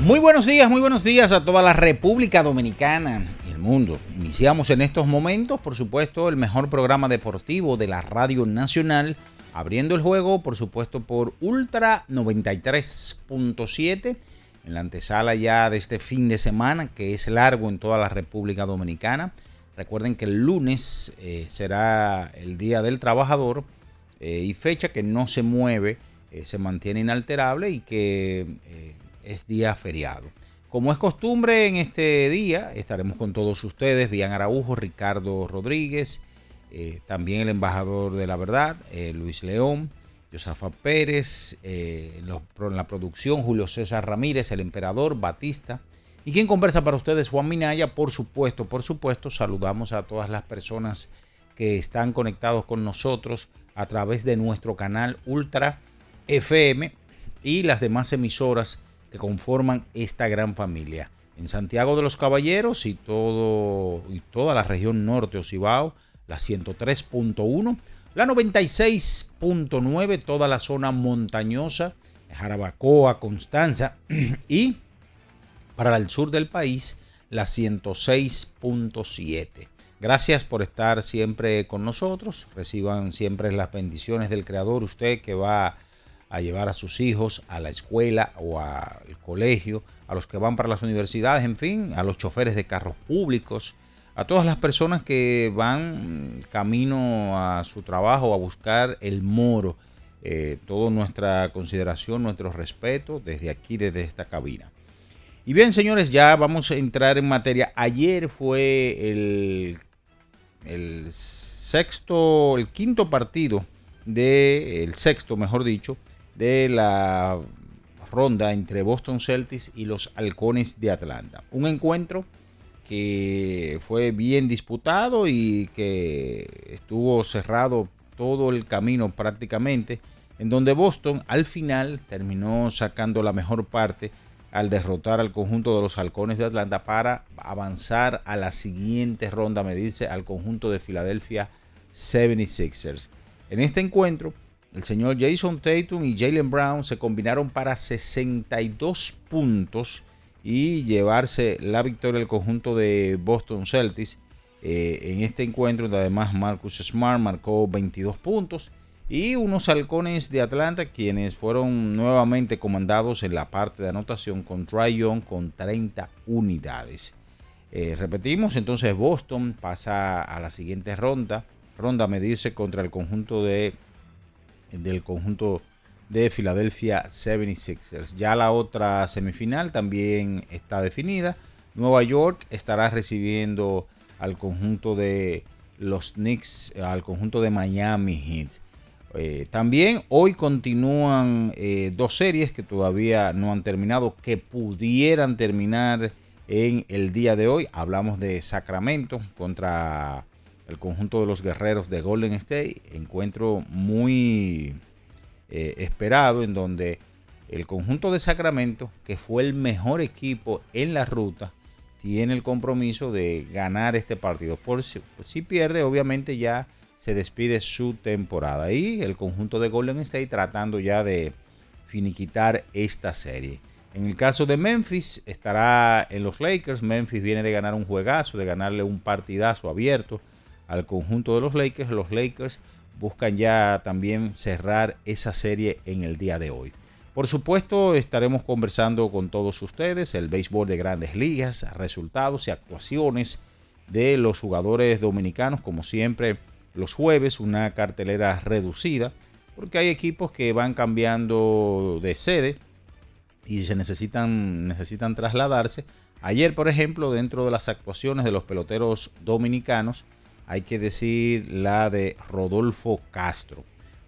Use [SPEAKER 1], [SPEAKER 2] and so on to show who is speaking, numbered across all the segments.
[SPEAKER 1] Muy buenos días, muy buenos días a toda la República Dominicana y el mundo. Iniciamos en estos momentos, por supuesto, el mejor programa deportivo de la Radio Nacional, abriendo el juego, por supuesto, por Ultra 93.7, en la antesala ya de este fin de semana, que es largo en toda la República Dominicana. Recuerden que el lunes eh, será el Día del Trabajador eh, y fecha que no se mueve, eh, se mantiene inalterable y que... eh, es día feriado. Como es costumbre en este día, estaremos con todos ustedes, Bian Araujo, Ricardo Rodríguez, eh, también el embajador de la verdad, eh, Luis León, Josafa Pérez, eh, en, los- en la producción Julio César Ramírez, el emperador Batista. Y quien conversa para ustedes, Juan Minaya, por supuesto, por supuesto, saludamos a todas las personas que están conectados con nosotros a través de nuestro canal Ultra FM y las demás emisoras que conforman esta gran familia. En Santiago de los Caballeros y, todo, y toda la región norte Ocibao, la 103.1, la 96.9, toda la zona montañosa, Jarabacoa, Constanza y para el sur del país, la 106.7. Gracias por estar siempre con nosotros. Reciban siempre las bendiciones del Creador, usted que va a llevar a sus hijos a la escuela o a- al colegio, a los que van para las universidades, en fin, a los choferes de carros públicos, a todas las personas que van mm, camino a su trabajo a buscar el moro. Eh, toda nuestra consideración, nuestro respeto desde aquí, desde esta cabina. Y bien, señores, ya vamos a entrar en materia. Ayer fue el, el sexto, el quinto partido de, el sexto, mejor dicho, de la ronda entre Boston Celtics y los Halcones de Atlanta. Un encuentro que fue bien disputado y que estuvo cerrado todo el camino prácticamente, en donde Boston al final terminó sacando la mejor parte al derrotar al conjunto de los halcones de Atlanta para avanzar a la siguiente ronda, me dice, al conjunto de Filadelfia 76ers. En este encuentro, el señor Jason Tatum y Jalen Brown se combinaron para 62 puntos y llevarse la victoria del conjunto de Boston Celtics. eh, en este encuentro, donde además Marcus Smart marcó 22 puntos y unos halcones de Atlanta quienes fueron nuevamente comandados en la parte de anotación con Trae Young con 30 unidades. Eh, repetimos, entonces Boston pasa a la siguiente ronda. Ronda medirse contra el conjunto de del conjunto de Filadelfia 76ers. Ya la otra semifinal también está definida. Nueva York estará recibiendo al conjunto de los Knicks, al conjunto de Miami Heat. Eh, también hoy continúan eh, dos series que todavía no han terminado, que pudieran terminar en el día de hoy. Hablamos de Sacramento contra el conjunto de los guerreros de Golden State. Encuentro muy eh, esperado en donde el conjunto de Sacramento, que fue el mejor equipo en la ruta, tiene el compromiso de ganar este partido. Por si, por si pierde, obviamente ya se despide su temporada. Y el conjunto de Golden State tratando ya de finiquitar esta serie. En el caso de Memphis, estará en los Lakers. Memphis viene de ganar un juegazo, de ganarle un partidazo abierto al conjunto de los Lakers. Los Lakers buscan ya también cerrar esa serie en el día de hoy. Por supuesto, estaremos conversando con todos ustedes el béisbol de grandes ligas, resultados y actuaciones de los jugadores dominicanos, como siempre, los jueves, una cartelera reducida, porque hay equipos que van cambiando de sede y se necesitan, necesitan trasladarse. Ayer, por ejemplo, dentro de las actuaciones de los peloteros dominicanos, hay que decir la de Rodolfo Castro.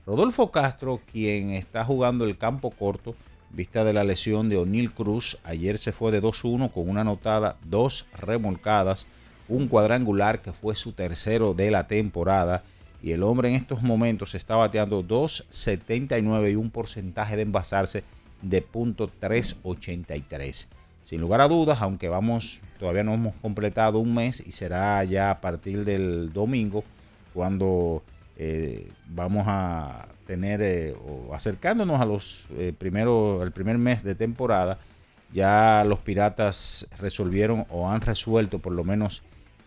[SPEAKER 1] Rodolfo Castro, quien está jugando el campo corto, vista de la lesión de O'Neill Cruz, ayer se fue de 2-1 con una anotada, dos remolcadas, un cuadrangular que fue su tercero de la temporada. Y el hombre en estos momentos está bateando 2.79 y un porcentaje de envasarse de .383. Sin lugar a dudas, aunque vamos, todavía no hemos completado un mes y será ya a partir del domingo cuando eh, vamos a tener eh, o acercándonos a los eh, primeros, el primer mes de temporada. Ya los piratas resolvieron o han resuelto por lo menos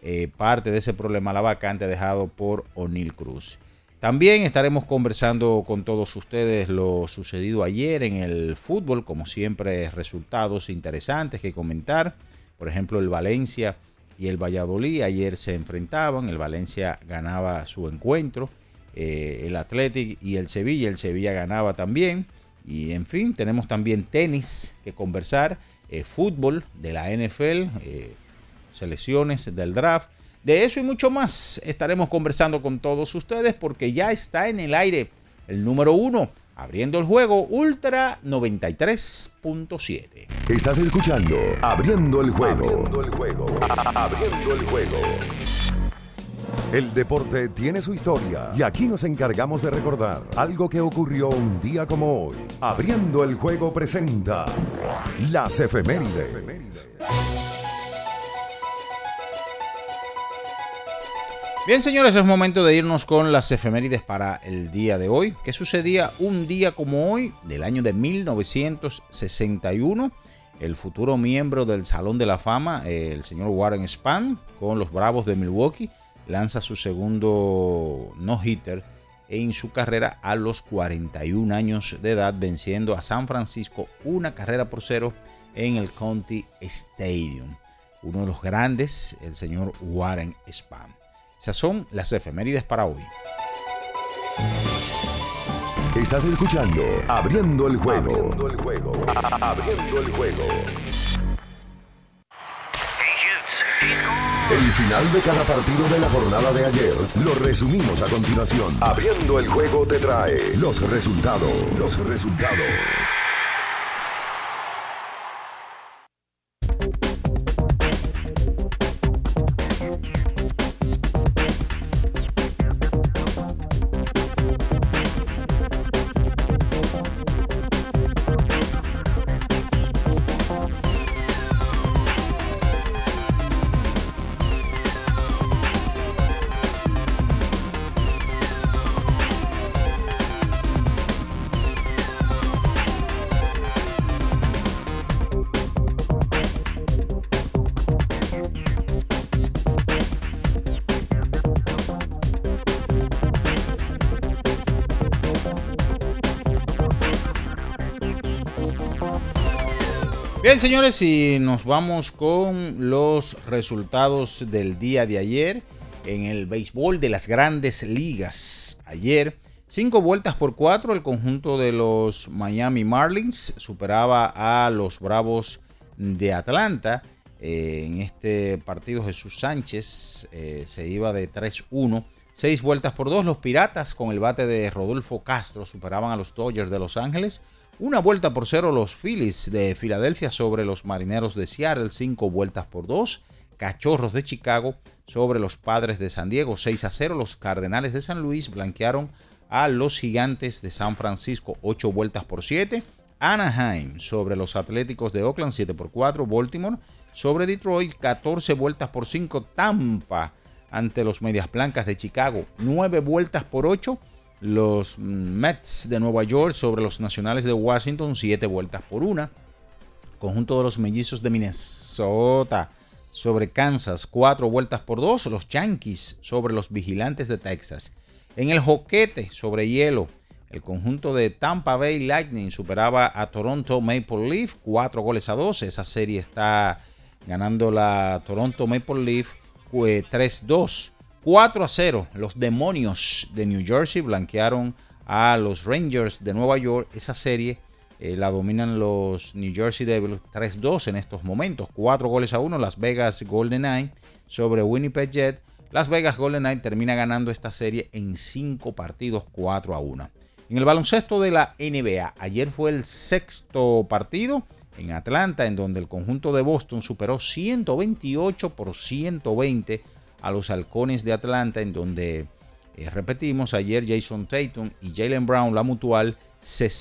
[SPEAKER 1] eh, parte de ese problema la vacante dejado por O'Neill Cruz. También estaremos conversando con todos ustedes lo sucedido ayer en el fútbol, como siempre resultados interesantes que comentar. Por ejemplo, el Valencia y el Valladolid ayer se enfrentaban, el Valencia ganaba su encuentro, eh, el Athletic y el Sevilla, el Sevilla ganaba también. Y en fin, tenemos también tenis que conversar, eh, fútbol de la NFL, eh, selecciones del draft. De eso y mucho más estaremos conversando con todos ustedes porque ya está en el aire el número uno, abriendo el juego Ultra 93.7.
[SPEAKER 2] Estás escuchando Abriendo el juego. Abriendo el juego. Abriendo el juego. El deporte tiene su historia y aquí nos encargamos de recordar algo que ocurrió un día como hoy. Abriendo el juego presenta las efemérides. Las efemérides.
[SPEAKER 1] Bien, señores, es momento de irnos con las efemérides para el día de hoy. ¿Qué sucedía un día como hoy del año de 1961? El futuro miembro del Salón de la Fama, el señor Warren Spahn, con los Bravos de Milwaukee, lanza su segundo no-hitter en su carrera a los 41 años de edad, venciendo a San Francisco una carrera por cero en el County Stadium. Uno de los grandes, el señor Warren Spahn. Esas son las efemérides para hoy.
[SPEAKER 2] Estás escuchando Abriendo el juego. Abriendo el juego. Abriendo el juego. El final de cada partido de la jornada de ayer lo resumimos a continuación. Abriendo el juego te trae los resultados. Los resultados.
[SPEAKER 1] Bien, señores, y nos vamos con los resultados del día de ayer en el béisbol de las grandes ligas. Ayer, cinco vueltas por cuatro, el conjunto de los Miami Marlins superaba a los Bravos de Atlanta. Eh, en este partido, Jesús Sánchez eh, se iba de 3-1. Seis vueltas por dos, los Piratas con el bate de Rodolfo Castro superaban a los Dodgers de Los Ángeles. Una vuelta por cero los Phillies de Filadelfia sobre los Marineros de Seattle, cinco vueltas por dos. Cachorros de Chicago sobre los Padres de San Diego, 6 a 0. Los Cardenales de San Luis blanquearon a los Gigantes de San Francisco, ocho vueltas por siete. Anaheim sobre los Atléticos de Oakland, 7 por 4. Baltimore sobre Detroit, 14 vueltas por 5. Tampa ante los Medias Blancas de Chicago, 9 vueltas por 8 los mm, Mets de Nueva York sobre los Nacionales de Washington, 7 vueltas por una. conjunto de los mellizos de Minnesota sobre Kansas, cuatro vueltas por dos, los Yankees sobre los vigilantes de Texas. En el joquete sobre hielo, el conjunto de Tampa Bay Lightning superaba a Toronto Maple Leaf, cuatro goles a dos. Esa serie está ganando la Toronto Maple Leaf eh, 3-2. 4 a 0. Los demonios de New Jersey blanquearon a los Rangers de Nueva York. Esa serie eh, la dominan los New Jersey Devils 3-2 en estos momentos. 4 goles a 1. Las Vegas Golden Knights sobre Winnipeg Jet. Las Vegas Golden Knights termina ganando esta serie en 5 partidos 4 a 1. En el baloncesto de la NBA, ayer fue el sexto partido en Atlanta, en donde el conjunto de Boston superó 128 por 120 a los halcones de Atlanta, en donde, eh, repetimos, ayer Jason Tatum y Jalen Brown, la mutual,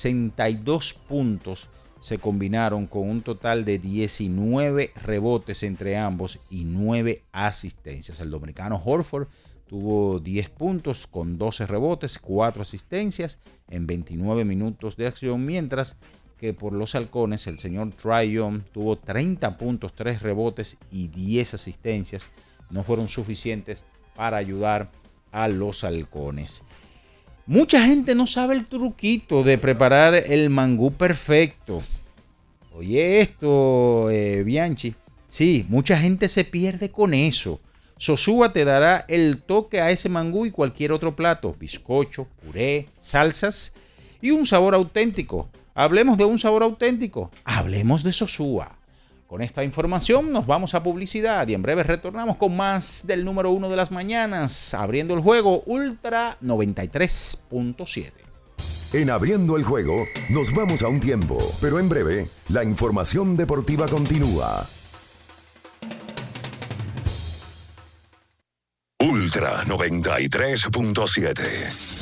[SPEAKER 1] 62 puntos se combinaron con un total de 19 rebotes entre ambos y 9 asistencias. El dominicano Horford tuvo 10 puntos con 12 rebotes, 4 asistencias en 29 minutos de acción, mientras que por los halcones el señor Tryon tuvo 30 puntos, 3 rebotes y 10 asistencias. No fueron suficientes para ayudar a los halcones. Mucha gente no sabe el truquito de preparar el mangú perfecto. Oye esto, eh, Bianchi. Sí, mucha gente se pierde con eso. Sosúa te dará el toque a ese mangú y cualquier otro plato. Bizcocho, puré, salsas y un sabor auténtico. Hablemos de un sabor auténtico. Hablemos de Sosúa. Con esta información nos vamos a publicidad y en breve retornamos con más del número uno de las mañanas, abriendo el juego Ultra 93.7.
[SPEAKER 3] En abriendo el juego nos vamos a un tiempo, pero en breve la información deportiva continúa.
[SPEAKER 4] Ultra 93.7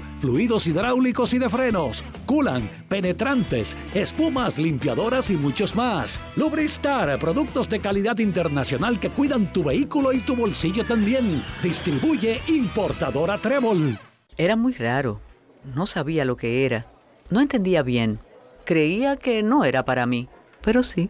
[SPEAKER 5] fluidos hidráulicos y de frenos, culan, penetrantes, espumas, limpiadoras y muchos más. Lubristar, productos de calidad internacional que cuidan tu vehículo y tu bolsillo también. Distribuye importadora Trébol.
[SPEAKER 6] Era muy raro. No sabía lo que era. No entendía bien. Creía que no era para mí, pero sí.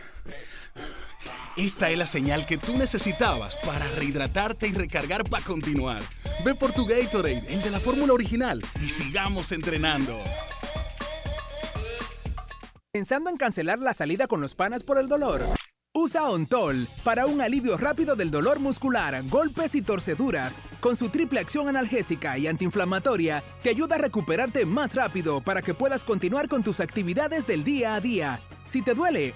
[SPEAKER 7] Esta es la señal que tú necesitabas para rehidratarte y recargar para continuar. Ve por tu Gatorade, el de la fórmula original, y sigamos entrenando.
[SPEAKER 8] Pensando en cancelar la salida con los panas por el dolor. Usa Ontol para un alivio rápido del dolor muscular, golpes y torceduras. Con su triple acción analgésica y antiinflamatoria, te ayuda a recuperarte más rápido para que puedas continuar con tus actividades del día a día. Si te duele,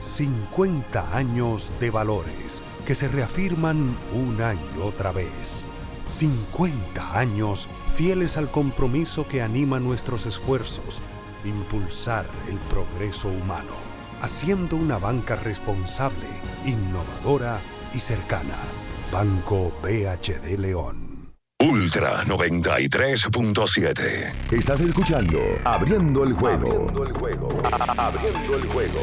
[SPEAKER 9] 50 años de valores que se reafirman una y otra vez. 50 años fieles al compromiso que anima nuestros esfuerzos, impulsar el progreso humano, haciendo una banca responsable, innovadora y cercana. Banco BHD León.
[SPEAKER 2] Ultra 93.7. Estás escuchando Abriendo el juego. Abriendo el juego. Abriendo el juego.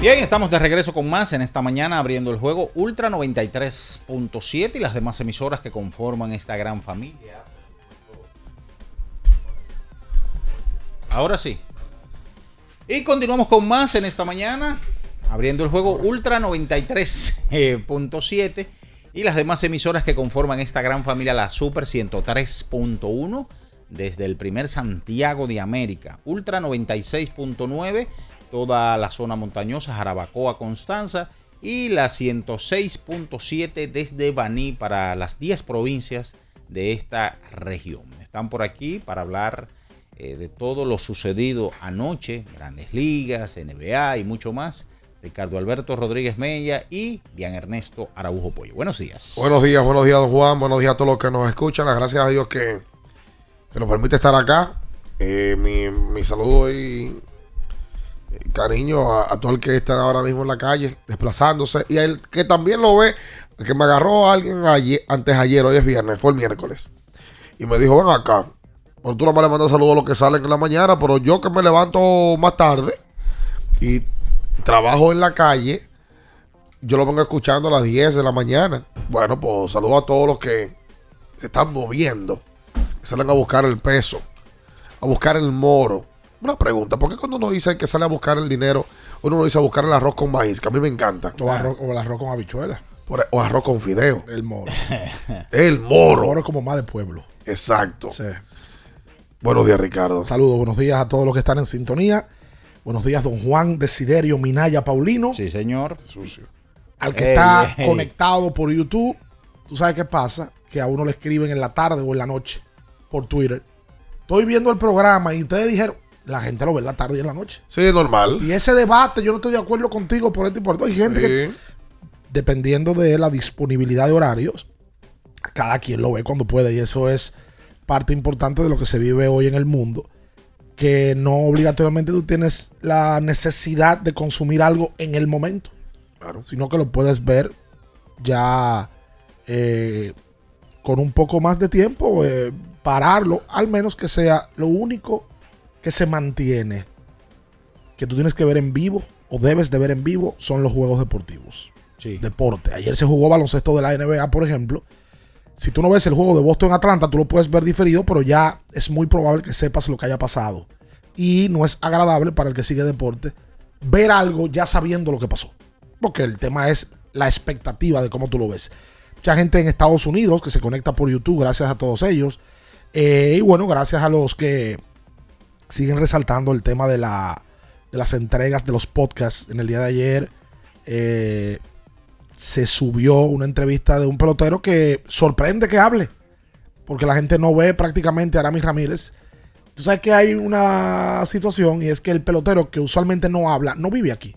[SPEAKER 1] Bien, estamos de regreso con más en esta mañana abriendo el juego Ultra 93.7 y las demás emisoras que conforman esta gran familia. Ahora sí. Y continuamos con más en esta mañana abriendo el juego Ultra 93.7 eh, y las demás emisoras que conforman esta gran familia, la Super 103.1 desde el primer Santiago de América, Ultra 96.9 toda la zona montañosa, Jarabacoa, Constanza, y la 106.7 desde Baní para las 10 provincias de esta región. Están por aquí para hablar eh, de todo lo sucedido anoche, grandes ligas, NBA y mucho más. Ricardo Alberto Rodríguez Mella y Bian Ernesto Araujo Pollo. Buenos días.
[SPEAKER 10] Buenos días, buenos días, don Juan. Buenos días a todos los que nos escuchan. Las gracias a Dios que, que nos permite estar acá. Eh, mi, mi saludo y cariño a, a, todo el que está ahora mismo en la calle, desplazándose, y el que también lo ve, el que me agarró a alguien ayer, antes ayer, hoy es viernes, fue el miércoles, y me dijo, ven acá, por tú no me le mandas saludos a los que salen en la mañana, pero yo que me levanto más tarde y trabajo en la calle, yo lo vengo escuchando a las 10 de la mañana. Bueno, pues saludo a todos los que se están moviendo, que salen a buscar el peso, a buscar el moro, una pregunta, ¿por qué cuando uno dice que sale a buscar el dinero, uno lo dice a buscar el arroz con maíz, que a mí me encanta?
[SPEAKER 11] O, arroz, o el arroz con habichuelas.
[SPEAKER 10] O arroz con fideo.
[SPEAKER 11] El moro.
[SPEAKER 10] el moro.
[SPEAKER 11] El moro como más de pueblo.
[SPEAKER 10] Exacto. Sí. Buenos días, Ricardo.
[SPEAKER 11] Saludos, buenos días a todos los que están en sintonía. Buenos días, don Juan Desiderio Minaya Paulino.
[SPEAKER 1] Sí, señor.
[SPEAKER 11] Sucio. Al que ey, está ey. conectado por YouTube, tú sabes qué pasa, que a uno le escriben en la tarde o en la noche por Twitter. Estoy viendo el programa y ustedes dijeron, la gente lo ve en la tarde y en la noche.
[SPEAKER 10] Sí, es normal.
[SPEAKER 11] Y ese debate, yo no estoy de acuerdo contigo por este y por todo. Hay gente sí. que, dependiendo de la disponibilidad de horarios, cada quien lo ve cuando puede. Y eso es parte importante de lo que se vive hoy en el mundo. Que no obligatoriamente tú tienes la necesidad de consumir algo en el momento. Claro. Sino que lo puedes ver ya eh, con un poco más de tiempo, eh, pararlo, al menos que sea lo único que se mantiene, que tú tienes que ver en vivo o debes de ver en vivo, son los juegos deportivos. Sí. Deporte. Ayer se jugó baloncesto de la NBA, por ejemplo. Si tú no ves el juego de Boston Atlanta, tú lo puedes ver diferido, pero ya es muy probable que sepas lo que haya pasado. Y no es agradable para el que sigue deporte ver algo ya sabiendo lo que pasó. Porque el tema es la expectativa de cómo tú lo ves. Mucha gente en Estados Unidos que se conecta por YouTube, gracias a todos ellos. Eh, y bueno, gracias a los que siguen resaltando el tema de, la, de, las entregas de los podcasts. En el día de ayer eh, se subió una entrevista de un pelotero que sorprende que hable, porque la gente no ve prácticamente a Aramis Ramírez. Tú sabes que hay una situación y es que el pelotero que usualmente no habla no vive aquí.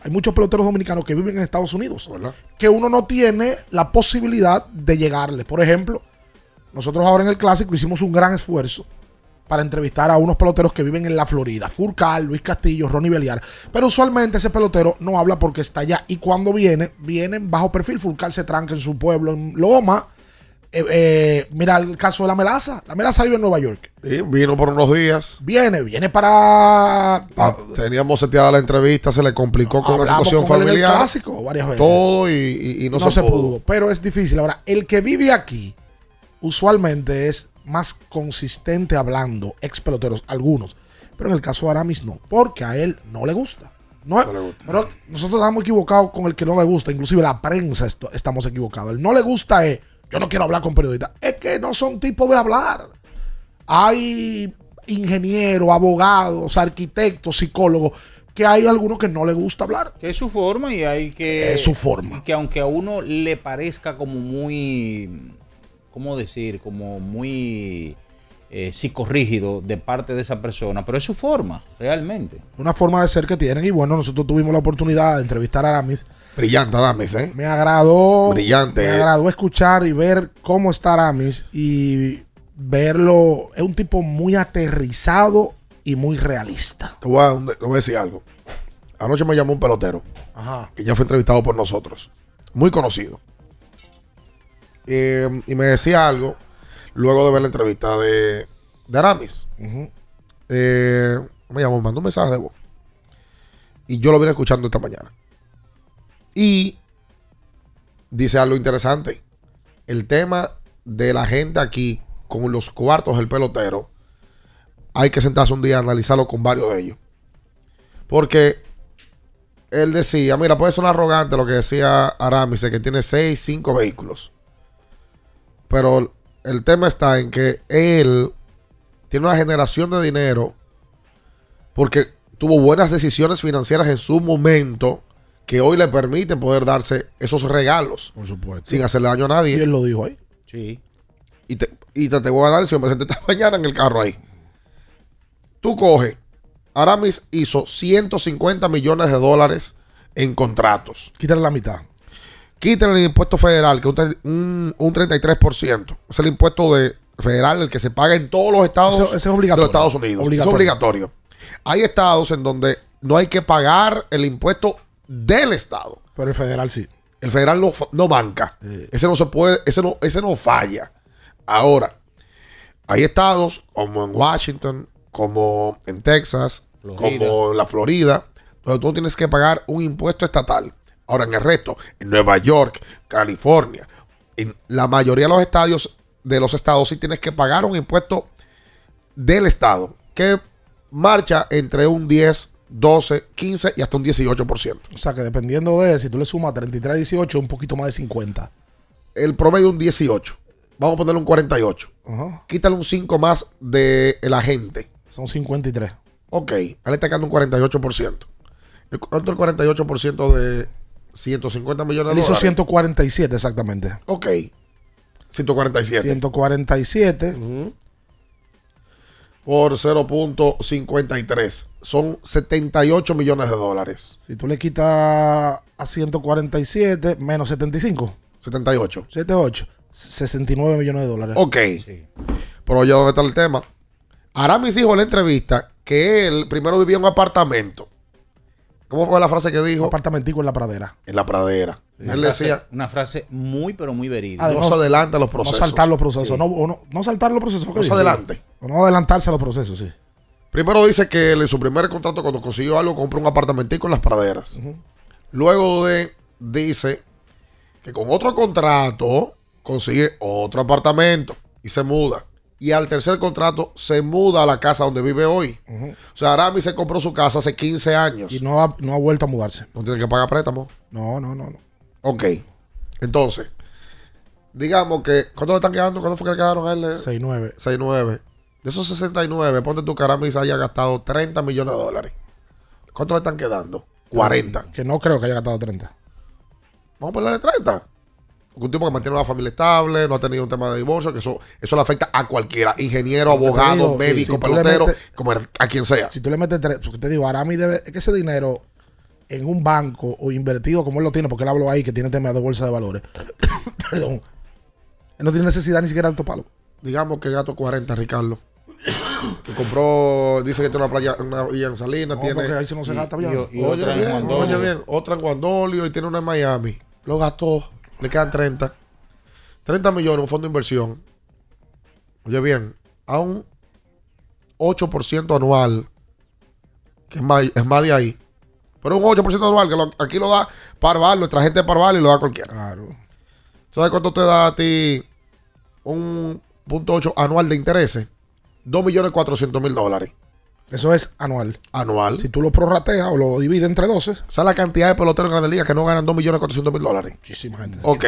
[SPEAKER 11] Hay muchos peloteros dominicanos que viven en Estados Unidos, ¿verdad? que uno no tiene la posibilidad de llegarle. Por ejemplo, nosotros ahora en el clásico hicimos un gran esfuerzo para entrevistar a unos peloteros que viven en la Florida. Furcal, Luis Castillo, Ronnie Beliar. Pero usualmente ese pelotero no habla porque está allá. Y cuando viene, vienen bajo perfil. Furcal se tranca en su pueblo, en Loma. Eh, eh, mira el caso de la melaza. La melaza vive en Nueva York.
[SPEAKER 10] Sí, vino por unos días. Ah,
[SPEAKER 11] Viene, viene para. para
[SPEAKER 10] teníamos seteada la entrevista, se le complicó no, con la situación con familiar. Él en el
[SPEAKER 11] clásico varias veces.
[SPEAKER 10] Todo y, y, y no, no, se, pudo. pudo.
[SPEAKER 11] Pero es difícil. Ahora, el que vive aquí, usualmente es más consistente hablando, ex peloteros, algunos. Pero en el caso de Aramis no, porque a él no le gusta. No, no le gusta. Pero nosotros estamos equivocados con el que no le gusta, inclusive la prensa esto, estamos equivocados. El no le gusta es, Yo no quiero hablar con periodistas. Es que no son tipos de hablar. Hay ingenieros, abogados, arquitectos, psicólogos, que hay algunos que no les gusta hablar.
[SPEAKER 1] Que es su forma y hay que.
[SPEAKER 11] Es su forma.
[SPEAKER 1] Que aunque a uno le parezca como muy. ¿Cómo decir? Como muy. Eh, psicorrígido de parte de esa persona, pero es su forma, realmente.
[SPEAKER 11] Una forma de ser que tienen. Y bueno, nosotros tuvimos la oportunidad de entrevistar a Aramis.
[SPEAKER 10] Brillante Aramis, ¿eh?
[SPEAKER 11] Me agradó.
[SPEAKER 10] Brillante.
[SPEAKER 11] Me
[SPEAKER 10] eh.
[SPEAKER 11] agradó escuchar y ver cómo está Aramis y verlo. Es un tipo muy aterrizado y muy realista.
[SPEAKER 10] Te voy, a, te voy a decir algo. Anoche me llamó un pelotero
[SPEAKER 11] Ajá.
[SPEAKER 10] que ya fue entrevistado por nosotros, muy conocido. Eh, y me decía algo luego de ver la entrevista de, de Aramis.
[SPEAKER 11] Ujú.
[SPEAKER 10] Eh, me llamó, me mandó un mensaje de voz. Y yo lo vine escuchando esta mañana. Y dice algo interesante. El tema de la gente aquí con los cuartos del pelotero, hay que sentarse un día a analizarlo con varios de ellos. Porque él decía, mira, puede sonar arrogante lo que decía Aramis, de que tiene 6, 5 vehículos. Pero el tema está en que él tiene una generación de dinero porque tuvo buenas decisiones financieras en su momento que hoy le permite poder darse esos regalos
[SPEAKER 11] Por supuesto.
[SPEAKER 10] sin hacerle daño a nadie.
[SPEAKER 11] Y él lo dijo ahí.
[SPEAKER 1] Sí.
[SPEAKER 10] Y te, y te, te voy a dar, si me senté esta mañana en el carro ahí. Tú coges, Aramis hizo 150 millones de dólares en contratos.
[SPEAKER 11] Quítale la mitad.
[SPEAKER 10] Quítale el impuesto federal, que es un, tre- un, un 33%. Es el impuesto de, federal el que se paga en todos los estados
[SPEAKER 11] Ese- ese es obligatorio.
[SPEAKER 10] de los Estados Unidos.
[SPEAKER 11] Obligatorio.
[SPEAKER 10] Es obligatorio. Hay estados en donde no hay que pagar el impuesto del estado.
[SPEAKER 11] Pero el federal sí.
[SPEAKER 10] El federal no, fa- no banca. Ese no se puede, ese no, ese no falla. Ahora, hay estados como en Washington, como en Texas,
[SPEAKER 1] Florida.
[SPEAKER 10] como en la Florida, donde tú tienes que pagar un impuesto estatal. Ahora, en el resto, en Nueva York, California, en la mayoría de los estadios de los estados sí tienes que pagar un impuesto del estado, que marcha entre un 10, 12, 15 y hasta un 18%.
[SPEAKER 11] O sea que dependiendo de si tú le sumas 33, 18, un poquito más de 50.
[SPEAKER 10] el promedio un 18. Vamos a ponerle un 48.
[SPEAKER 11] Ajá.
[SPEAKER 10] Quítale un 5 más de la gente.
[SPEAKER 11] Son 53.
[SPEAKER 10] Ok, él está quedando un 48%. El- Otro 48% de 150 millones
[SPEAKER 11] Él
[SPEAKER 10] de
[SPEAKER 11] hizo
[SPEAKER 10] dólares.
[SPEAKER 11] 147 exactamente.
[SPEAKER 10] Ok. 147.
[SPEAKER 11] 147.
[SPEAKER 10] Ujú. Por 0.53. Son 78 millones de dólares.
[SPEAKER 11] Si tú le quitas a 147 menos 75,
[SPEAKER 10] 78.
[SPEAKER 11] 78, 69 millones de dólares.
[SPEAKER 10] Ok. Pero ya dónde está el tema. Aramis dijo en la entrevista que él primero vivía en un apartamento. ¿Cómo fue la frase que
[SPEAKER 11] Un
[SPEAKER 10] dijo?
[SPEAKER 11] apartamentico en la pradera.
[SPEAKER 10] En la pradera.
[SPEAKER 1] Una
[SPEAKER 10] Él
[SPEAKER 1] frase-
[SPEAKER 10] decía,
[SPEAKER 1] Una frase muy, pero muy verídica.
[SPEAKER 10] no se adelanta los procesos.
[SPEAKER 11] No saltar los procesos.
[SPEAKER 10] Sí.
[SPEAKER 11] No, o no, no saltar los procesos. ¿qué
[SPEAKER 10] No se
[SPEAKER 11] dice?
[SPEAKER 10] adelante.
[SPEAKER 11] O no adelantarse a los procesos, sí.
[SPEAKER 10] Primero dice que él en su primer contrato, cuando consiguió algo, compró un apartamentico en las praderas. Luego de, dice que con otro contrato consigue otro apartamento y se muda. Y al tercer contrato se muda a la casa donde vive hoy.
[SPEAKER 11] Ujú.
[SPEAKER 10] O sea, Aramis se compró su casa hace 15 años.
[SPEAKER 11] Y no ha, no ha vuelto a mudarse.
[SPEAKER 10] No tiene que pagar préstamo.
[SPEAKER 11] No, no, no. no.
[SPEAKER 10] Ok. Entonces, digamos que. ¿Cuánto le están quedando? ¿Cuánto fue que le quedaron a él?
[SPEAKER 11] 6-9.
[SPEAKER 10] 69. De esos 69, ponte tu cara Aramis haya gastado 30 millones de dólares. ¿Cuánto le están quedando? 40.
[SPEAKER 11] Que no creo que haya gastado 30.
[SPEAKER 10] Vamos a ponerle 30. Un tipo que mantiene una familia estable, no ha tenido un tema de divorcio, que eso, eso le afecta a cualquiera. Ingeniero,
[SPEAKER 11] Lo que te
[SPEAKER 10] abogado,
[SPEAKER 11] digo,
[SPEAKER 10] médico,
[SPEAKER 11] si tú le
[SPEAKER 10] pelotero,
[SPEAKER 11] metes-
[SPEAKER 10] como el- a quien sea.
[SPEAKER 11] Si tú le metes tres, porque te digo, Arami debe, es que ese dinero en un banco o invertido como él lo tiene, porque él habló ahí que tiene tema de bolsa de valores. Perdón. Él no tiene necesidad ni siquiera de toparlo.
[SPEAKER 10] Digamos que gato 40, Ricardo. que compró, dice que tiene una playa, una villa en Salinas,
[SPEAKER 11] No,
[SPEAKER 10] tiene.
[SPEAKER 11] porque ahí se no se
[SPEAKER 1] Y-
[SPEAKER 11] gasta
[SPEAKER 1] y-
[SPEAKER 11] ya.
[SPEAKER 1] y
[SPEAKER 10] oye,
[SPEAKER 1] otra en
[SPEAKER 10] bien,
[SPEAKER 1] Guandolio.
[SPEAKER 10] oye bien, otra en Guandolio y tiene una en Miami. Lo gastó, le quedan 30. 30 millones, un fondo de inversión. Oye bien, a un 8% anual, que es más, es más de ahí. Pero un 8% anual, que lo- aquí lo da Parval, nuestra gente de Parval y lo da cualquiera.
[SPEAKER 11] Claro.
[SPEAKER 10] ¿Sabes cuánto te da a ti un punto ocho anual de intereses? 2.400.000 dólares
[SPEAKER 11] Eso es anual.
[SPEAKER 10] anual.
[SPEAKER 11] Si tú lo prorrateas o lo divides entre 12,
[SPEAKER 10] O sea, la cantidad de peloteros en Grandes Ligas que no ganan 2.400.000 dólares.
[SPEAKER 11] muchísima gente.
[SPEAKER 10] Ok.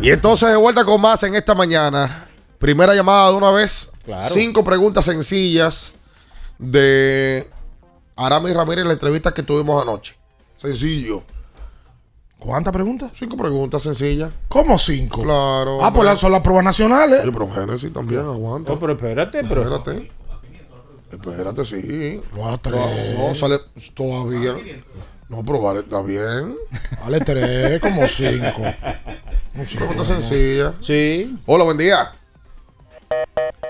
[SPEAKER 10] Y entonces de vuelta con más en esta mañana. Primera llamada de una vez.
[SPEAKER 1] Claro.
[SPEAKER 10] Cinco preguntas sencillas de Aramis Ramírez en la entrevista que tuvimos anoche. Sencillo.
[SPEAKER 11] ¿Cuántas preguntas?
[SPEAKER 10] Cinco preguntas sencillas.
[SPEAKER 11] ¿Cómo cinco?
[SPEAKER 10] Claro.
[SPEAKER 11] Ah, pues
[SPEAKER 10] hombre.
[SPEAKER 11] las- son las pruebas nacionales.
[SPEAKER 10] Oye, pero Génesis también aguanta.
[SPEAKER 1] pero espérate, pero.
[SPEAKER 10] Espérate. Espérate, sí.
[SPEAKER 11] No, a
[SPEAKER 10] No, no, sale todavía. No, pero vale, está bien.
[SPEAKER 11] Vale tres, como cinco.
[SPEAKER 10] Pregunta sencilla.
[SPEAKER 1] Sí.
[SPEAKER 10] Hola, buen día.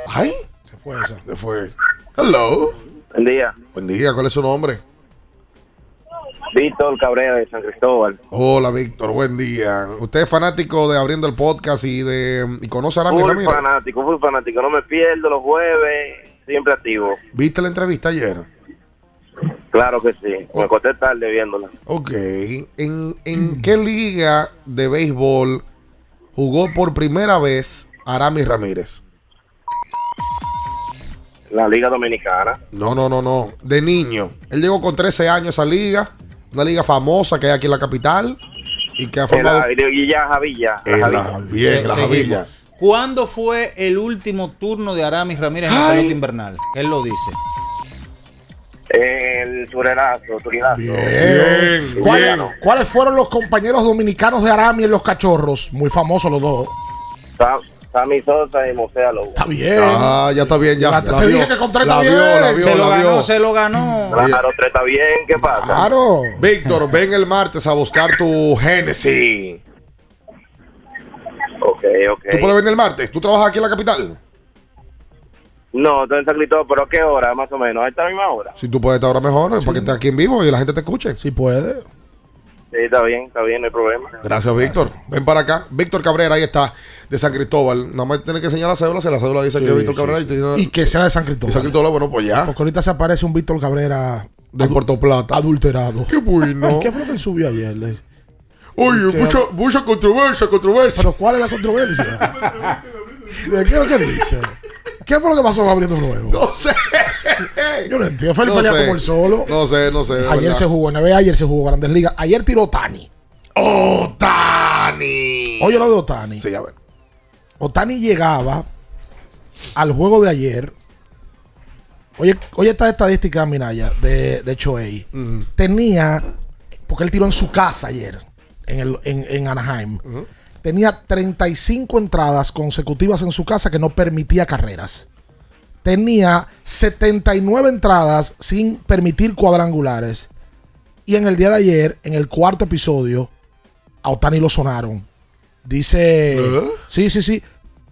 [SPEAKER 10] Ay,
[SPEAKER 11] Se fue esa.
[SPEAKER 10] se fue. Hello.
[SPEAKER 12] Buen día.
[SPEAKER 10] Buen día, ¿cuál es su nombre?
[SPEAKER 12] Víctor Cabrera de San Cristóbal.
[SPEAKER 10] Hola, Víctor, buen día. Usted es fanático de Abriendo el Podcast y de y conoce a Aramis
[SPEAKER 12] Full
[SPEAKER 10] Ramírez.
[SPEAKER 12] fanático, full fanático. No me pierdo los jueves, siempre activo.
[SPEAKER 10] ¿Viste la entrevista ayer?
[SPEAKER 12] Claro que sí. Me acosté tarde viéndola.
[SPEAKER 10] Ok. ¿En, en qué liga de béisbol jugó por primera vez Aramis Ramírez?
[SPEAKER 12] La Liga Dominicana.
[SPEAKER 10] No, no, no, no. De niño. Él llegó con 13 años a esa liga. Una liga famosa que hay aquí en la capital. Y que ha
[SPEAKER 12] En
[SPEAKER 10] formado.
[SPEAKER 12] la, y ya Javilla. la
[SPEAKER 10] En la
[SPEAKER 12] Javilla.
[SPEAKER 10] Javier, la
[SPEAKER 1] Seguimos.
[SPEAKER 10] Javilla.
[SPEAKER 1] ¿Cuándo fue el último turno de Aramis Ramírez en la pelota invernal? Él lo dice.
[SPEAKER 12] El Surerazo, Surerazo.
[SPEAKER 10] Bien,
[SPEAKER 11] ¿Cuáles, Eh, cuáles fueron los compañeros dominicanos de Arami en los cachorros? Muy famosos los dos.
[SPEAKER 12] Sam- Sammy Sosa y Mosea Lobo. Está
[SPEAKER 11] bien.
[SPEAKER 10] Ah, ya está bien, ya.
[SPEAKER 11] te dije que con 30
[SPEAKER 10] la vio,
[SPEAKER 11] bien.
[SPEAKER 10] la vio,
[SPEAKER 11] Se lo
[SPEAKER 10] la
[SPEAKER 11] ganó,
[SPEAKER 10] vio.
[SPEAKER 11] se
[SPEAKER 1] lo ganó.
[SPEAKER 12] Claro, tres está bien. ¿Qué pasa?
[SPEAKER 11] Claro.
[SPEAKER 10] Víctor, ven el martes a buscar tu Génesis.
[SPEAKER 12] Ok, ok.
[SPEAKER 10] ¿Tú puedes venir el martes? ¿Tú trabajas aquí en la capital?
[SPEAKER 12] No, estoy en San Cristóbal, pero ¿a qué hora más o menos? ¿A esta misma hora?
[SPEAKER 10] Si tú puedes estar ahora mejor, para que estés aquí en vivo y la gente te escuche.
[SPEAKER 11] Sí puede.
[SPEAKER 12] Sí, está bien, está bien, no hay problema.
[SPEAKER 10] Gracias, Víctor. Ven para acá. Víctor Cabrera, ahí está, de San Cristóbal. Nada más tiene que enseñar la cédula, se la cédula dice que es Víctor Cabrera. Y, tiene-
[SPEAKER 11] Y que sea de San Cristóbal.
[SPEAKER 10] de San Cristóbal, bueno, pues ya.
[SPEAKER 11] Porque ahorita se aparece un Víctor Cabrera
[SPEAKER 10] De Puerto Plata.
[SPEAKER 11] adulterado. Qué
[SPEAKER 10] bueno.
[SPEAKER 11] ¿Qué fue lo que él subió ayer? de-
[SPEAKER 10] Oye,
[SPEAKER 11] ¿Qué?
[SPEAKER 10] mucha, mucha controversia, controversia.
[SPEAKER 11] ¿Pero cuál es la controversia? ¿De ¿Qué es lo que dice? ¿Qué fue lo que pasó con Abriendo Nuevo?
[SPEAKER 10] No sé.
[SPEAKER 11] Yo no entiendo. Fue el pelea como el solo.
[SPEAKER 10] No sé, no sé. de
[SPEAKER 11] Ayer
[SPEAKER 10] verdad.
[SPEAKER 11] se jugó NBA, ayer se jugó Grandes Ligas. Ayer tiró Tani.
[SPEAKER 10] ¡Otani!
[SPEAKER 11] Oye, lo de Otani.
[SPEAKER 10] Sí, a ver.
[SPEAKER 11] Otani llegaba al juego de ayer. Oye, oye esta estadística, Minaya, de, de Choey. Tenía, porque él tiró en su casa ayer, en, el, en, en Anaheim. Tenía 35 entradas consecutivas en su casa que no permitía carreras. Tenía 79 entradas sin permitir cuadrangulares. Y en el día de ayer, en el cuarto episodio, a Otani lo sonaron. Dice. Sí, sí, sí.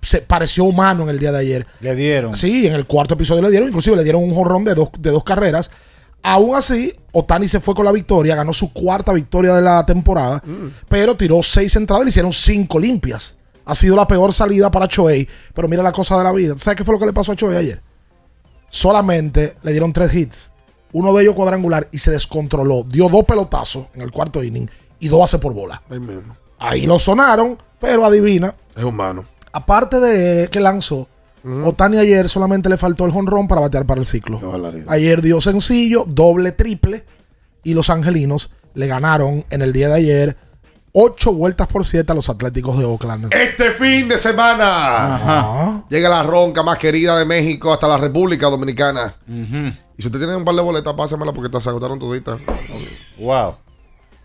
[SPEAKER 11] Se pareció humano en el día de ayer.
[SPEAKER 1] Le dieron.
[SPEAKER 11] Sí, en el cuarto episodio le dieron. Inclusive le dieron un jorrón de dos, de dos carreras. Aún así, Otani se fue con la victoria, ganó su cuarta victoria de la temporada, pero tiró seis entradas y le hicieron cinco limpias. Ha sido la peor salida para Choey, pero mira la cosa de la vida. ¿Sabes qué fue lo que le pasó a Choey ayer? solamente le dieron tres hits. Uno de ellos cuadrangular y se descontroló. Dio dos pelotazos en el cuarto inning y dos bases por bola.
[SPEAKER 10] Ahí mismo.
[SPEAKER 11] Ahí lo sonaron, pero adivina.
[SPEAKER 10] Es humano.
[SPEAKER 11] Aparte de que lanzó, Otani ayer solamente le faltó el jonrón para batear para el ciclo. Ayer dio sencillo, doble, triple. Y los angelinos le ganaron en el día de ayer ocho vueltas por siete a los Atléticos de Oakland.
[SPEAKER 10] Este fin de semana llega la ronca más querida de México hasta la República Dominicana. Y si usted tiene un par de boletas, pásamela porque te- se agotaron toditas.
[SPEAKER 1] Wow.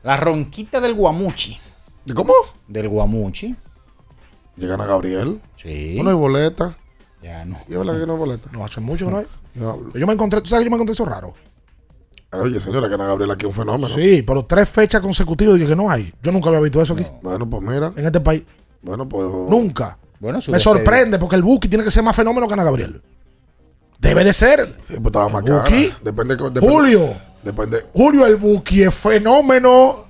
[SPEAKER 1] La ronquita del guamuchi.
[SPEAKER 10] ¿De cómo?
[SPEAKER 1] Del guamuchi.
[SPEAKER 10] Llegan a Gabriel.
[SPEAKER 1] Sí.
[SPEAKER 10] No hay boleta.
[SPEAKER 1] Ya no.
[SPEAKER 10] Y es verdad que no hay boleta.
[SPEAKER 11] No, hace mucho que no hay. Yo me encontré, ¿tú sabes que yo me encontré eso raro?
[SPEAKER 10] Oye, señora, que Ana Gabriel aquí es un fenómeno.
[SPEAKER 11] Sí, pero tres fechas consecutivas dije que no hay. Yo nunca había visto eso aquí.
[SPEAKER 10] Bueno, pues mira.
[SPEAKER 11] En este país.
[SPEAKER 10] Bueno, pues.
[SPEAKER 11] Nunca.
[SPEAKER 1] Bueno, su
[SPEAKER 11] me
[SPEAKER 1] despedida.
[SPEAKER 11] sorprende porque el Buki tiene que ser más fenómeno que Ana Gabriel. Debe de ser.
[SPEAKER 10] Sí, pues estaba más cara.
[SPEAKER 11] Buki.
[SPEAKER 10] Depende, co- depende-
[SPEAKER 11] Julio.
[SPEAKER 10] Depende.
[SPEAKER 11] Julio el Buki es fenómeno.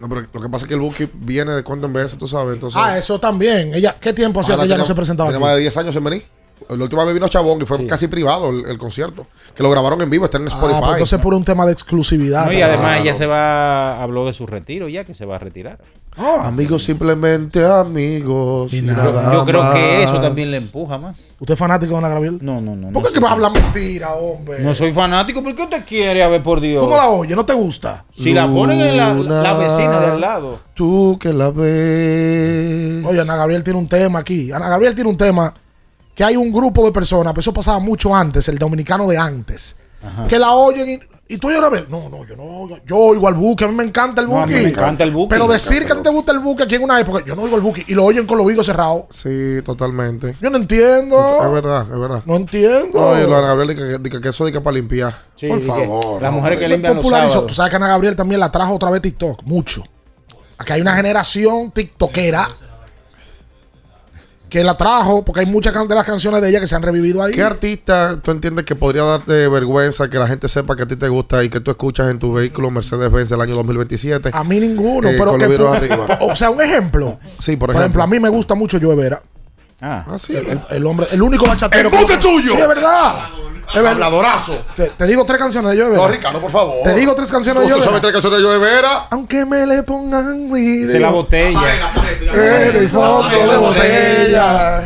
[SPEAKER 10] No, pero lo que pasa es que el Buki viene de cuando en vez, tú sabes. Entonces,
[SPEAKER 11] Ah, eso también. Ella, ¿Qué tiempo hacía
[SPEAKER 10] Ojalá
[SPEAKER 11] que ella no se
[SPEAKER 10] tenía-
[SPEAKER 11] presentaba
[SPEAKER 10] Tiene más de
[SPEAKER 11] aquí?
[SPEAKER 10] 10 años en venir. La última vez vino Chabón y fue casi privado el, el concierto. Que lo grabaron en vivo, está en
[SPEAKER 11] Ah, pues
[SPEAKER 10] Spotify.
[SPEAKER 11] entonces por un tema de exclusividad. Ah.
[SPEAKER 1] No, y además ella
[SPEAKER 10] Claro.
[SPEAKER 1] se va, habló de su retiro ya, que se va a retirar.
[SPEAKER 10] Amigos, simplemente amigos. Y nada
[SPEAKER 1] Yo creo que eso
[SPEAKER 10] más.
[SPEAKER 1] también le empuja más.
[SPEAKER 11] ¿Usted es fanático de Ana Gabriel?
[SPEAKER 1] No, no, no.
[SPEAKER 11] ¿Por qué
[SPEAKER 1] no
[SPEAKER 11] que
[SPEAKER 1] soy
[SPEAKER 11] vas a hablar mentira, hombre?
[SPEAKER 1] No soy fanático, ¿por qué usted quiere? A ver, por Dios.
[SPEAKER 11] ¿Tú no la oyes? ¿No te gusta?
[SPEAKER 1] Si la ponen en la,
[SPEAKER 10] Luna.
[SPEAKER 1] la vecina de al lado.
[SPEAKER 10] Tú que la ves.
[SPEAKER 11] Oye, Ana Gabriel tiene un tema aquí. Ana Gabriel tiene un tema que hay un grupo de personas, pero eso pasaba mucho antes, el dominicano de antes,
[SPEAKER 1] Ah.
[SPEAKER 11] que la oyen y, y tú oyes a Gabriel. No, no, yo no oigo. Yo oigo al buque, a mí me encanta el
[SPEAKER 1] No,
[SPEAKER 11] buque.
[SPEAKER 1] a mí me encanta el Buki.
[SPEAKER 11] Pero
[SPEAKER 1] Me
[SPEAKER 11] decir que
[SPEAKER 1] encanta
[SPEAKER 11] a ti te gusta el buque aquí en una época, yo no oigo el buque y lo oyen con los oídos cerrados.
[SPEAKER 10] Sí, totalmente.
[SPEAKER 11] Yo no entiendo.
[SPEAKER 10] Es verdad, es verdad.
[SPEAKER 11] No entiendo.
[SPEAKER 10] Oye, lo de Ana Gabriel, que- que, que, que eso diga para limpiar.
[SPEAKER 1] Sí,
[SPEAKER 10] Por
[SPEAKER 1] di que
[SPEAKER 10] favor.
[SPEAKER 1] las
[SPEAKER 10] no,
[SPEAKER 1] mujeres que
[SPEAKER 11] Se
[SPEAKER 10] hombre.
[SPEAKER 1] limpian los
[SPEAKER 11] popularizó.
[SPEAKER 1] sábados.
[SPEAKER 11] Tú sabes que Ana Gabriel también la trajo otra vez TikTok, mucho. Aquí hay una generación tiktokera que la trajo, porque hay muchas can- de las canciones de ella que se han revivido ahí.
[SPEAKER 10] ¿Qué artista tú entiendes que podría darte vergüenza que la gente sepa que a ti te gusta y que tú escuchas en tu vehículo Mercedes-Benz del año 2027?
[SPEAKER 11] A mí ninguno,
[SPEAKER 10] Eh,
[SPEAKER 11] pero
[SPEAKER 10] con
[SPEAKER 11] que Oh.
[SPEAKER 10] los vidrios
[SPEAKER 11] fue-
[SPEAKER 10] arriba.
[SPEAKER 11] O sea, un ejemplo.
[SPEAKER 10] Sí, por
[SPEAKER 11] Por ejemplo,
[SPEAKER 10] ejemplo.
[SPEAKER 11] a mí me gusta mucho Joe Vera.
[SPEAKER 1] Ah,
[SPEAKER 10] Ah, sí.
[SPEAKER 11] El, el hombre, el único bachatero.
[SPEAKER 10] ¡Embuste
[SPEAKER 11] que-
[SPEAKER 10] tuyo!
[SPEAKER 11] Sí, es verdad. Es verdad.
[SPEAKER 10] Habladorazo.
[SPEAKER 11] Te, te digo tres canciones de Joe Vera.
[SPEAKER 10] No, Ricardo, por favor.
[SPEAKER 11] Te digo tres canciones de
[SPEAKER 10] ¿Tú
[SPEAKER 11] Joe Vera.
[SPEAKER 10] sabes tres canciones de Joe Vera?
[SPEAKER 11] Aunque me le pongan
[SPEAKER 1] Dice la
[SPEAKER 11] vidrio
[SPEAKER 1] botella.
[SPEAKER 11] en el fondo Eh, de botella.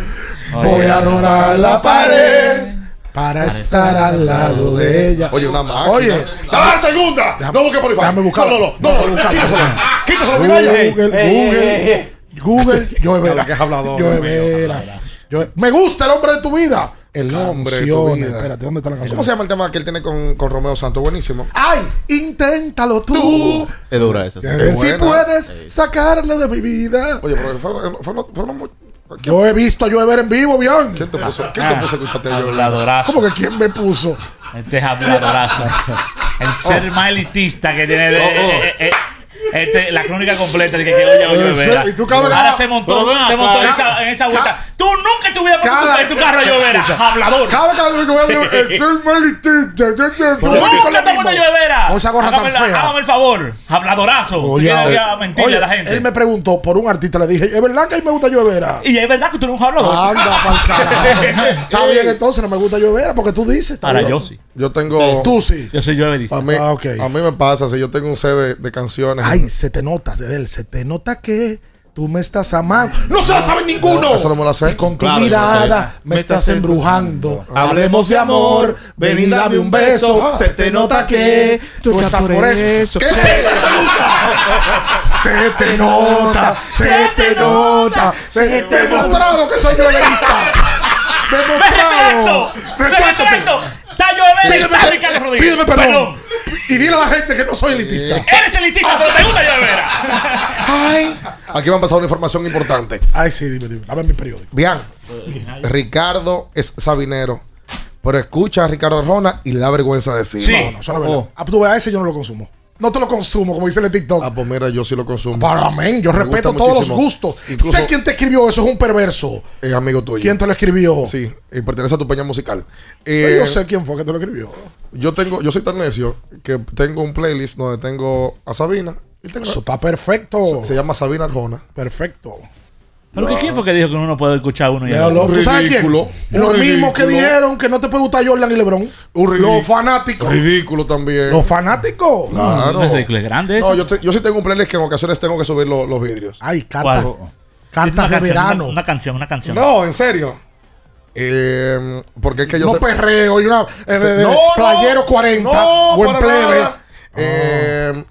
[SPEAKER 11] Voy a adorar la pared para estar al lado de ella.
[SPEAKER 10] Oye, una máquina.
[SPEAKER 11] Oye,
[SPEAKER 10] ¡Dame la segunda! no busques por
[SPEAKER 11] déjame buscar.
[SPEAKER 10] No, no, no. no, quítaselo. Quítaselo, mi
[SPEAKER 11] Google,
[SPEAKER 10] vaya.
[SPEAKER 11] Google,
[SPEAKER 13] Eh,
[SPEAKER 1] Ey, ey, ey,
[SPEAKER 11] Google,
[SPEAKER 1] ey.
[SPEAKER 11] Google, Joe Vera.
[SPEAKER 10] que es hablador,
[SPEAKER 11] Joe
[SPEAKER 10] Romeo,
[SPEAKER 11] Vera. Joe- Me gusta el hombre de tu vida.
[SPEAKER 10] El hombre de tu
[SPEAKER 11] Canciones,
[SPEAKER 10] vida.
[SPEAKER 11] Espérate, ¿dónde está la canción? Ah,
[SPEAKER 10] ¿Cómo se llama el tema que él tiene con, con Romeo Santos? Buenísimo.
[SPEAKER 11] ¡Ay! Inténtalo tú.
[SPEAKER 13] Es dura esa. sí.
[SPEAKER 11] Eh, si
[SPEAKER 10] buena.
[SPEAKER 11] puedes sacarlo de mi vida.
[SPEAKER 10] Oye, pero fue, fue, fue, fue una mu- ¿quién,
[SPEAKER 11] Yo he visto a Joe Vera en vivo, Bian.
[SPEAKER 10] quién te puso, quién te puso a escucharte a Joe Vera?
[SPEAKER 13] Habladorazo.
[SPEAKER 11] ¿Cómo que quién me puso?
[SPEAKER 13] Este es habladorazo. El
[SPEAKER 1] Oh.
[SPEAKER 13] ser más elitista que tiene. de- eh, eh, eh, este, la crónica completa de que, que oye, oye,
[SPEAKER 11] Eh,
[SPEAKER 13] Vera.
[SPEAKER 11] sí, y tú, cabrón.
[SPEAKER 13] Ahora se montó,
[SPEAKER 1] Pero ven
[SPEAKER 13] se
[SPEAKER 1] acá.
[SPEAKER 13] montó en esa, en esa vuelta. Tú nunca te hubieras puesto en tu carro a Llovera.
[SPEAKER 11] Escucha.
[SPEAKER 13] Hablador.
[SPEAKER 11] Cada vez que hablo de Joe Vera, el ser malitista. yo te-
[SPEAKER 13] Tú
[SPEAKER 11] yo digo lo
[SPEAKER 13] nunca te has
[SPEAKER 11] mismo.
[SPEAKER 13] puesto a Llovera.
[SPEAKER 11] Con esa gorra tan fea.
[SPEAKER 13] Hágame el favor. Habladorazo. Tú
[SPEAKER 11] Oye,
[SPEAKER 13] quieres
[SPEAKER 11] eh,
[SPEAKER 13] a mentirle
[SPEAKER 11] oye,
[SPEAKER 13] a la gente.
[SPEAKER 11] Él me preguntó por un artista, le dije, ¿es verdad que a mí me gusta ah?" Joe Vera?
[SPEAKER 13] Y es verdad que tú eres un hablador.
[SPEAKER 11] Anda, pa'l carajo. Está bien, entonces no me gusta Joe Vera porque tú dices. está
[SPEAKER 13] Ahora
[SPEAKER 11] bien.
[SPEAKER 13] yo sí.
[SPEAKER 10] Yo tengo.
[SPEAKER 11] Tú sí.
[SPEAKER 13] Yo soy Lloverista.
[SPEAKER 10] A mí,
[SPEAKER 11] Ah, ok.
[SPEAKER 10] a mí me pasa, si yo tengo un set de, de canciones.
[SPEAKER 11] Ay, se te nota, Dedel, se te nota que tú me estás amando. ¡No se la saben ninguno!
[SPEAKER 10] eso no me lo sé.
[SPEAKER 11] Y con tu
[SPEAKER 13] Claro, yo no sé.
[SPEAKER 11] mirada me,
[SPEAKER 13] Me
[SPEAKER 11] estás
[SPEAKER 13] estás
[SPEAKER 11] embrujando.
[SPEAKER 13] embrujando.
[SPEAKER 11] Hablemos de amor, ven y dame un beso. Se te nota que tú estás por eso. ¿Qué? Se te nota, se te nota, se te demostrado que soy violencia.
[SPEAKER 13] ¡Me
[SPEAKER 11] Demostrado.
[SPEAKER 13] retracto! ¡Me retracto! ¡Está Llovera y está Ricardo Rodríguez!
[SPEAKER 11] Pídeme perdón. Y dile a la gente que no soy elitista.
[SPEAKER 13] Eres elitista, pero te gusta Llovera.
[SPEAKER 10] Ay. Aquí me han pasado una información importante.
[SPEAKER 11] Ay, sí, dime, dime. Dame mi periódico.
[SPEAKER 10] Bien, Ricardo es sabinero. Pero escucha a Ricardo Arjona y le da vergüenza decir.
[SPEAKER 13] Sí.
[SPEAKER 11] No, no, eso no es verdad. Ah, tú ves, a ese yo no lo consumo. No te lo consumo, como dice el TikTok.
[SPEAKER 10] Ah, pues mira, yo sí lo consumo.
[SPEAKER 11] Para amén, yo
[SPEAKER 10] Me
[SPEAKER 11] respeto
[SPEAKER 10] gusta
[SPEAKER 11] todos los
[SPEAKER 10] muchísimo.
[SPEAKER 11] gustos.
[SPEAKER 10] Incluso-
[SPEAKER 11] Sé quién te escribió eso, es un perverso.
[SPEAKER 10] Es amigo tuyo.
[SPEAKER 11] ¿Quién te lo escribió?
[SPEAKER 10] Sí, y pertenece a tu peña musical. Eh,
[SPEAKER 11] Pero yo sé quién fue que te lo escribió.
[SPEAKER 10] Yo tengo, yo soy tan necio que tengo un playlist donde tengo a Sabina. Y tengo-
[SPEAKER 11] Eso está perfecto.
[SPEAKER 10] se, se llama Sabina Arjona.
[SPEAKER 11] Perfecto.
[SPEAKER 13] ¿Pero que quién fue que dijo que uno no puede escuchar uno y
[SPEAKER 11] Ya
[SPEAKER 13] otro?
[SPEAKER 11] lo- ¿Tú sabes quién?
[SPEAKER 10] ridículo,
[SPEAKER 11] Los
[SPEAKER 10] un
[SPEAKER 11] mismos que
[SPEAKER 10] ridículo.
[SPEAKER 11] dijeron que no te puede gustar Jordan y LeBron.
[SPEAKER 10] Un ridículo.
[SPEAKER 11] Los fanáticos.
[SPEAKER 10] Ridículo también.
[SPEAKER 11] Los fanáticos. Mm.
[SPEAKER 10] Claro.
[SPEAKER 13] No es ridículo, es grande
[SPEAKER 10] No,
[SPEAKER 13] eso.
[SPEAKER 10] yo, te- yo sí tengo un playlist que en ocasiones tengo que subir lo- los vidrios.
[SPEAKER 11] Ay,
[SPEAKER 13] ¿Cuál?
[SPEAKER 11] cartas.
[SPEAKER 13] Dice una
[SPEAKER 11] Cartas de
[SPEAKER 13] canción,
[SPEAKER 11] verano.
[SPEAKER 13] Una, una canción, una canción.
[SPEAKER 10] No, en serio. Eh, porque es que yo
[SPEAKER 11] no
[SPEAKER 10] sé-
[SPEAKER 11] perreo y una eh,
[SPEAKER 10] se-
[SPEAKER 11] de- de-
[SPEAKER 10] no,
[SPEAKER 11] playero
[SPEAKER 10] no,
[SPEAKER 11] 40.
[SPEAKER 10] no,
[SPEAKER 11] buen
[SPEAKER 10] para
[SPEAKER 11] plebe. Ah.
[SPEAKER 10] nada. Eh,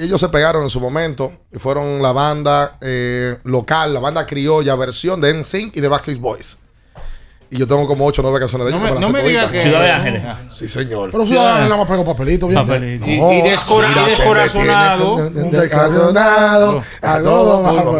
[SPEAKER 10] ellos se pegaron en su momento y fueron la banda eh, local, la banda criolla, versión de NSYNC y de Backstreet Boys. Y yo tengo como 8 o 9 canciones de ellos.
[SPEAKER 11] No me-
[SPEAKER 10] las
[SPEAKER 11] no
[SPEAKER 10] sé
[SPEAKER 11] me diga
[SPEAKER 10] toditas.
[SPEAKER 11] que- Ciudad de Ángeles.
[SPEAKER 10] Sí, señor.
[SPEAKER 11] Pero Ciudad de Ángeles nada más pegó papelito, bien.
[SPEAKER 10] Papelito.
[SPEAKER 11] No,
[SPEAKER 10] Y- y descora-
[SPEAKER 11] mira
[SPEAKER 10] y
[SPEAKER 11] que me
[SPEAKER 10] descorazonado.
[SPEAKER 11] tienes un- un Descorazonado. A todo bajo.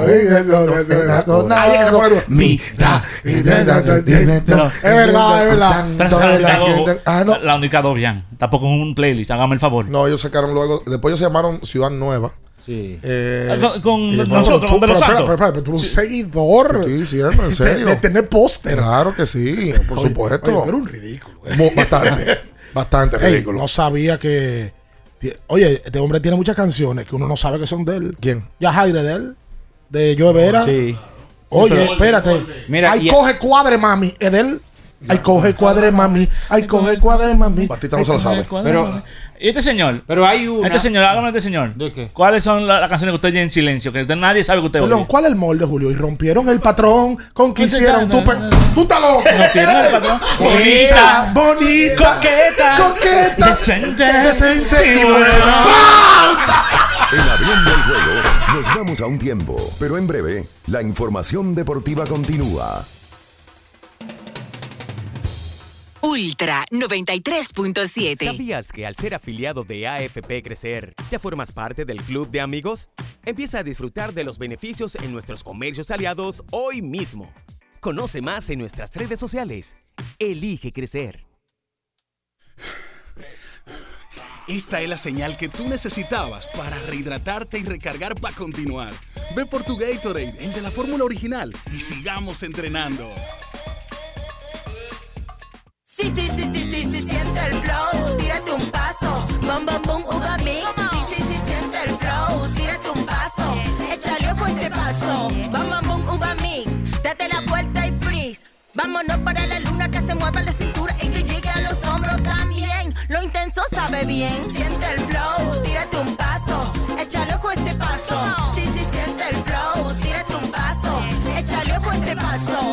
[SPEAKER 11] Descorazonado. Mira. Es verdad, es verdad.
[SPEAKER 13] Pero la
[SPEAKER 10] Toda la
[SPEAKER 13] única
[SPEAKER 10] gente-
[SPEAKER 13] Go-
[SPEAKER 11] Ah,
[SPEAKER 13] La única Dobian. Tampoco en un playlist. Hágame el favor.
[SPEAKER 10] No, ellos sacaron luego. Después ellos se llamaron Ciudad Nueva.
[SPEAKER 1] Sí.
[SPEAKER 10] Eh,
[SPEAKER 13] Ah, con- con
[SPEAKER 10] y después-
[SPEAKER 13] nosotros, con Velo Santo.
[SPEAKER 11] pero tú eres un seguidor.
[SPEAKER 10] Te estoy diciendo, en serio.
[SPEAKER 11] De tener póster.
[SPEAKER 10] Claro que sí, por
[SPEAKER 11] Oye,
[SPEAKER 10] supuesto.
[SPEAKER 11] oye, tú eres un ridículo. eh.
[SPEAKER 10] Mu- Bastante. bastante
[SPEAKER 11] Ey,
[SPEAKER 10] ridículo.
[SPEAKER 11] no sabía que. ti- Oye, este hombre tiene muchas canciones que uno no sabe que son de él.
[SPEAKER 10] ¿Quién?
[SPEAKER 11] Ya Jaire de él. De Joe Vera.
[SPEAKER 1] Oh, Sí.
[SPEAKER 11] Oye,
[SPEAKER 1] Sí, pero-
[SPEAKER 11] espérate.
[SPEAKER 1] Mira,
[SPEAKER 11] Ahí
[SPEAKER 1] y-
[SPEAKER 11] coge cuadre, mami. Es de él. Ahí coge cuadre, mami. Ahí coge cuadre, mami.
[SPEAKER 10] Batista
[SPEAKER 11] Ay, coge cuadre,
[SPEAKER 13] Pero,
[SPEAKER 11] mami.
[SPEAKER 13] ¿Y este señor?
[SPEAKER 1] Pero hay una-
[SPEAKER 13] Este señor, hágame este señor. ¿De qué? ¿Cuáles son la- las, canciones que usted oye en silencio? Que usted- nadie sabe que usted
[SPEAKER 11] Perdón,
[SPEAKER 13] oye.
[SPEAKER 11] ¿cuál es el molde, Julio? Y rompieron el patrón con que
[SPEAKER 13] Pues No te
[SPEAKER 11] hicieron.
[SPEAKER 13] sabe,
[SPEAKER 11] Tú, pe- tú estás loco.
[SPEAKER 13] Rompieron el patrón.
[SPEAKER 11] Bonita, bonita.
[SPEAKER 13] Coqueta.
[SPEAKER 11] Coqueta.
[SPEAKER 13] Decente.
[SPEAKER 11] Decente.
[SPEAKER 13] Y buena.
[SPEAKER 11] ¡Pausa!
[SPEAKER 3] En Abriendo el Juego nos vamos a un tiempo, pero en breve la información deportiva continúa.
[SPEAKER 14] Ultra 93.7.
[SPEAKER 15] ¿Sabías que al ser afiliado de AFP Crecer, ya formas parte del club de amigos? Empieza a disfrutar de los beneficios en nuestros comercios aliados hoy mismo. Conoce más en nuestras redes sociales. Elige crecer.
[SPEAKER 16] Esta es la señal que tú necesitabas para rehidratarte y recargar para continuar. Ve por tu Gatorade, el de la fórmula original, y sigamos entrenando.
[SPEAKER 14] Sí, sí, sí, sí, sí, sí, siente el flow, tírate un paso. Bom, bom, bom, uva mix. Sí, sí, sí, siente el flow, tírate un paso. Échale ojo a este paso. Bom, bom, bom, uva mix. Date la vuelta y freeze. Vámonos para la luna que se mueva la cintura y que llegue a los hombros también. Lo intenso sabe bien. Siente el flow, tírate un paso. Échale ojo a este paso. Sí, sí, siente el flow, tírate un paso. Échale ojo a este paso.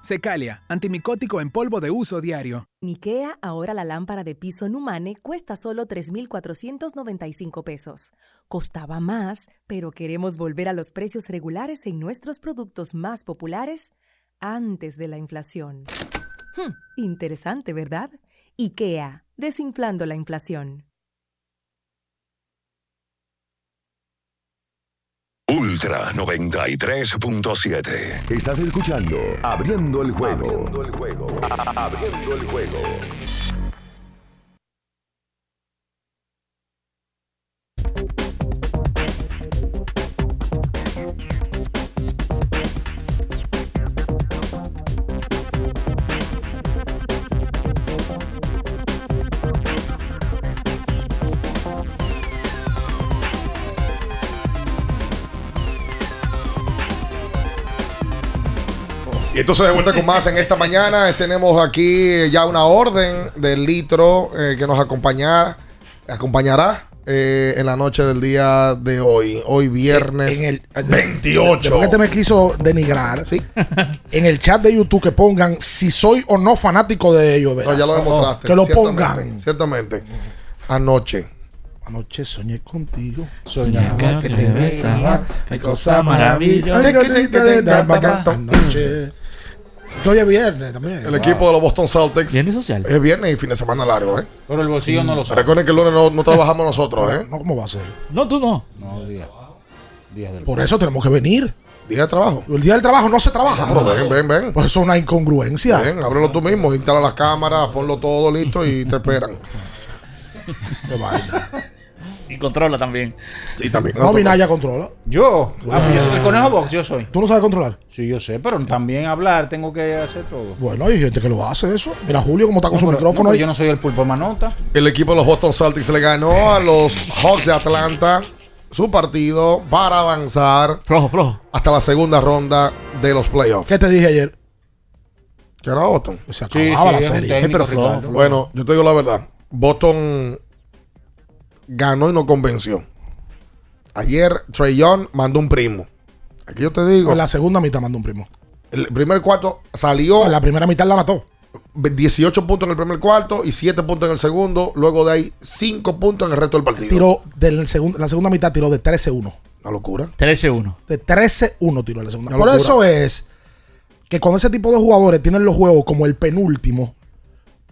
[SPEAKER 8] Secalia, antimicótico en polvo de uso diario.
[SPEAKER 17] En IKEA, ahora la lámpara de piso Numane cuesta solo 3,495 pesos. Costaba más, pero queremos volver a los precios regulares en nuestros productos más populares antes de la inflación. Hmm, interesante, ¿verdad? IKEA, desinflando la inflación.
[SPEAKER 4] Ultra 93.7.
[SPEAKER 3] Estás escuchando Abriendo el Juego. Abriendo el Juego. Abriendo el Juego.
[SPEAKER 10] Y entonces de vuelta con más en esta mañana. eh, Tenemos aquí eh, ya una orden del litro eh, que nos acompañará, acompañará eh, en la noche del día de hoy. Hoy viernes 28.
[SPEAKER 11] Después que te me quiso denigrar. En el chat de YouTube que pongan si soy o no fanático de ellos.
[SPEAKER 10] No, ya lo
[SPEAKER 11] verás.
[SPEAKER 10] demostraste.
[SPEAKER 11] Que lo
[SPEAKER 10] ciertamente,
[SPEAKER 11] pongan.
[SPEAKER 10] Ciertamente. Anoche.
[SPEAKER 11] Anoche soñé contigo.
[SPEAKER 10] Soñaba
[SPEAKER 11] Soñaba
[SPEAKER 10] que
[SPEAKER 11] que
[SPEAKER 10] te
[SPEAKER 11] te besaba.
[SPEAKER 10] besaba.
[SPEAKER 11] Qué cosa maravillosa.
[SPEAKER 10] Te quise, que te encantaba.
[SPEAKER 11] Anoche. Que hoy es viernes también.
[SPEAKER 10] El equipo de los Boston Celtics.
[SPEAKER 11] Viernes social.
[SPEAKER 10] Es viernes y fin de semana largo, ¿eh?
[SPEAKER 1] Pero el bolsillo no lo sabe.
[SPEAKER 10] Recuerden que el lunes no, no trabajamos nosotros, ¿eh?
[SPEAKER 11] No, ¿cómo va a ser?
[SPEAKER 13] No, tú no.
[SPEAKER 1] No, día. Día del
[SPEAKER 11] Por eso tenemos que venir.
[SPEAKER 10] Día de trabajo.
[SPEAKER 11] El día del trabajo no se trabaja.
[SPEAKER 10] Pero ven, ven, ven.
[SPEAKER 11] Pues eso es una incongruencia.
[SPEAKER 10] Bien, ábrelo tú mismo, instala las cámaras, ponlo todo listo y te esperan.
[SPEAKER 13] Y controla también.
[SPEAKER 10] Sí, también.
[SPEAKER 11] No, Minaya controla.
[SPEAKER 1] Yo, ah, pues yo soy el conejo box, yo soy.
[SPEAKER 11] ¿Tú no sabes controlar?
[SPEAKER 1] Sí, yo sé, pero también hablar tengo que hacer todo.
[SPEAKER 11] Bueno, hay gente que lo hace eso. Mira Julio cómo está con su
[SPEAKER 1] No,
[SPEAKER 11] micrófono.
[SPEAKER 1] pero
[SPEAKER 11] ahí.
[SPEAKER 1] yo no soy el pulpo manota.
[SPEAKER 10] El equipo de los Boston Celtics le ganó a los Hawks de Atlanta su partido para avanzar hasta la segunda ronda de los playoffs.
[SPEAKER 11] ¿Qué te dije ayer?
[SPEAKER 10] Que era Boston.
[SPEAKER 11] Se acababa la serie. Pero flojo, flojo.
[SPEAKER 10] Bueno, yo te digo la verdad. Boston ganó y no convenció. Ayer Trey Young mandó un primo. Aquí yo te digo.
[SPEAKER 11] En la segunda mitad mandó un primo.
[SPEAKER 10] El primer cuarto salió.
[SPEAKER 11] la primera mitad la mató.
[SPEAKER 10] 18 puntos en el primer cuarto y 7 puntos en el segundo. Luego de ahí 5 puntos en el resto del partido.
[SPEAKER 11] Tiró del segundo, la segunda mitad tiró de 13-1.
[SPEAKER 10] Una locura.
[SPEAKER 13] 13-1.
[SPEAKER 11] De 13-1 tiró la segunda.
[SPEAKER 10] Una
[SPEAKER 11] Por
[SPEAKER 10] locura.
[SPEAKER 11] eso es que cuando ese tipo de jugadores tienen los juegos como el penúltimo,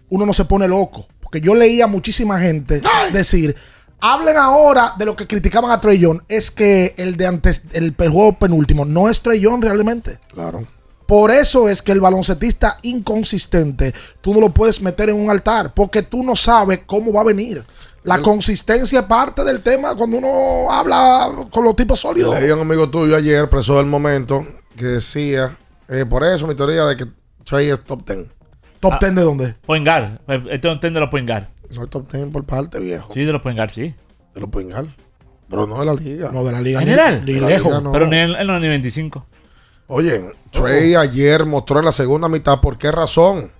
[SPEAKER 11] uno no se pone loco. Porque yo leía a muchísima gente decir, hablen ahora de lo que criticaban a Trey Young. Es que el de antes, el, pe- juego penúltimo, no es Trey Young realmente.
[SPEAKER 10] Claro.
[SPEAKER 11] Por eso es que el baloncetista inconsistente, tú no lo puedes meter en un altar, porque tú no sabes cómo va a venir. La consistencia es parte del tema cuando uno habla con los tipos sólidos.
[SPEAKER 10] Leí a un amigo tuyo ayer, preso del momento, que decía, eh, por eso mi teoría de que Trey es top Ah. 10.
[SPEAKER 11] ¿Top 10 de dónde?
[SPEAKER 13] Ah. Point guard. Este es un ten de los point guard.
[SPEAKER 10] No es top 10 por parte, viejo.
[SPEAKER 13] Sí, de los point guard, sí.
[SPEAKER 10] De los point guard. Pero no de la liga.
[SPEAKER 11] No, de la liga.
[SPEAKER 13] ¿En general?
[SPEAKER 11] Ni, ni lejos.
[SPEAKER 13] Pero ni, él no es ni 25.
[SPEAKER 10] Oye, Trey ayer mostró en la segunda mitad por qué razón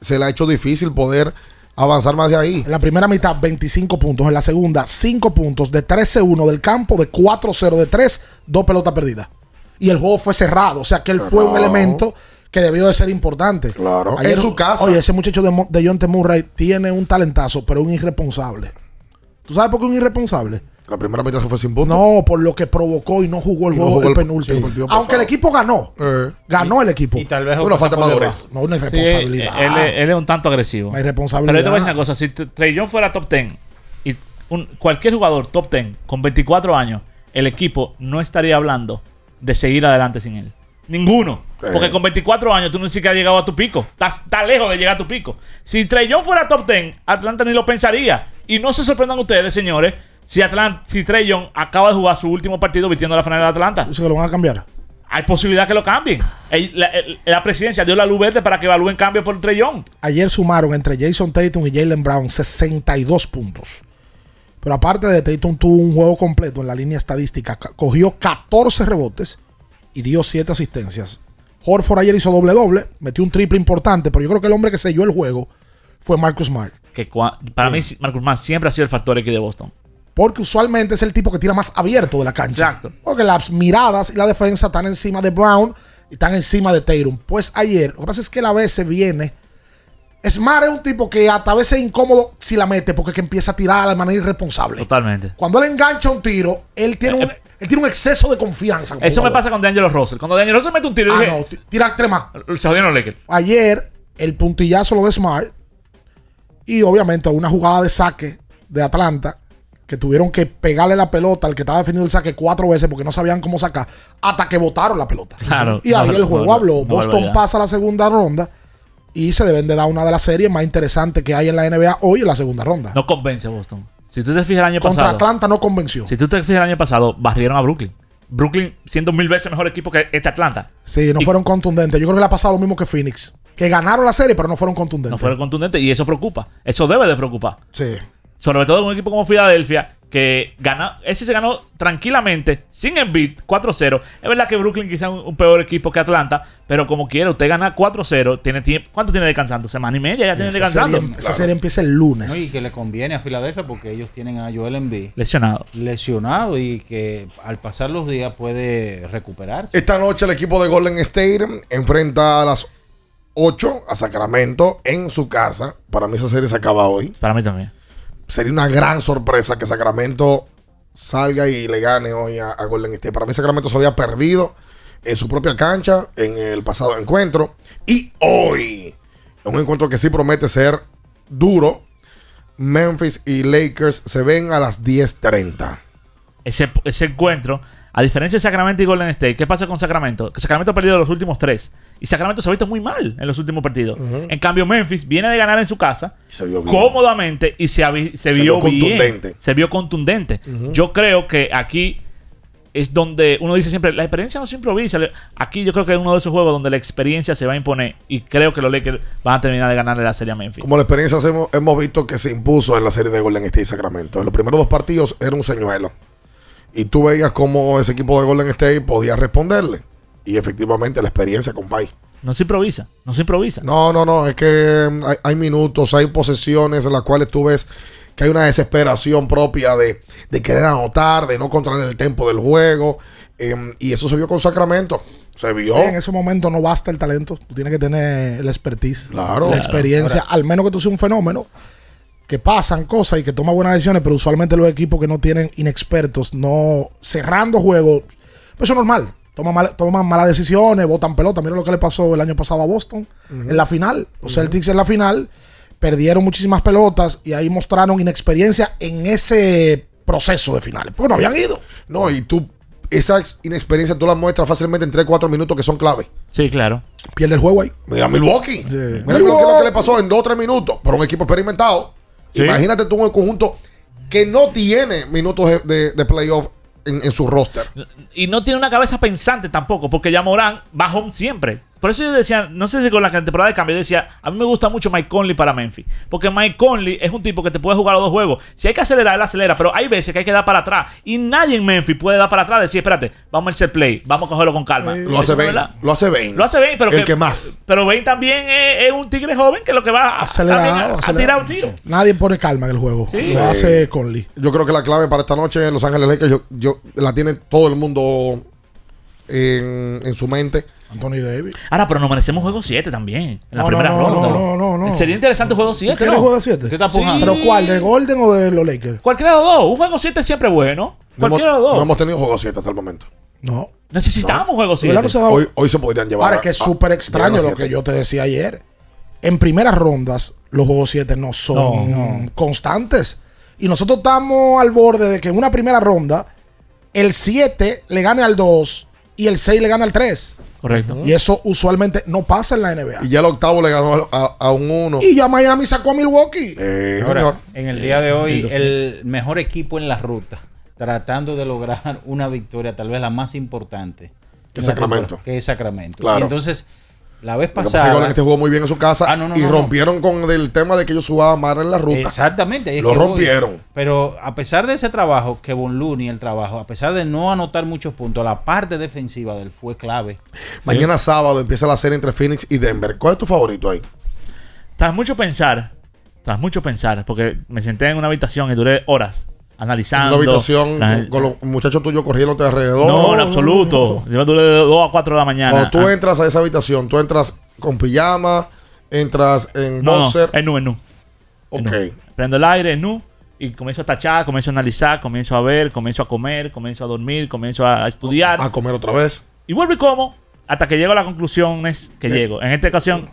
[SPEAKER 10] se le ha hecho difícil poder avanzar más de ahí.
[SPEAKER 11] En la primera mitad, 25 puntos. En la segunda, 5 puntos. De 13-1 del campo, de 4-0 de 3, dos pelotas perdidas. Y el juego fue cerrado. O sea que él fue un
[SPEAKER 10] Cerrado.
[SPEAKER 11] elemento que debió de ser importante.
[SPEAKER 10] Claro.
[SPEAKER 11] Ayer-
[SPEAKER 10] en su casa.
[SPEAKER 11] Oye, ese muchacho de, Mo- de John T. Murray tiene un talentazo, pero un irresponsable. ¿Tú sabes por qué un irresponsable?
[SPEAKER 10] la primera mitad se fue sin puntos.
[SPEAKER 11] No, por lo que provocó y no jugó el
[SPEAKER 10] Y no
[SPEAKER 11] juego el,
[SPEAKER 10] jugó el- sí, el
[SPEAKER 11] penúltimo.
[SPEAKER 10] partido
[SPEAKER 11] Aunque
[SPEAKER 10] pasado.
[SPEAKER 11] el equipo ganó.
[SPEAKER 10] Eh.
[SPEAKER 11] Ganó el equipo.
[SPEAKER 1] Y tal vez
[SPEAKER 10] Bueno, falta
[SPEAKER 11] por debajo.
[SPEAKER 10] madurez.
[SPEAKER 11] No, una
[SPEAKER 13] Sí,
[SPEAKER 11] irresponsabilidad.
[SPEAKER 13] eh, él, es- él es un tanto agresivo.
[SPEAKER 11] Una Ah. irresponsabilidad.
[SPEAKER 13] Pero yo te voy a decir una cosa: si T- Trey Young fuera top 10 y un- cualquier jugador top 10 con 24 años, el equipo no estaría hablando de seguir adelante sin él. Ninguno.
[SPEAKER 10] Sí.
[SPEAKER 13] Porque con 24 años tú ni siquiera has llegado a tu pico. Estás estás lejos de llegar a tu pico. Si Trey Young fuera top 10, Atlanta ni lo pensaría. Y no se sorprendan ustedes, señores, si, Atlanta, si Trey Young acaba de jugar su último partido vistiendo la franela de Atlanta.
[SPEAKER 11] Eso que lo van a cambiar.
[SPEAKER 13] Hay posibilidad que lo cambien. El- La, el- la presidencia dio la luz verde para que evalúen cambios por Trey Young.
[SPEAKER 11] Ayer sumaron entre Jason Tatum y Jalen Brown 62 puntos. Pero aparte de Tatum tuvo un juego completo en la línea estadística. Ca- Cogió 14 rebotes y dio 7 asistencias. Horford ayer hizo doble-doble, metió un triple importante, pero yo creo que el hombre que selló el juego fue Marcus Smart.
[SPEAKER 13] que cua- para mí si- Marcus Mann siempre ha sido el factor X de Boston.
[SPEAKER 11] Porque usualmente es el tipo que tira más abierto de la cancha.
[SPEAKER 13] Exacto.
[SPEAKER 11] Porque las miradas y la defensa están encima de Brown y están encima de Tatum. Pues ayer, lo que pasa es que él a veces viene. Smart es un tipo que hasta a veces es incómodo si la mete porque es que empieza a tirar de manera irresponsable.
[SPEAKER 13] Totalmente.
[SPEAKER 11] Cuando él engancha un tiro, él tiene un, él tiene un exceso de confianza. como
[SPEAKER 13] Eh, Eso me
[SPEAKER 11] jugador.
[SPEAKER 13] pasa con D'Angelo Russell. Cuando D'Angelo Russell mete un tiro, yo
[SPEAKER 11] Ah,
[SPEAKER 13] dije,
[SPEAKER 11] no, t- tira tres más.
[SPEAKER 13] se jodieron los Lakers.
[SPEAKER 11] Ayer, el puntillazo lo de Smart. Y obviamente una jugada de saque de Atlanta. Que tuvieron que pegarle la pelota al que estaba defendiendo el saque cuatro veces porque no sabían cómo sacar. Hasta que botaron la pelota.
[SPEAKER 13] Claro.
[SPEAKER 11] Y ahí
[SPEAKER 13] No,
[SPEAKER 11] el juego
[SPEAKER 13] no,
[SPEAKER 11] habló.
[SPEAKER 13] no,
[SPEAKER 11] Boston
[SPEAKER 13] barbaridad.
[SPEAKER 11] pasa a la segunda ronda. Y se deben de dar una de las series más interesantes que hay en la NBA hoy en la segunda ronda.
[SPEAKER 13] No convence a Boston. Si tú te fijas el año
[SPEAKER 11] Contra
[SPEAKER 13] pasado,
[SPEAKER 11] Atlanta no convenció.
[SPEAKER 13] si tú te fijas el año pasado, barrieron a Brooklyn. Brooklyn siendo mil veces mejor equipo que este Atlanta.
[SPEAKER 11] Sí, no
[SPEAKER 13] Y-
[SPEAKER 11] fueron contundentes. Yo creo que le ha pasado lo mismo que Phoenix. Que ganaron la serie, pero no fueron contundentes.
[SPEAKER 13] No fueron contundentes y eso preocupa. Eso debe de preocupar.
[SPEAKER 11] Sí.
[SPEAKER 13] Sobre todo en un equipo como Filadelfia, que gana, ese se ganó tranquilamente, sin Embiid, 4-0. Es verdad que Brooklyn quizá un, un peor equipo que Atlanta, pero como quiera, usted gana 4-0. Tiene tiempo, ¿Cuánto tiene descansando? ¿Semana y media ya tiene
[SPEAKER 11] Esa
[SPEAKER 13] descansando?
[SPEAKER 11] serie- esa serie empieza el lunes.
[SPEAKER 1] No, y que le conviene a Filadelfia porque ellos tienen a Joel Embiid
[SPEAKER 13] lesionado.
[SPEAKER 1] Lesionado y que al pasar los días puede recuperarse.
[SPEAKER 10] Esta noche el equipo de Golden State enfrenta a las 8 a Sacramento en su casa. Para mí esa serie se acaba hoy.
[SPEAKER 13] Para mí también.
[SPEAKER 10] Sería una gran sorpresa que Sacramento salga y le gane hoy a, a Golden State. Para mí Sacramento se había perdido en su propia cancha en el pasado encuentro. Y hoy, un encuentro que sí promete ser duro. Memphis y Lakers se ven a las 10.30.
[SPEAKER 13] ese, ese encuentro. A diferencia de Sacramento y Golden State, ¿qué pasa con Sacramento? Que Sacramento ha perdido los últimos tres. Y Sacramento se ha visto muy mal en los últimos partidos. En cambio, Memphis viene de ganar en su casa
[SPEAKER 10] Se vio bien.
[SPEAKER 13] cómodamente y se, avi- se
[SPEAKER 10] Se
[SPEAKER 13] vio,
[SPEAKER 10] vio
[SPEAKER 13] bien.
[SPEAKER 10] contundente.
[SPEAKER 13] Se vio contundente.
[SPEAKER 10] Ujú.
[SPEAKER 13] Yo creo que aquí es donde uno dice siempre, la experiencia no se improvisa. Le- Aquí yo creo que es uno de esos juegos donde la experiencia se va a imponer. Y creo que los Lakers van a terminar de ganarle la serie a Memphis.
[SPEAKER 10] Como la experiencia hemos, hemos visto que se impuso en la serie de Golden State y Sacramento. En los primeros dos partidos era un señuelo. Y tú veías cómo ese equipo de Golden State podía responderle. Y efectivamente la experiencia, compay.
[SPEAKER 13] No se improvisa, no se improvisa.
[SPEAKER 10] No, no, no, es que mm, hay, hay minutos, hay posesiones en las cuales tú ves que hay una desesperación propia de, de querer anotar, de no controlar el tempo del juego. em, y eso se vio con Sacramento. Se vio.
[SPEAKER 11] En ese momento no basta el talento, tú tienes que tener el expertise,
[SPEAKER 10] Claro.
[SPEAKER 11] la experiencia,
[SPEAKER 10] Ahora-
[SPEAKER 11] al menos que tú seas un fenómeno, que pasan cosas y que toman buenas decisiones, pero usualmente los equipos que no tienen inexpertos, no cerrando juegos, pues eso es normal, toman, mal- toman malas decisiones, botan pelota, mira lo que le pasó el año pasado a Boston
[SPEAKER 10] Ujú.
[SPEAKER 11] en la final, los Celtics en la final, perdieron muchísimas pelotas y ahí mostraron inexperiencia en ese proceso de finales, porque no habían ido.
[SPEAKER 10] No, y tú, esa ex- inexperiencia tú la muestras fácilmente en 3-4 minutos que son clave.
[SPEAKER 13] Sí, claro.
[SPEAKER 11] Pierde el juego ahí.
[SPEAKER 10] Mira Milwaukee.
[SPEAKER 11] Sí.
[SPEAKER 10] Mira lo que, lo que le pasó en 2 o 3 minutos. Pero un equipo experimentado.
[SPEAKER 13] Sí.
[SPEAKER 10] Imagínate tú un conjunto que no tiene minutos de, de- de playoff en, en su roster.
[SPEAKER 13] y no tiene una cabeza pensante tampoco, porque ya Morán va home siempre. Por eso yo decía, no sé si con la temporada de cambio, yo decía, a mí me gusta mucho Mike Conley para Memphis. Porque Mike Conley es un tipo que te puede jugar los dos juegos. Si hay que acelerar, él acelera, pero hay veces que hay que dar para atrás. Y nadie en Memphis puede dar para atrás, decir, espérate, vamos al set play, vamos a cogerlo con calma.
[SPEAKER 10] Lo hace
[SPEAKER 13] Eso no es
[SPEAKER 10] Bane.
[SPEAKER 13] la-
[SPEAKER 10] Lo hace Bane.
[SPEAKER 13] Lo hace Bane, pero
[SPEAKER 10] El
[SPEAKER 13] que-
[SPEAKER 10] que más.
[SPEAKER 13] Pero Bane también es, es un tigre joven que lo que va a,
[SPEAKER 11] Acelerado,
[SPEAKER 13] también a- a
[SPEAKER 11] acelerado.
[SPEAKER 13] tirar un tiro.
[SPEAKER 11] Nadie pone calma en el juego.
[SPEAKER 10] Sí.
[SPEAKER 11] Lo hace Conley.
[SPEAKER 10] Yo creo que la clave para esta noche en Los Ángeles Lakers yo, yo- la tiene todo el mundo en, en su mente.
[SPEAKER 11] Anthony Davis.
[SPEAKER 13] Ahora, Ah, pero nos merecemos juego 7 también. En la
[SPEAKER 11] No, no,
[SPEAKER 13] primera
[SPEAKER 11] no,
[SPEAKER 13] ronda.
[SPEAKER 11] no, no, no, no.
[SPEAKER 13] Sería interesante juego 7.
[SPEAKER 11] ¿Quieres juego de 7? ¿Pero cuál? ¿De Golden o de los Lakers?
[SPEAKER 13] Cualquiera de los dos. Un juego 7 es siempre bueno.
[SPEAKER 10] No hemos,
[SPEAKER 13] Cualquiera de los dos.
[SPEAKER 10] no hemos tenido juego 7 hasta el momento.
[SPEAKER 11] No.
[SPEAKER 13] Necesitamos
[SPEAKER 11] No.
[SPEAKER 13] juego
[SPEAKER 11] Pero
[SPEAKER 13] 7.
[SPEAKER 11] no se da-
[SPEAKER 10] Hoy, hoy se podrían llevar.
[SPEAKER 11] Ahora
[SPEAKER 10] a-
[SPEAKER 11] que es
[SPEAKER 10] a-
[SPEAKER 11] súper
[SPEAKER 10] llegar
[SPEAKER 11] extraño
[SPEAKER 10] a
[SPEAKER 11] lo
[SPEAKER 10] siete.
[SPEAKER 11] que yo te decía ayer. En primeras rondas, los juegos 7 no son
[SPEAKER 10] No.
[SPEAKER 11] constantes. Y nosotros estamos al borde de que en una primera ronda, el 7 le gane al 2 y el 6 le gane al 3.
[SPEAKER 13] Correcto.
[SPEAKER 11] Y eso usualmente no pasa en la NBA.
[SPEAKER 10] Y ya el octavo le ganó a, a un 1.
[SPEAKER 11] Y ya Miami sacó a Milwaukee.
[SPEAKER 10] Eh,
[SPEAKER 1] Ahora, en el día de
[SPEAKER 11] Y
[SPEAKER 1] hoy,
[SPEAKER 11] los
[SPEAKER 1] el mejor equipo en la ruta, tratando de lograr una victoria, tal vez la más importante.
[SPEAKER 10] Que
[SPEAKER 1] en la
[SPEAKER 10] Sacramento.
[SPEAKER 1] temporada, Que es Sacramento.
[SPEAKER 10] Claro.
[SPEAKER 1] Y entonces, la vez
[SPEAKER 10] Lo que pasa es que
[SPEAKER 1] pasada. Ah,
[SPEAKER 10] Golden State jugó muy bien en su casa
[SPEAKER 1] no,
[SPEAKER 10] y
[SPEAKER 1] no, no.
[SPEAKER 10] rompieron con el tema de que ellos jugaban mal en la ruta.
[SPEAKER 1] Exactamente. ahí es
[SPEAKER 10] Lo
[SPEAKER 1] que voy.
[SPEAKER 10] rompieron.
[SPEAKER 1] Pero a pesar de ese trabajo, que Von Looney, el trabajo, a pesar de no anotar muchos puntos, la parte defensiva del fue clave.
[SPEAKER 10] Mañana sábado empieza la serie entre Phoenix y Denver. ¿Cuál es tu favorito ahí?
[SPEAKER 13] Tras mucho pensar, tras mucho pensar, porque me senté en una habitación y duré horas analizando.
[SPEAKER 10] Una habitación
[SPEAKER 13] la-
[SPEAKER 10] con los muchachos tuyos corriéndote alrededor.
[SPEAKER 13] Ah, eh. No, en absoluto. Yo duré de 2 a 4 de la mañana. ah.
[SPEAKER 10] Cuando tú entras a esa habitación, tú entras con pijama, entras en
[SPEAKER 13] No, no,
[SPEAKER 10] boxer.
[SPEAKER 13] es nu, es nu. Es nu. Prendo el aire, es nu. Y comienzo a tachar, comienzo a analizar, comienzo a ver, comienzo a comer, comienzo a dormir, comienzo a a estudiar.
[SPEAKER 10] A comer otra vez.
[SPEAKER 13] Y vuelvo y como hasta que llego a la conclusión es que
[SPEAKER 10] Sí.
[SPEAKER 13] llego. En esta ocasión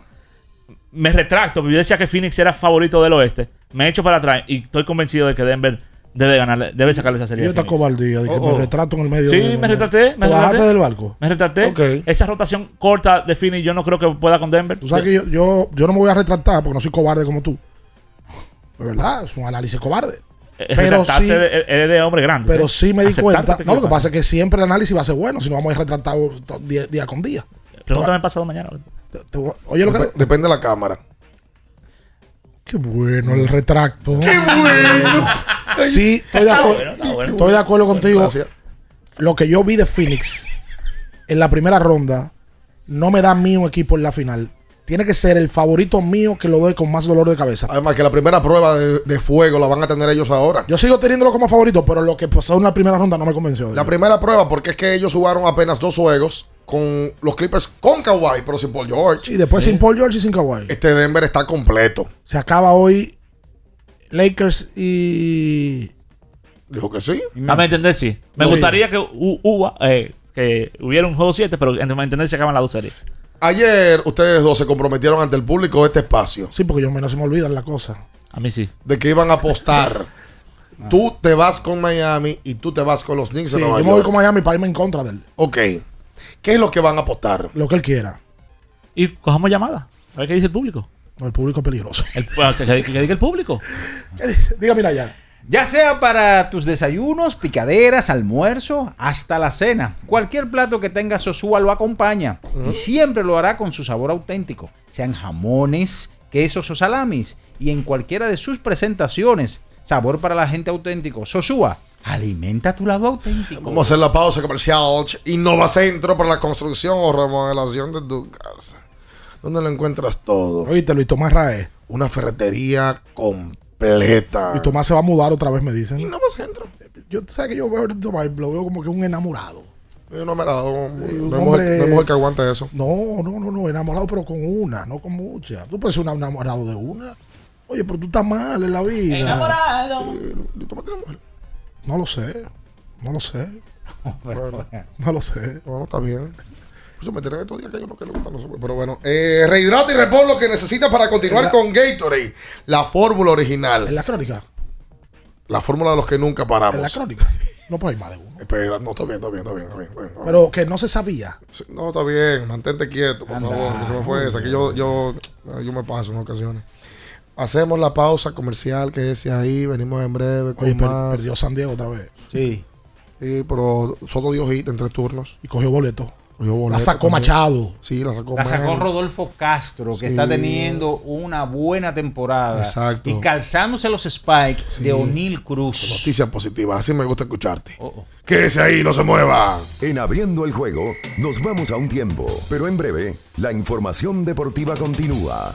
[SPEAKER 13] me retracto. porque Yo decía que Phoenix era favorito del oeste. Me echo para atrás y estoy convencido de que Denver debe ganarle, debe sacarle esa serie. a
[SPEAKER 11] Yo esta
[SPEAKER 13] Phoenix.
[SPEAKER 11] cobardía de que
[SPEAKER 13] Oh,
[SPEAKER 11] me
[SPEAKER 13] oh.
[SPEAKER 11] retrato en el medio.
[SPEAKER 13] Sí,
[SPEAKER 11] de-
[SPEAKER 13] me retraté. Me
[SPEAKER 11] ¿Te bajaste
[SPEAKER 13] retraté
[SPEAKER 11] del barco.
[SPEAKER 13] Me retraté. Esa rotación corta de Phoenix yo no creo que pueda con Denver.
[SPEAKER 11] Tú sabes que yo, yo, yo no me voy a retratar porque no soy cobarde como tú. De Pues, verdad, es un análisis cobarde.
[SPEAKER 13] Eh,
[SPEAKER 11] Pero
[SPEAKER 13] retratarse
[SPEAKER 11] sí,
[SPEAKER 13] de- eres de hombre grande.
[SPEAKER 11] pero sí me di cuenta. No, lo que
[SPEAKER 13] pasa
[SPEAKER 11] pasa es que siempre el análisis va a ser bueno, si no vamos a ir retratados to- día, día con día.
[SPEAKER 13] Pregúntame pasado mañana.
[SPEAKER 11] Te voy- Oye, lo que.
[SPEAKER 10] Dep- Depende de la cámara.
[SPEAKER 11] Qué bueno el retracto. ¡Qué
[SPEAKER 10] bueno!
[SPEAKER 11] Sí, estoy de,
[SPEAKER 13] Está
[SPEAKER 11] acuerdo-
[SPEAKER 13] bueno, está bueno.
[SPEAKER 11] estoy de acuerdo contigo.
[SPEAKER 13] gracias.
[SPEAKER 11] Lo que yo vi de Phoenix en la primera ronda no me da mío equipo en la final. Tiene que ser el favorito mío que lo doy con más dolor de cabeza.
[SPEAKER 10] Además, que la primera prueba de, de fuego la van a tener ellos ahora.
[SPEAKER 11] Yo sigo teniéndolo como favorito, pero lo que pasó en la primera ronda no me convenció.
[SPEAKER 10] La primera prueba, porque es que ellos jugaron apenas dos juegos con los Clippers con Kawhi, pero sin Paul George.
[SPEAKER 11] Y después sin Paul George y sin Kawhi.
[SPEAKER 10] Este Denver está completo.
[SPEAKER 11] Se acaba hoy Lakers y...
[SPEAKER 10] Dijo que sí.
[SPEAKER 13] A mi entender, sí. Me
[SPEAKER 11] Sí.
[SPEAKER 13] gustaría que, hu- huba, eh, que hubiera un juego 7, pero en mi entender se acaban las dos series.
[SPEAKER 10] Ayer ustedes dos se comprometieron ante el público de este espacio.
[SPEAKER 11] Sí, porque yo me, no se me olvidan la cosa.
[SPEAKER 13] A mí sí.
[SPEAKER 10] De que iban a apostar. Tú te vas con Miami y tú te vas con los Knicks
[SPEAKER 11] Ah. Sí,
[SPEAKER 10] de
[SPEAKER 11] yo
[SPEAKER 10] Nueva
[SPEAKER 11] me voy
[SPEAKER 10] York.
[SPEAKER 11] con Miami para irme en contra de él.
[SPEAKER 10] Ok. ¿Qué es lo que van a apostar?
[SPEAKER 11] Lo que él quiera.
[SPEAKER 13] Y cojamos llamada. A ver qué dice el público.
[SPEAKER 11] No, el público es peligroso.
[SPEAKER 13] El, bueno, que, que- que diga el público.
[SPEAKER 11] Diga, mira ya.
[SPEAKER 1] Ya sea para tus desayunos, picaderas, almuerzo, hasta la cena. Cualquier plato que tenga Sosúa lo acompaña y siempre lo hará con su sabor auténtico. Sean jamones, quesos o salamis y en cualquiera de sus presentaciones. Sabor para la gente auténtico. Sosúa, alimenta tu lado auténtico.
[SPEAKER 10] Vamos a hacer la pausa comercial. Innova Centro para la construcción o remodelación de tu casa. ¿Dónde lo encuentras todo?
[SPEAKER 11] Oíste, Luis Tomás Rae.
[SPEAKER 10] Una ferretería completa.
[SPEAKER 11] Luis Tomás se va a mudar otra vez, me dicen.
[SPEAKER 10] no más centro.
[SPEAKER 11] pues, Yo, tú sabes que yo veo a Luis Tomás, lo veo como que un enamorado.
[SPEAKER 10] Yo no me la doy.
[SPEAKER 11] un
[SPEAKER 10] No hay mujer-
[SPEAKER 11] hombre-
[SPEAKER 10] no hay mujer que aguante eso.
[SPEAKER 11] No, no, no, no, enamorado, pero con una, no con muchas. Tú puedes ser un enamorado de una. Oye, pero tú estás mal en la vida.
[SPEAKER 13] Enamorado.
[SPEAKER 11] No lo sé, no lo sé. No lo sé.
[SPEAKER 10] Bueno, está bien. Eso me tienen estos días que hay uno que le gustan los hombres, Pero bueno, eh, rehidrata y repon lo que necesitas para continuar
[SPEAKER 11] En la-
[SPEAKER 10] con Gatorade. La fórmula
[SPEAKER 11] En
[SPEAKER 10] original.
[SPEAKER 11] la crónica,
[SPEAKER 10] La fórmula de los que nunca paramos.
[SPEAKER 11] en la crónica. No puede más de uno.
[SPEAKER 10] Espera, no, está bien, está bien, está bien. Está bien, está bien.
[SPEAKER 11] Pero que no se sabía.
[SPEAKER 10] Sí, No, está bien, mantente quieto, por favor. que se me fue esa, que yo, yo, yo me paso en ocasiones. Hacemos la pausa comercial, que es ahí, venimos en breve con
[SPEAKER 11] Oye, per-
[SPEAKER 10] más.
[SPEAKER 11] perdió San Diego otra vez.
[SPEAKER 1] Sí.
[SPEAKER 10] Sí, pero Soto dio hit en tres turnos.
[SPEAKER 11] Y cogió boleto.
[SPEAKER 10] Cogió boleto
[SPEAKER 11] La sacó
[SPEAKER 10] también.
[SPEAKER 11] Machado.
[SPEAKER 10] Sí, la sacó
[SPEAKER 1] La sacó
[SPEAKER 10] Machado.
[SPEAKER 1] Rodolfo Castro, que
[SPEAKER 10] Sí.
[SPEAKER 1] está teniendo una buena temporada.
[SPEAKER 10] Exacto.
[SPEAKER 1] Y calzándose los spikes de O'Neill Cruz. Oh,
[SPEAKER 10] Noticias positivas, así me gusta escucharte. Quédese ahí, no se mueva.
[SPEAKER 3] En abriendo el juego, nos vamos a un tiempo, pero en breve, la información deportiva continúa.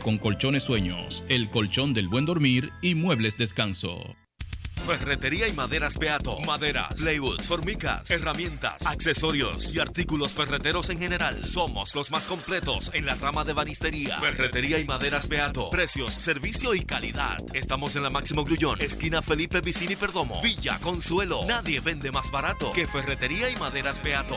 [SPEAKER 18] con colchones sueños, el colchón del buen dormir y muebles descanso.
[SPEAKER 19] Ferretería y maderas Beato. Maderas, playwood, formicas, herramientas, accesorios y artículos ferreteros en general. Somos los más completos en la rama de banistería. Ferretería y maderas Beato. Precios, servicio y calidad. Estamos en la Máximo Grullón, esquina Felipe Vicini Perdomo, Villa Consuelo. Nadie vende más barato que Ferretería y maderas Beato.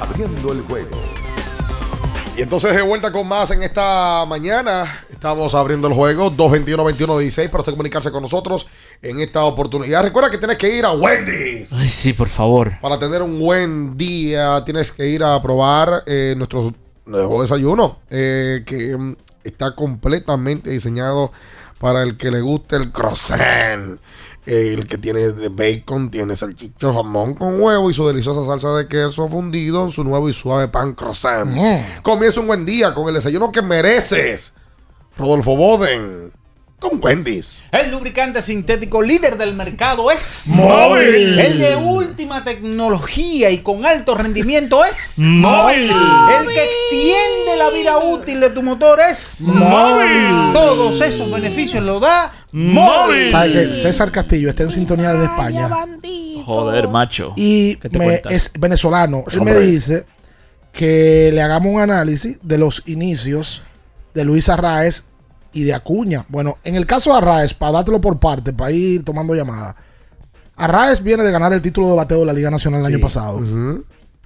[SPEAKER 3] Abriendo el juego.
[SPEAKER 10] Y entonces de vuelta con más en esta mañana. Estamos abriendo el juego 221-2116 para usted comunicarse con nosotros en esta oportunidad. Recuerda que tienes que ir a Wendy's.
[SPEAKER 13] Ay, sí, por favor.
[SPEAKER 10] Para tener un buen día tienes que ir a probar eh, nuestro nuevo desayuno eh, que mm, está completamente diseñado para el que le guste el croissant. Eh, el que tiene de bacon, tiene salchicho, jamón con huevo y su deliciosa salsa de queso fundido en su nuevo y suave pan croissant. Comienza un buen día con el desayuno que mereces. Rodolfo Boden con Wendy's.
[SPEAKER 1] El lubricante sintético líder del mercado es
[SPEAKER 10] Móvil.
[SPEAKER 1] El de última tecnología y con alto rendimiento es
[SPEAKER 13] Móvil.
[SPEAKER 1] El que extiende la vida útil de tu motor es
[SPEAKER 11] Móvil.
[SPEAKER 1] Todos esos beneficios lo da Móvil.
[SPEAKER 11] ¿Sabes que César Castillo está en sintonía de España?
[SPEAKER 13] Joder, macho.
[SPEAKER 11] Y
[SPEAKER 13] ¿Qué te
[SPEAKER 11] me-
[SPEAKER 13] cuentas?
[SPEAKER 11] es venezolano. Él me
[SPEAKER 13] Hombre.
[SPEAKER 11] dice que le hagamos un análisis de los inicios de Luis Arraez y de Acuña. Bueno, en el caso de Arraez, para dártelo por parte, para ir tomando llamada. Arraez viene de ganar el título de bateo de la Liga Nacional el año pasado.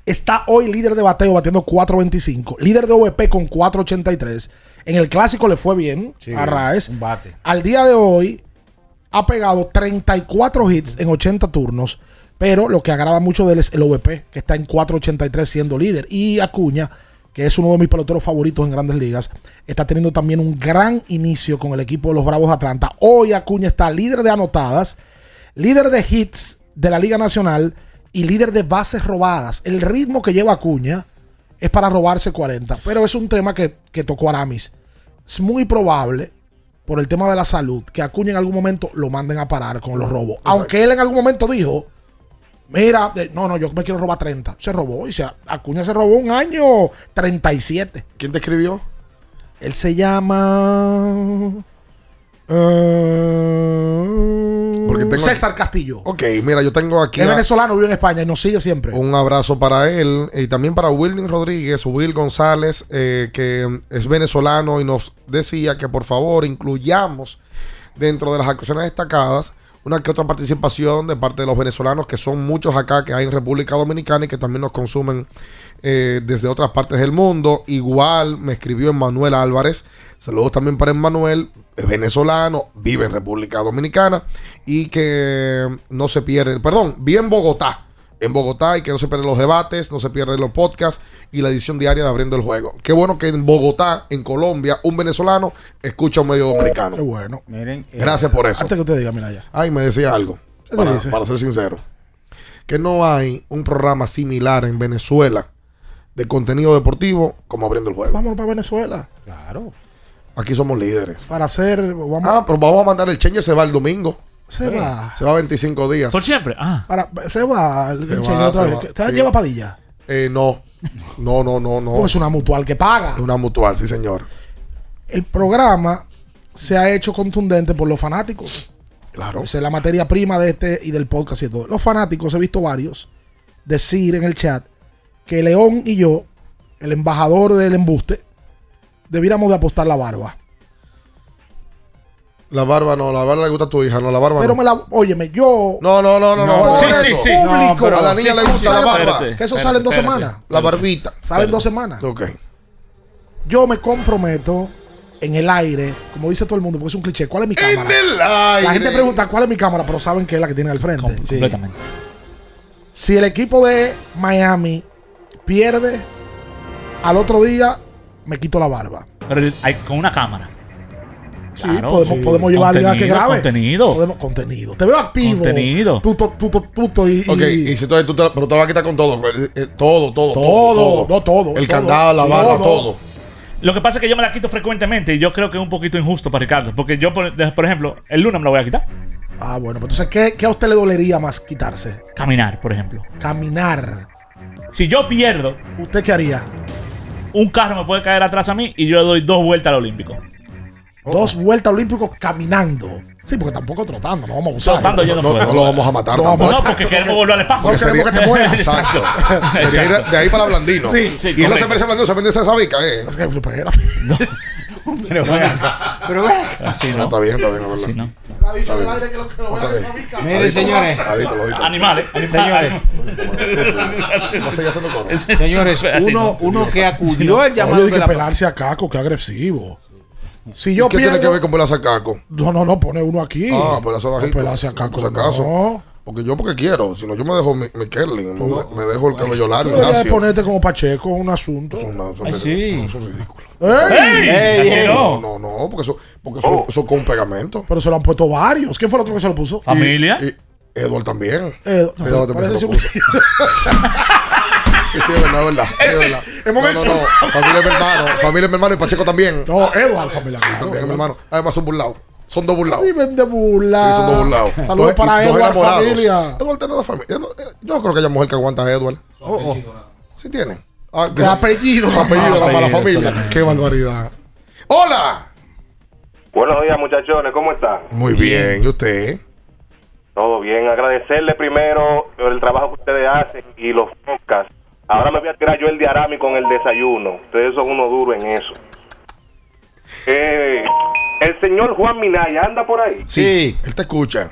[SPEAKER 11] Está hoy líder de bateo batiendo 4.25, líder de OVP con 4.83. En el clásico le fue bien a Arraez.
[SPEAKER 1] Un bate.
[SPEAKER 11] Al día de hoy ha pegado 34 hits en 80 turnos, pero lo que agrada mucho de él es el OVP, que está en 4.83 siendo líder. Y Acuña, que es uno de mis peloteros favoritos en grandes ligas, está teniendo también un gran inicio con el equipo de los Bravos de Atlanta. Hoy Acuña está líder de anotadas, líder de hits de la Liga Nacional y líder de bases robadas. El ritmo que lleva Acuña es para robarse 40, pero es un tema que, que tocó Aramis. Es muy probable por el tema de la salud, que Acuña en algún momento lo manden a parar con los robos. Aunque él en algún momento dijo, mira, de- no, no, yo me quiero robar 30. Se robó, y se, Acuña se robó un año 37.
[SPEAKER 10] ¿Quién te escribió?
[SPEAKER 11] Él se llama... Porque
[SPEAKER 10] tengo-
[SPEAKER 11] eh, César Castillo.
[SPEAKER 10] Ok, mira, yo tengo aquí.
[SPEAKER 11] Es
[SPEAKER 10] a-
[SPEAKER 11] venezolano, vive en España y nos sigue siempre.
[SPEAKER 10] Un abrazo para él y también para Wilden Rodríguez, Will González, eh, que es venezolano y nos decía que por favor incluyamos dentro de las actuaciones destacadas una que otra participación de parte de los venezolanos, que son muchos acá que hay en República Dominicana y que también nos consumen eh, desde otras partes del mundo. Igual me escribió Emmanuel Álvarez. Saludos también para Emmanuel, es venezolano, vive en República Dominicana y que no se pierde, perdón, vive en Bogotá en Bogotá y que no se pierden los debates, no se pierden los podcasts y la edición diaria de Abriendo el Juego. Qué bueno que en Bogotá, en Colombia, un venezolano escucha un medio dominicano.
[SPEAKER 11] Qué bueno.
[SPEAKER 1] Miren, eh,
[SPEAKER 10] Gracias por eso.
[SPEAKER 11] Antes que usted diga, mira ya.
[SPEAKER 10] Ay, me decía algo,
[SPEAKER 11] ¿Qué te
[SPEAKER 10] para,
[SPEAKER 11] dice?
[SPEAKER 10] para ser sincero. Que no hay un programa similar en Venezuela de contenido deportivo como Abriendo el Juego.
[SPEAKER 11] Vámonos para Venezuela.
[SPEAKER 1] Claro.
[SPEAKER 10] Aquí somos líderes.
[SPEAKER 11] Para hacer... Vamos, Ah.
[SPEAKER 10] Ah, pero vamos a mandar el Changer, se va el domingo.
[SPEAKER 11] se va.
[SPEAKER 10] Se va 25 días.
[SPEAKER 13] Por siempre. Ah.
[SPEAKER 11] Para, se va. el
[SPEAKER 10] Se
[SPEAKER 11] Cheño
[SPEAKER 10] va,
[SPEAKER 11] otra
[SPEAKER 10] se
[SPEAKER 11] vez.
[SPEAKER 10] va,
[SPEAKER 11] ¿Se la
[SPEAKER 10] sí. Oh.
[SPEAKER 11] lleva Padilla?
[SPEAKER 10] Eh, no. No, no, no, no.
[SPEAKER 11] O Pues es una mutual que paga.
[SPEAKER 10] Es una mutual, sí, señor.
[SPEAKER 11] el programa se ha hecho contundente por los fanáticos.
[SPEAKER 10] Claro.
[SPEAKER 11] Esa es la materia prima de este y del podcast y todo. Los fanáticos, he visto varios decir en el chat que León y yo, el embajador del embuste, debiéramos de apostar la barba.
[SPEAKER 10] La barba no, la barba le gusta a tu hija, no, la barba
[SPEAKER 11] Pero
[SPEAKER 10] no.
[SPEAKER 11] me la. Óyeme, yo.
[SPEAKER 10] No, no, no, no, no.
[SPEAKER 11] Por
[SPEAKER 10] Sí,
[SPEAKER 11] eso,
[SPEAKER 10] sí, sí.
[SPEAKER 11] público.
[SPEAKER 10] No, pero- A la niña le gusta
[SPEAKER 11] sale-
[SPEAKER 10] la barba.
[SPEAKER 11] Que eso sale en dos semanas.
[SPEAKER 10] La barbita.
[SPEAKER 11] Sale en dos semanas.
[SPEAKER 10] Ok.
[SPEAKER 11] Yo me comprometo en el aire, como dice todo el mundo, porque es un cliché, ¿cuál es mi cámara?
[SPEAKER 10] el aire.
[SPEAKER 11] La gente pregunta cuál es mi cámara, pero saben que es la que tiene al frente. Sí.
[SPEAKER 13] Completamente.
[SPEAKER 11] Si el equipo de Miami pierde, al otro día me quito la barba.
[SPEAKER 13] Pero hay- con una cámara.
[SPEAKER 11] Sí, podemos, podemos llevar a alguien a que
[SPEAKER 13] Contenido,
[SPEAKER 11] grabe.
[SPEAKER 13] Contenido.
[SPEAKER 11] Podemos- contenido. Te veo activo.
[SPEAKER 13] Contenido.
[SPEAKER 11] Tuto, tuto, tuto y, y-
[SPEAKER 10] Ok, y si tú, tú te, la- pero te la vas a quitar con todo. el- el- todo, todo, todo,
[SPEAKER 11] Todo, no todo, todo.
[SPEAKER 10] El candado, la
[SPEAKER 11] Sí, todo.
[SPEAKER 10] barra, todo.
[SPEAKER 13] Lo que pasa es que yo me la quito frecuentemente y yo creo que es un poquito injusto para Ricardo. Porque yo, por, de- por ejemplo, el lunes me la voy a quitar.
[SPEAKER 11] Ah, bueno, pero entonces, ¿qué, ¿qué a usted le dolería más quitarse?
[SPEAKER 13] Caminar, por ejemplo.
[SPEAKER 11] Caminar.
[SPEAKER 13] Si yo pierdo,
[SPEAKER 11] ¿Usted qué haría?
[SPEAKER 13] un carro me puede caer atrás a mí y yo doy dos vueltas al Olímpico.
[SPEAKER 10] Oh.
[SPEAKER 11] Dos vueltas olímpicos caminando. Sí, porque tampoco trotando, no vamos a abusar.
[SPEAKER 13] Trotando yo no No, puedo. no lo vamos a matar
[SPEAKER 11] No,
[SPEAKER 10] tampoco.
[SPEAKER 11] vamos a-
[SPEAKER 10] No, pues
[SPEAKER 13] Porque queremos volver al espacio.
[SPEAKER 11] Porque queremos que te mueras.
[SPEAKER 10] Exacto.
[SPEAKER 11] Exacto.
[SPEAKER 10] Sería ir de ahí para Blandino.
[SPEAKER 11] Sí, sí,
[SPEAKER 10] y él no se
[SPEAKER 11] correcto.
[SPEAKER 10] parece a Blandino, se vende esa sabica, eh.
[SPEAKER 13] Pero ven acá. Pero ven acá. Así no.
[SPEAKER 10] Ah, Está bien, está bien, la verdad.
[SPEAKER 13] Así no.
[SPEAKER 11] Ha dicho
[SPEAKER 10] Está
[SPEAKER 11] en el
[SPEAKER 10] bien.
[SPEAKER 11] aire que lo que lo voy a
[SPEAKER 10] Está bien.
[SPEAKER 11] desabicar.
[SPEAKER 10] Adito,
[SPEAKER 1] Miren, señores.
[SPEAKER 10] adito, lo adito.
[SPEAKER 13] Animales.
[SPEAKER 1] Señores.
[SPEAKER 10] No sé, ya se lo conozco.
[SPEAKER 1] Señores,
[SPEAKER 10] Así
[SPEAKER 1] uno,
[SPEAKER 10] no.
[SPEAKER 1] uno que acudió
[SPEAKER 11] Yo
[SPEAKER 1] al llamado de
[SPEAKER 11] que
[SPEAKER 1] la
[SPEAKER 11] pelarse a Caco, qué agresivo. Si
[SPEAKER 10] ¿Y
[SPEAKER 11] yo
[SPEAKER 10] ¿Qué tiene que
[SPEAKER 11] pierdo-
[SPEAKER 10] ver con pelarse a Caco?
[SPEAKER 11] No, no, no, pone uno aquí.
[SPEAKER 10] Ah, pelarse
[SPEAKER 11] No,
[SPEAKER 10] bajito.
[SPEAKER 11] pelarse a Caco.
[SPEAKER 10] Por si acaso.
[SPEAKER 11] no.
[SPEAKER 10] Porque yo porque quiero. Si no, yo me dejo mi, mi curling, me, me dejo el cabello
[SPEAKER 11] Tú
[SPEAKER 10] largo,
[SPEAKER 11] deberías
[SPEAKER 10] Ah, Ignacio.
[SPEAKER 11] ponerte como Pacheco un asunto.
[SPEAKER 10] Son
[SPEAKER 13] Ay, sí.
[SPEAKER 10] no, son ridículos.
[SPEAKER 11] ¡Ey! Oh.
[SPEAKER 13] ¡Ey! Así
[SPEAKER 10] No,
[SPEAKER 13] no.
[SPEAKER 10] no, no, porque eso, porque eso, eso con pegamento.
[SPEAKER 11] Pero se lo han puesto varios. ¿Quién fue el otro que se lo puso?
[SPEAKER 13] Familia.
[SPEAKER 10] Y Edward también.
[SPEAKER 11] Eh, no,
[SPEAKER 10] Edward
[SPEAKER 11] parece
[SPEAKER 10] también se
[SPEAKER 11] su-
[SPEAKER 10] lo puso. Sí, sí, es verdad, es verdad. Es verdad.
[SPEAKER 11] hemos
[SPEAKER 10] No, no,
[SPEAKER 11] visto.
[SPEAKER 10] no. Familia es mi hermano. Familia es mi hermano y Pacheco también.
[SPEAKER 11] No, Edward, familia.
[SPEAKER 10] También es mi hermano. Además son burlados. Son dos burlados.
[SPEAKER 11] Y vende burla.
[SPEAKER 10] Sí, son dos burlados.
[SPEAKER 11] Saludos
[SPEAKER 10] Dos- e-
[SPEAKER 11] para
[SPEAKER 10] dos
[SPEAKER 11] Edward,
[SPEAKER 10] enamorados.
[SPEAKER 11] familia.
[SPEAKER 10] Edward tiene dos familias. Yo no- Yo no creo que haya mujer que aguanta a Edward. Sí tiene. Ah,
[SPEAKER 11] Oh, De apellido,
[SPEAKER 10] Su apellido, la mala familia.
[SPEAKER 11] solamente.
[SPEAKER 10] Qué barbaridad. ¡Hola!
[SPEAKER 12] Buenos días, muchachones, ¿cómo están?
[SPEAKER 10] Muy bien. ¿Y usted?
[SPEAKER 12] Todo bien, agradecerle primero el trabajo que ustedes hacen y los podcasts. Ahora me voy a tirar yo el de Arami con el desayuno. Ustedes son uno duro en eso. Eh, el señor Juan Minaya anda por ahí.
[SPEAKER 10] Sí. Él te escucha.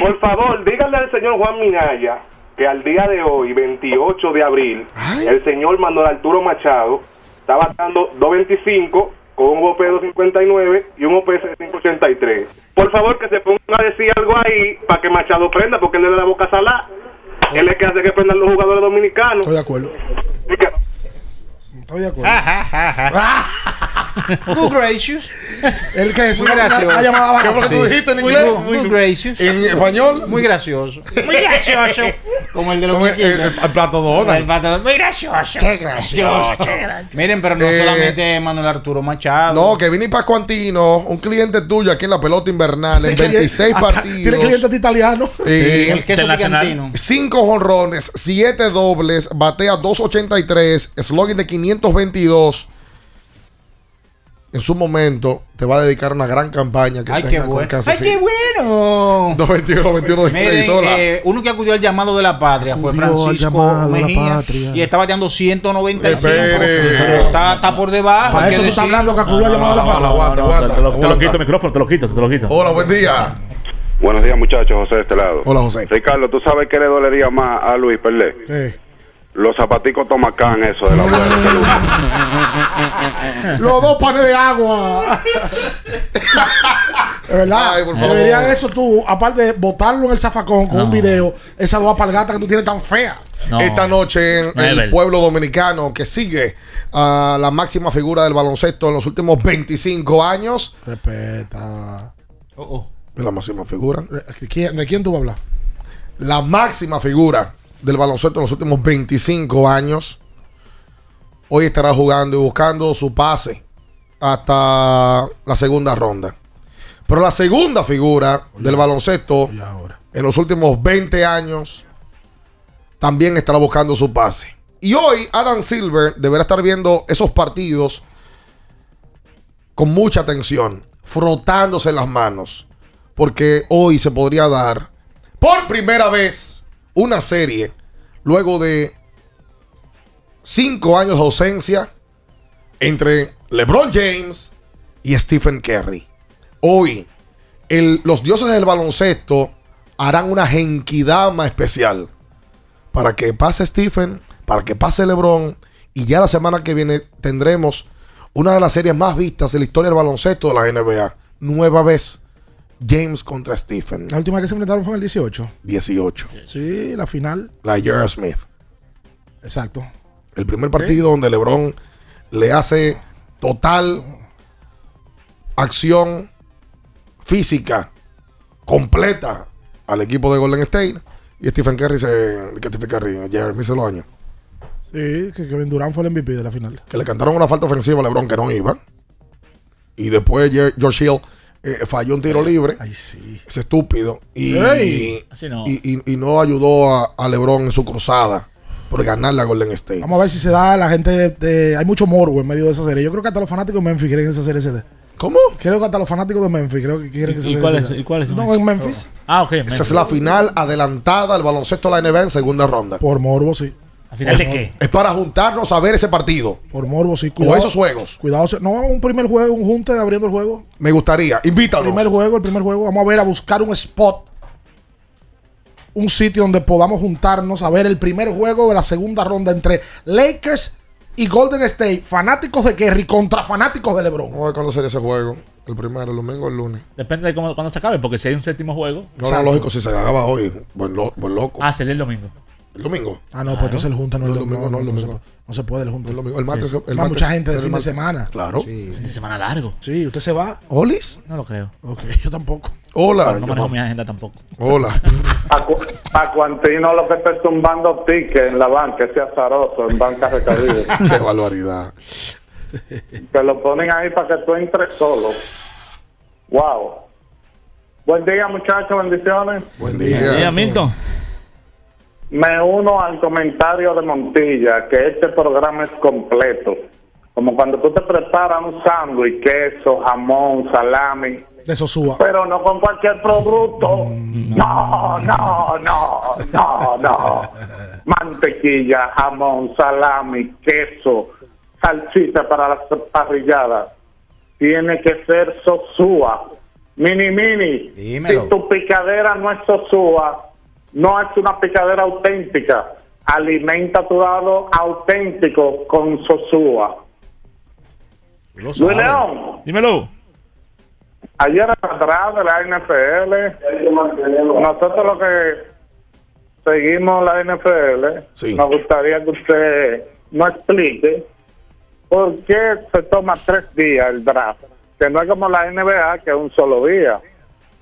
[SPEAKER 12] Por favor, díganle al señor Juan Minaya que al día de hoy, 28 de abril, el señor Manuel Arturo Machado está batando 2.25 con un OP 259 y un OP 583. Por favor, que se pongan a decir algo ahí para que Machado prenda, porque él le da la boca salada. Él es que hace que prendan los jugadores dominicanos.
[SPEAKER 11] Estoy de acuerdo.
[SPEAKER 12] Así que,
[SPEAKER 11] Estoy de acuerdo. Ah.
[SPEAKER 1] Good gracious.
[SPEAKER 11] El que es
[SPEAKER 1] Muy
[SPEAKER 11] una, una,
[SPEAKER 1] gracioso.
[SPEAKER 11] una llamada baja.
[SPEAKER 10] ¿Qué fue lo que tú
[SPEAKER 1] Sí.
[SPEAKER 10] dijiste en
[SPEAKER 1] Muy
[SPEAKER 10] inglés?
[SPEAKER 1] good- Muy gracious.
[SPEAKER 10] ¿En español?
[SPEAKER 1] Muy gracioso. Muy gracioso. Como el de los
[SPEAKER 10] Como el, el-
[SPEAKER 1] muñequitos.
[SPEAKER 10] el plato
[SPEAKER 1] Como
[SPEAKER 10] Donald.
[SPEAKER 1] el pato. Muy gracioso.
[SPEAKER 11] Qué gracioso.
[SPEAKER 1] Miren, pero no
[SPEAKER 10] Eh,
[SPEAKER 1] solamente Manuel Arturo Machado.
[SPEAKER 10] No, que vine Pascuantino, un cliente tuyo aquí en la pelota invernal, en 26
[SPEAKER 11] Acá Tiene
[SPEAKER 10] partidos.
[SPEAKER 11] clientes italianos.
[SPEAKER 10] Sí,
[SPEAKER 1] el queso
[SPEAKER 13] Internacional.
[SPEAKER 1] picantino.
[SPEAKER 10] 5 jonrones, 7 dobles, batea 283, slogan de 522. En su momento te va a dedicar una gran campaña que
[SPEAKER 1] Ay, qué
[SPEAKER 10] tenga con
[SPEAKER 1] bueno.
[SPEAKER 10] Kansas
[SPEAKER 1] Ay,
[SPEAKER 10] City.
[SPEAKER 1] qué bueno.
[SPEAKER 10] 221, 21, 16,
[SPEAKER 1] Miren,
[SPEAKER 10] hola.
[SPEAKER 1] eh, uno que acudió al llamado de la patria fue
[SPEAKER 11] Acudió al
[SPEAKER 1] Francisco
[SPEAKER 11] llamado de la
[SPEAKER 1] Mejía
[SPEAKER 11] patria.
[SPEAKER 1] y está bateando 195.
[SPEAKER 10] Eh, Espere.
[SPEAKER 1] Pero está, está por debajo.
[SPEAKER 11] Para
[SPEAKER 1] hay
[SPEAKER 11] eso
[SPEAKER 1] que
[SPEAKER 11] tú estás
[SPEAKER 1] decir.
[SPEAKER 11] hablando que acudió al llamado de
[SPEAKER 10] Ah,
[SPEAKER 11] Pablo.
[SPEAKER 10] aguanta,
[SPEAKER 13] te,
[SPEAKER 10] aguanta,
[SPEAKER 13] lo, te lo
[SPEAKER 10] aguanta.
[SPEAKER 13] quito el micrófono, te lo quito, te lo quito.
[SPEAKER 10] Hola, buen día.
[SPEAKER 12] Buenos días, muchachos. José de este lado.
[SPEAKER 10] Hola, José.
[SPEAKER 12] Ricardo, ¿tú sabes qué le dolería más a Luis Perlé?
[SPEAKER 11] Eh,
[SPEAKER 12] Los zapaticos tomacán, eso de la abuela.
[SPEAKER 11] Los dos panes de agua. Es verdad.
[SPEAKER 10] Ay, por favor.
[SPEAKER 11] Deberías eso tú, aparte de botarlo en el zafacón con un video, esas dos apalgatas que tú tienes tan feas.
[SPEAKER 13] No.
[SPEAKER 10] Esta noche en
[SPEAKER 13] No es
[SPEAKER 10] el
[SPEAKER 13] verdad.
[SPEAKER 10] pueblo dominicano que sigue a la máxima figura del baloncesto en los últimos 25 años.
[SPEAKER 11] Respeta.
[SPEAKER 1] Oh, oh.
[SPEAKER 10] Es La máxima figura.
[SPEAKER 11] ¿De quién, de quién tú vas a hablar?
[SPEAKER 10] La máxima figura del baloncesto en los últimos 25 años. Hoy estará jugando y buscando su pase hasta la segunda ronda. Pero la segunda figura del baloncesto
[SPEAKER 11] Y ahora.
[SPEAKER 10] en los últimos 20 años también estará buscando su pase. Y hoy Adam Silver deberá estar viendo esos partidos con mucha atención, frotándose las manos, porque hoy se podría dar por primera vez una serie luego de cinco años de ausencia entre LeBron James y Stephen Curry. Hoy el- los dioses del baloncesto harán una genkidama especial para que pase Stephen, para que pase LeBron y ya la semana que viene tendremos una de las series más vistas en la historia del baloncesto de la NBA. Nueva vez, James contra Stephen.
[SPEAKER 11] La última que se enfrentaron fue en el 18.
[SPEAKER 10] 18.
[SPEAKER 11] Sí, la final.
[SPEAKER 10] La J.R. Smith.
[SPEAKER 11] Exacto.
[SPEAKER 10] El primer partido donde LeBron le hace total acción física completa al equipo de Golden State. Y Stephen Curry se. que Stephen Curry, J.R. Smith se lo dañó.
[SPEAKER 11] Sí, que Kevin Durant fue el MVP de la final.
[SPEAKER 10] Que le cantaron una falta ofensiva a LeBron que no iba. Y después Jer- George Hill eh, falló un tiro libre.
[SPEAKER 11] Ay, sí.
[SPEAKER 10] Es estúpido. Y,
[SPEAKER 11] Ey.
[SPEAKER 13] Así no.
[SPEAKER 10] y, y- y no ayudó a, a LeBron en su cruzada por ganarle a Golden State.
[SPEAKER 11] Vamos a ver si se da la gente. de- de- hay mucho morbo en medio de esa serie. Yo creo que hasta los fanáticos de Memphis quieren esa serie se dé.
[SPEAKER 10] ¿Cómo?
[SPEAKER 11] Creo que hasta los fanáticos de Memphis creo que quieren
[SPEAKER 13] ¿Y-
[SPEAKER 11] que esa
[SPEAKER 13] y
[SPEAKER 11] serie
[SPEAKER 13] cuál
[SPEAKER 11] se
[SPEAKER 13] es-
[SPEAKER 11] dé.
[SPEAKER 13] y cuál es
[SPEAKER 11] No,
[SPEAKER 13] Memphis?
[SPEAKER 11] en Memphis.
[SPEAKER 13] Ah, ok.
[SPEAKER 10] Esa es la final adelantada del baloncesto de la NBA en segunda ronda.
[SPEAKER 11] Por morbo, sí.
[SPEAKER 13] final de qué?
[SPEAKER 10] Es para juntarnos a ver ese partido.
[SPEAKER 11] Por morbo, sí.
[SPEAKER 10] O esos juegos.
[SPEAKER 11] Cuidado. se- No, un primer juego, un junte abriendo el juego.
[SPEAKER 10] Me gustaría.
[SPEAKER 11] El
[SPEAKER 10] Invítanos.
[SPEAKER 11] primer juego, el primer juego. Vamos a ver, a buscar un spot. Un sitio donde podamos juntarnos a ver el primer juego de la segunda ronda entre Lakers y Golden State. Fanáticos de Kerry contra fanáticos de LeBron.
[SPEAKER 10] Vamos a ver cuándo sería ese juego. El primero, el domingo o el lunes.
[SPEAKER 13] Depende de cómo, cuándo se acabe, porque si hay un séptimo juego.
[SPEAKER 10] No, no, lógico, si se acaba hoy. Buen, lo- buen loco.
[SPEAKER 13] Ah, sería el domingo.
[SPEAKER 10] El domingo.
[SPEAKER 11] Ah, no, pues entonces el junta no, es el domingo.
[SPEAKER 10] no, el
[SPEAKER 11] no, se
[SPEAKER 10] domingo.
[SPEAKER 11] puede- no se puede el junta.
[SPEAKER 10] El domingo, el martes,
[SPEAKER 11] Sí.
[SPEAKER 10] el
[SPEAKER 11] Va
[SPEAKER 10] martes,
[SPEAKER 11] mucha gente de
[SPEAKER 10] el
[SPEAKER 11] fin de
[SPEAKER 10] martes.
[SPEAKER 11] semana.
[SPEAKER 10] Claro.
[SPEAKER 13] Fin de semana largo.
[SPEAKER 11] Sí, usted se va.
[SPEAKER 10] ¿Olis?
[SPEAKER 13] No lo creo.
[SPEAKER 11] Ok, yo tampoco.
[SPEAKER 10] Hola.
[SPEAKER 13] No manejo mi agenda tampoco.
[SPEAKER 10] Hola.
[SPEAKER 20] Paco, Paco Antino lo que está tumbando tickets en la banca, ese azaroso, en banca recaída.
[SPEAKER 10] Qué barbaridad.
[SPEAKER 20] que lo ponen ahí para que tú entres solo. Wow. Buen día, muchachos, bendiciones.
[SPEAKER 10] Buen
[SPEAKER 13] Buen día, Milton.
[SPEAKER 20] Me uno al comentario de Montilla, que este programa es completo. Como cuando tú te preparas un sándwich, queso, jamón, salami,
[SPEAKER 11] De Sosúa.
[SPEAKER 20] pero no con cualquier producto. No, no, no, no, no. Mantequilla, jamón, salami, queso, salsita para las parrilladas. Tiene que ser Sosúa. Mini, mini.
[SPEAKER 1] Dímelo.
[SPEAKER 20] Si tu picadera no es Sosúa, no es una picadera auténtica. Alimenta tu lado auténtico con Sosúa. Luis León.
[SPEAKER 13] Dímelo.
[SPEAKER 20] Ayer atrás de la NFL, nosotros lo que seguimos la NFL, nos gustaría que usted nos explique por qué se toma tres días el draft, que no es como la NBA, que es un solo día,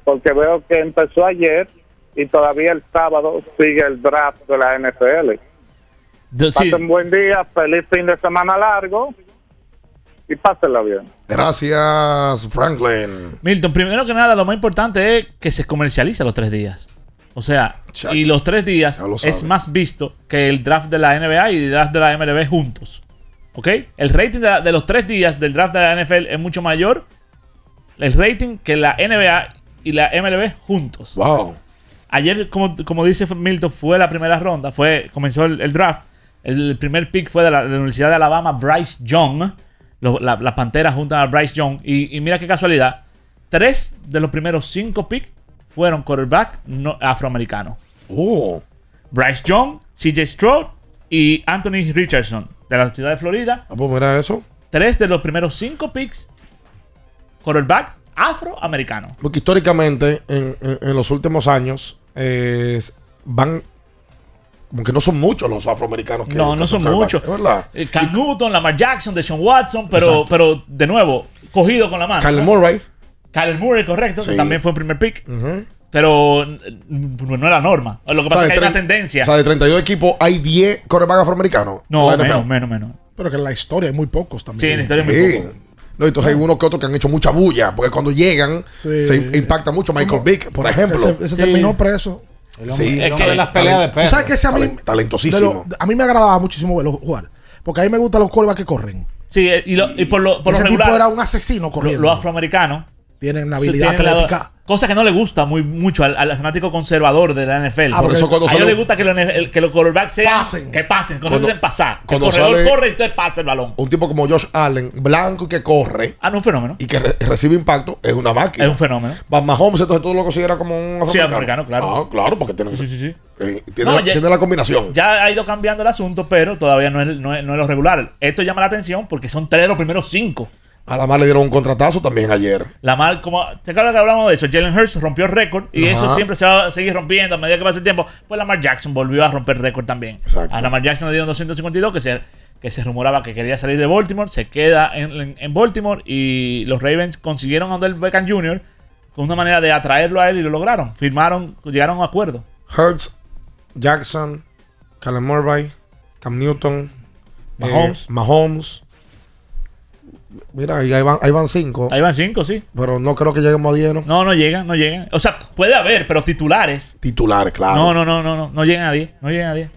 [SPEAKER 20] porque veo que empezó ayer y todavía el sábado sigue el draft de la NFL.
[SPEAKER 13] Yo- sí.
[SPEAKER 20] Pasen buen día, feliz fin de semana largo y pásenla bien.
[SPEAKER 10] Gracias, Franklin.
[SPEAKER 13] Milton, primero que nada, lo más importante es que se comercializa los tres días. O sea, y los tres días
[SPEAKER 10] lo
[SPEAKER 13] es
[SPEAKER 10] sabe.
[SPEAKER 13] más visto que el draft de la NBA y el draft de la MLB juntos. ¿Ok? El rating de, la- de los tres días del draft de la NFL es mucho mayor. El rating que la NBA y la MLB juntos.
[SPEAKER 10] Wow.
[SPEAKER 13] Ayer, como, como dice Milton, fue la primera ronda. Fue, comenzó el, el draft. El primer pick fue de la, de la Universidad de Alabama, Bryce Young. Lo- la- Las Panteras juntan a Bryce Young. Y, y mira qué casualidad. Tres de los primeros cinco picks fueron quarterback no, afroamericanos.
[SPEAKER 10] Oh.
[SPEAKER 13] Bryce Young, CJ Stroud y Anthony Richardson de la ciudad de Florida.
[SPEAKER 10] Ah, pues mira eso.
[SPEAKER 13] Tres de los primeros cinco picks quarterback afroamericano.
[SPEAKER 10] Porque históricamente, en, en- en los últimos años, eh, van. Como que no son muchos los afroamericanos que.
[SPEAKER 13] No,
[SPEAKER 10] que
[SPEAKER 13] no son
[SPEAKER 10] quarterback,
[SPEAKER 13] muchos.
[SPEAKER 10] es ¿Verdad?
[SPEAKER 13] Eh, Cam Newton, Lamar Jackson, Deshaun Watson, pero, pero de nuevo, cogido con la mano.
[SPEAKER 10] Kyle Murray.
[SPEAKER 13] Kyle Murray, correcto,
[SPEAKER 10] Sí.
[SPEAKER 13] que también fue el primer pick.
[SPEAKER 10] Ujú.
[SPEAKER 13] Pero eh, no era la norma. Lo que
[SPEAKER 10] O
[SPEAKER 13] pasa
[SPEAKER 10] sea,
[SPEAKER 13] es que
[SPEAKER 10] de
[SPEAKER 13] hay una
[SPEAKER 10] tre-
[SPEAKER 13] tendencia.
[SPEAKER 10] O sea, de 32 equipos hay 10 quarterbacks afroamericanos.
[SPEAKER 13] no,
[SPEAKER 10] En la
[SPEAKER 13] menos,
[SPEAKER 10] NFL.
[SPEAKER 13] menos, menos.
[SPEAKER 11] Pero que en la historia hay muy pocos
[SPEAKER 13] Sí,
[SPEAKER 11] también.
[SPEAKER 13] en historia es muy
[SPEAKER 10] Sí.
[SPEAKER 13] poco.
[SPEAKER 10] No, entonces hay unos que otros que han hecho mucha bulla, porque cuando llegan
[SPEAKER 11] Sí.
[SPEAKER 10] se impacta mucho Michael Vick, por ejemplo.
[SPEAKER 11] Ese, ese
[SPEAKER 10] Sí.
[SPEAKER 11] terminó preso.
[SPEAKER 10] Sí.
[SPEAKER 11] el
[SPEAKER 10] Es
[SPEAKER 11] hombre
[SPEAKER 10] que-
[SPEAKER 11] de las peleas de
[SPEAKER 10] Talen-
[SPEAKER 11] perro. ¿Sabes qué? Ese a mí-
[SPEAKER 10] Talen-
[SPEAKER 11] De
[SPEAKER 10] Talentosísimo.
[SPEAKER 11] lo- a mí me agradaba muchísimo verlo jugar. Porque a mí me gustan los corebacks que corren.
[SPEAKER 13] Sí, eh, y, lo- y por lo, por lo
[SPEAKER 11] ese
[SPEAKER 13] regular,
[SPEAKER 11] tipo era un asesino
[SPEAKER 13] lo- los
[SPEAKER 11] corriendo.
[SPEAKER 13] afroamericanos
[SPEAKER 11] tienen una
[SPEAKER 13] se
[SPEAKER 11] habilidad
[SPEAKER 13] tienen la-
[SPEAKER 11] atlética.
[SPEAKER 13] Cosa que no le gusta muy mucho al, al fanático conservador de la NFL.
[SPEAKER 10] Ah, por eso cuando
[SPEAKER 13] a ellos
[SPEAKER 10] sale-
[SPEAKER 13] les gusta que, los NFL que los quarterbacks sean, que pasen, cuando
[SPEAKER 10] Cuando-
[SPEAKER 13] dicen pasar. Que el
[SPEAKER 10] cuando
[SPEAKER 13] corredor
[SPEAKER 10] sale-
[SPEAKER 13] corre y usted pasa el balón.
[SPEAKER 10] Un tipo como Josh Allen, blanco y que corre.
[SPEAKER 13] Ah, no, un fenómeno.
[SPEAKER 10] Y que re- recibe impacto, es una máquina.
[SPEAKER 13] Es un fenómeno.
[SPEAKER 10] Van Mahomes, entonces tú lo consideras como un
[SPEAKER 13] Sí, americano, claro.
[SPEAKER 10] Ah, claro, porque tiene, eh, tiene,
[SPEAKER 13] No,
[SPEAKER 10] la,
[SPEAKER 13] ya-
[SPEAKER 10] tiene la combinación.
[SPEAKER 13] Ya ha ido cambiando el asunto, pero todavía no es, no es- no es lo regular. Esto llama la atención porque son tres de los primeros cinco.
[SPEAKER 10] A la más le dieron un contratazo también ayer.
[SPEAKER 13] La mal, como te acuerdas que hablamos de eso, Jalen Hurts rompió el récord y
[SPEAKER 10] Ajá.
[SPEAKER 13] eso siempre se va a seguir rompiendo a medida que pasa el tiempo. Pues Lamar Jackson volvió a romper récord también. A Lamar Jackson le dieron 252 que se, que se rumoraba que quería salir de Baltimore, se queda en, en- en Baltimore y los Ravens consiguieron a Odell Beckham Jr. con una manera de atraerlo a él y lo lograron. Firmaron, llegaron a un acuerdo.
[SPEAKER 10] Hurts, Jackson, Callum Murray, Cam Newton,
[SPEAKER 13] Mahomes.
[SPEAKER 10] eh, Mahomes. Mira, y ahí van, ahí van cinco.
[SPEAKER 13] Ahí van cinco, sí.
[SPEAKER 10] Pero no creo que lleguemos a diez, ¿no?
[SPEAKER 13] No, no llegan, no llegan. O sea, puede haber, pero titulares.
[SPEAKER 10] Titulares, claro.
[SPEAKER 13] No, no, no, no, no, no llegan a 10. No llegan a 10.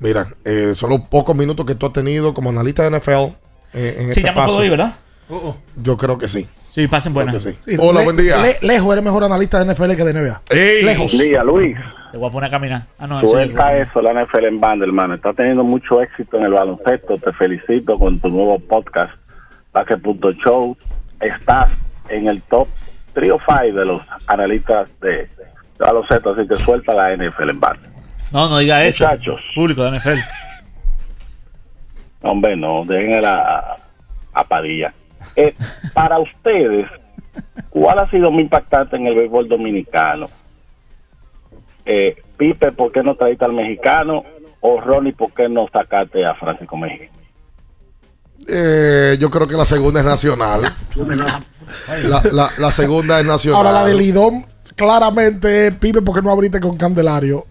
[SPEAKER 10] Mira, eh, son los pocos minutos que tú has tenido como analista de NFL. eh, en
[SPEAKER 13] Sí,
[SPEAKER 10] este
[SPEAKER 13] ya me puedo
[SPEAKER 10] paso.
[SPEAKER 13] ir, ¿verdad? uh.
[SPEAKER 10] Yo creo que sí.
[SPEAKER 13] Sí, pasen buenas.
[SPEAKER 10] Creo que sí. Hola,
[SPEAKER 11] Le-
[SPEAKER 10] buen día.
[SPEAKER 11] le- lejos eres mejor analista de NFL que de NBA. Lejos.
[SPEAKER 21] Buen día, Luis.
[SPEAKER 13] Te voy a poner a caminar. Ah, no,
[SPEAKER 10] Pues
[SPEAKER 13] ese es el-
[SPEAKER 21] Suelta eso, la NFL en banda, hermano. Está teniendo mucho éxito en el baloncesto. Te felicito con tu nuevo podcast, Baque.show. Estás en el top trio five de los analistas de, de baloncesto, así que suelta la NFL en banda.
[SPEAKER 13] No, no diga eso.
[SPEAKER 21] Muchachos.
[SPEAKER 13] Público de NFL.
[SPEAKER 21] Hombre, no, déjenla a, a Padilla. Eh, para ustedes, ¿cuál ha sido muy impactante en el béisbol dominicano? Eh, Pipe, ¿por qué no traíste al mexicano? O Ronnie, ¿por qué no sacaste a Francisco Mejía?
[SPEAKER 10] Eh, yo creo que la segunda es nacional. la, la- la segunda es nacional.
[SPEAKER 11] Ahora la del Lidón claramente es Pipe porque no abriste con Candelario.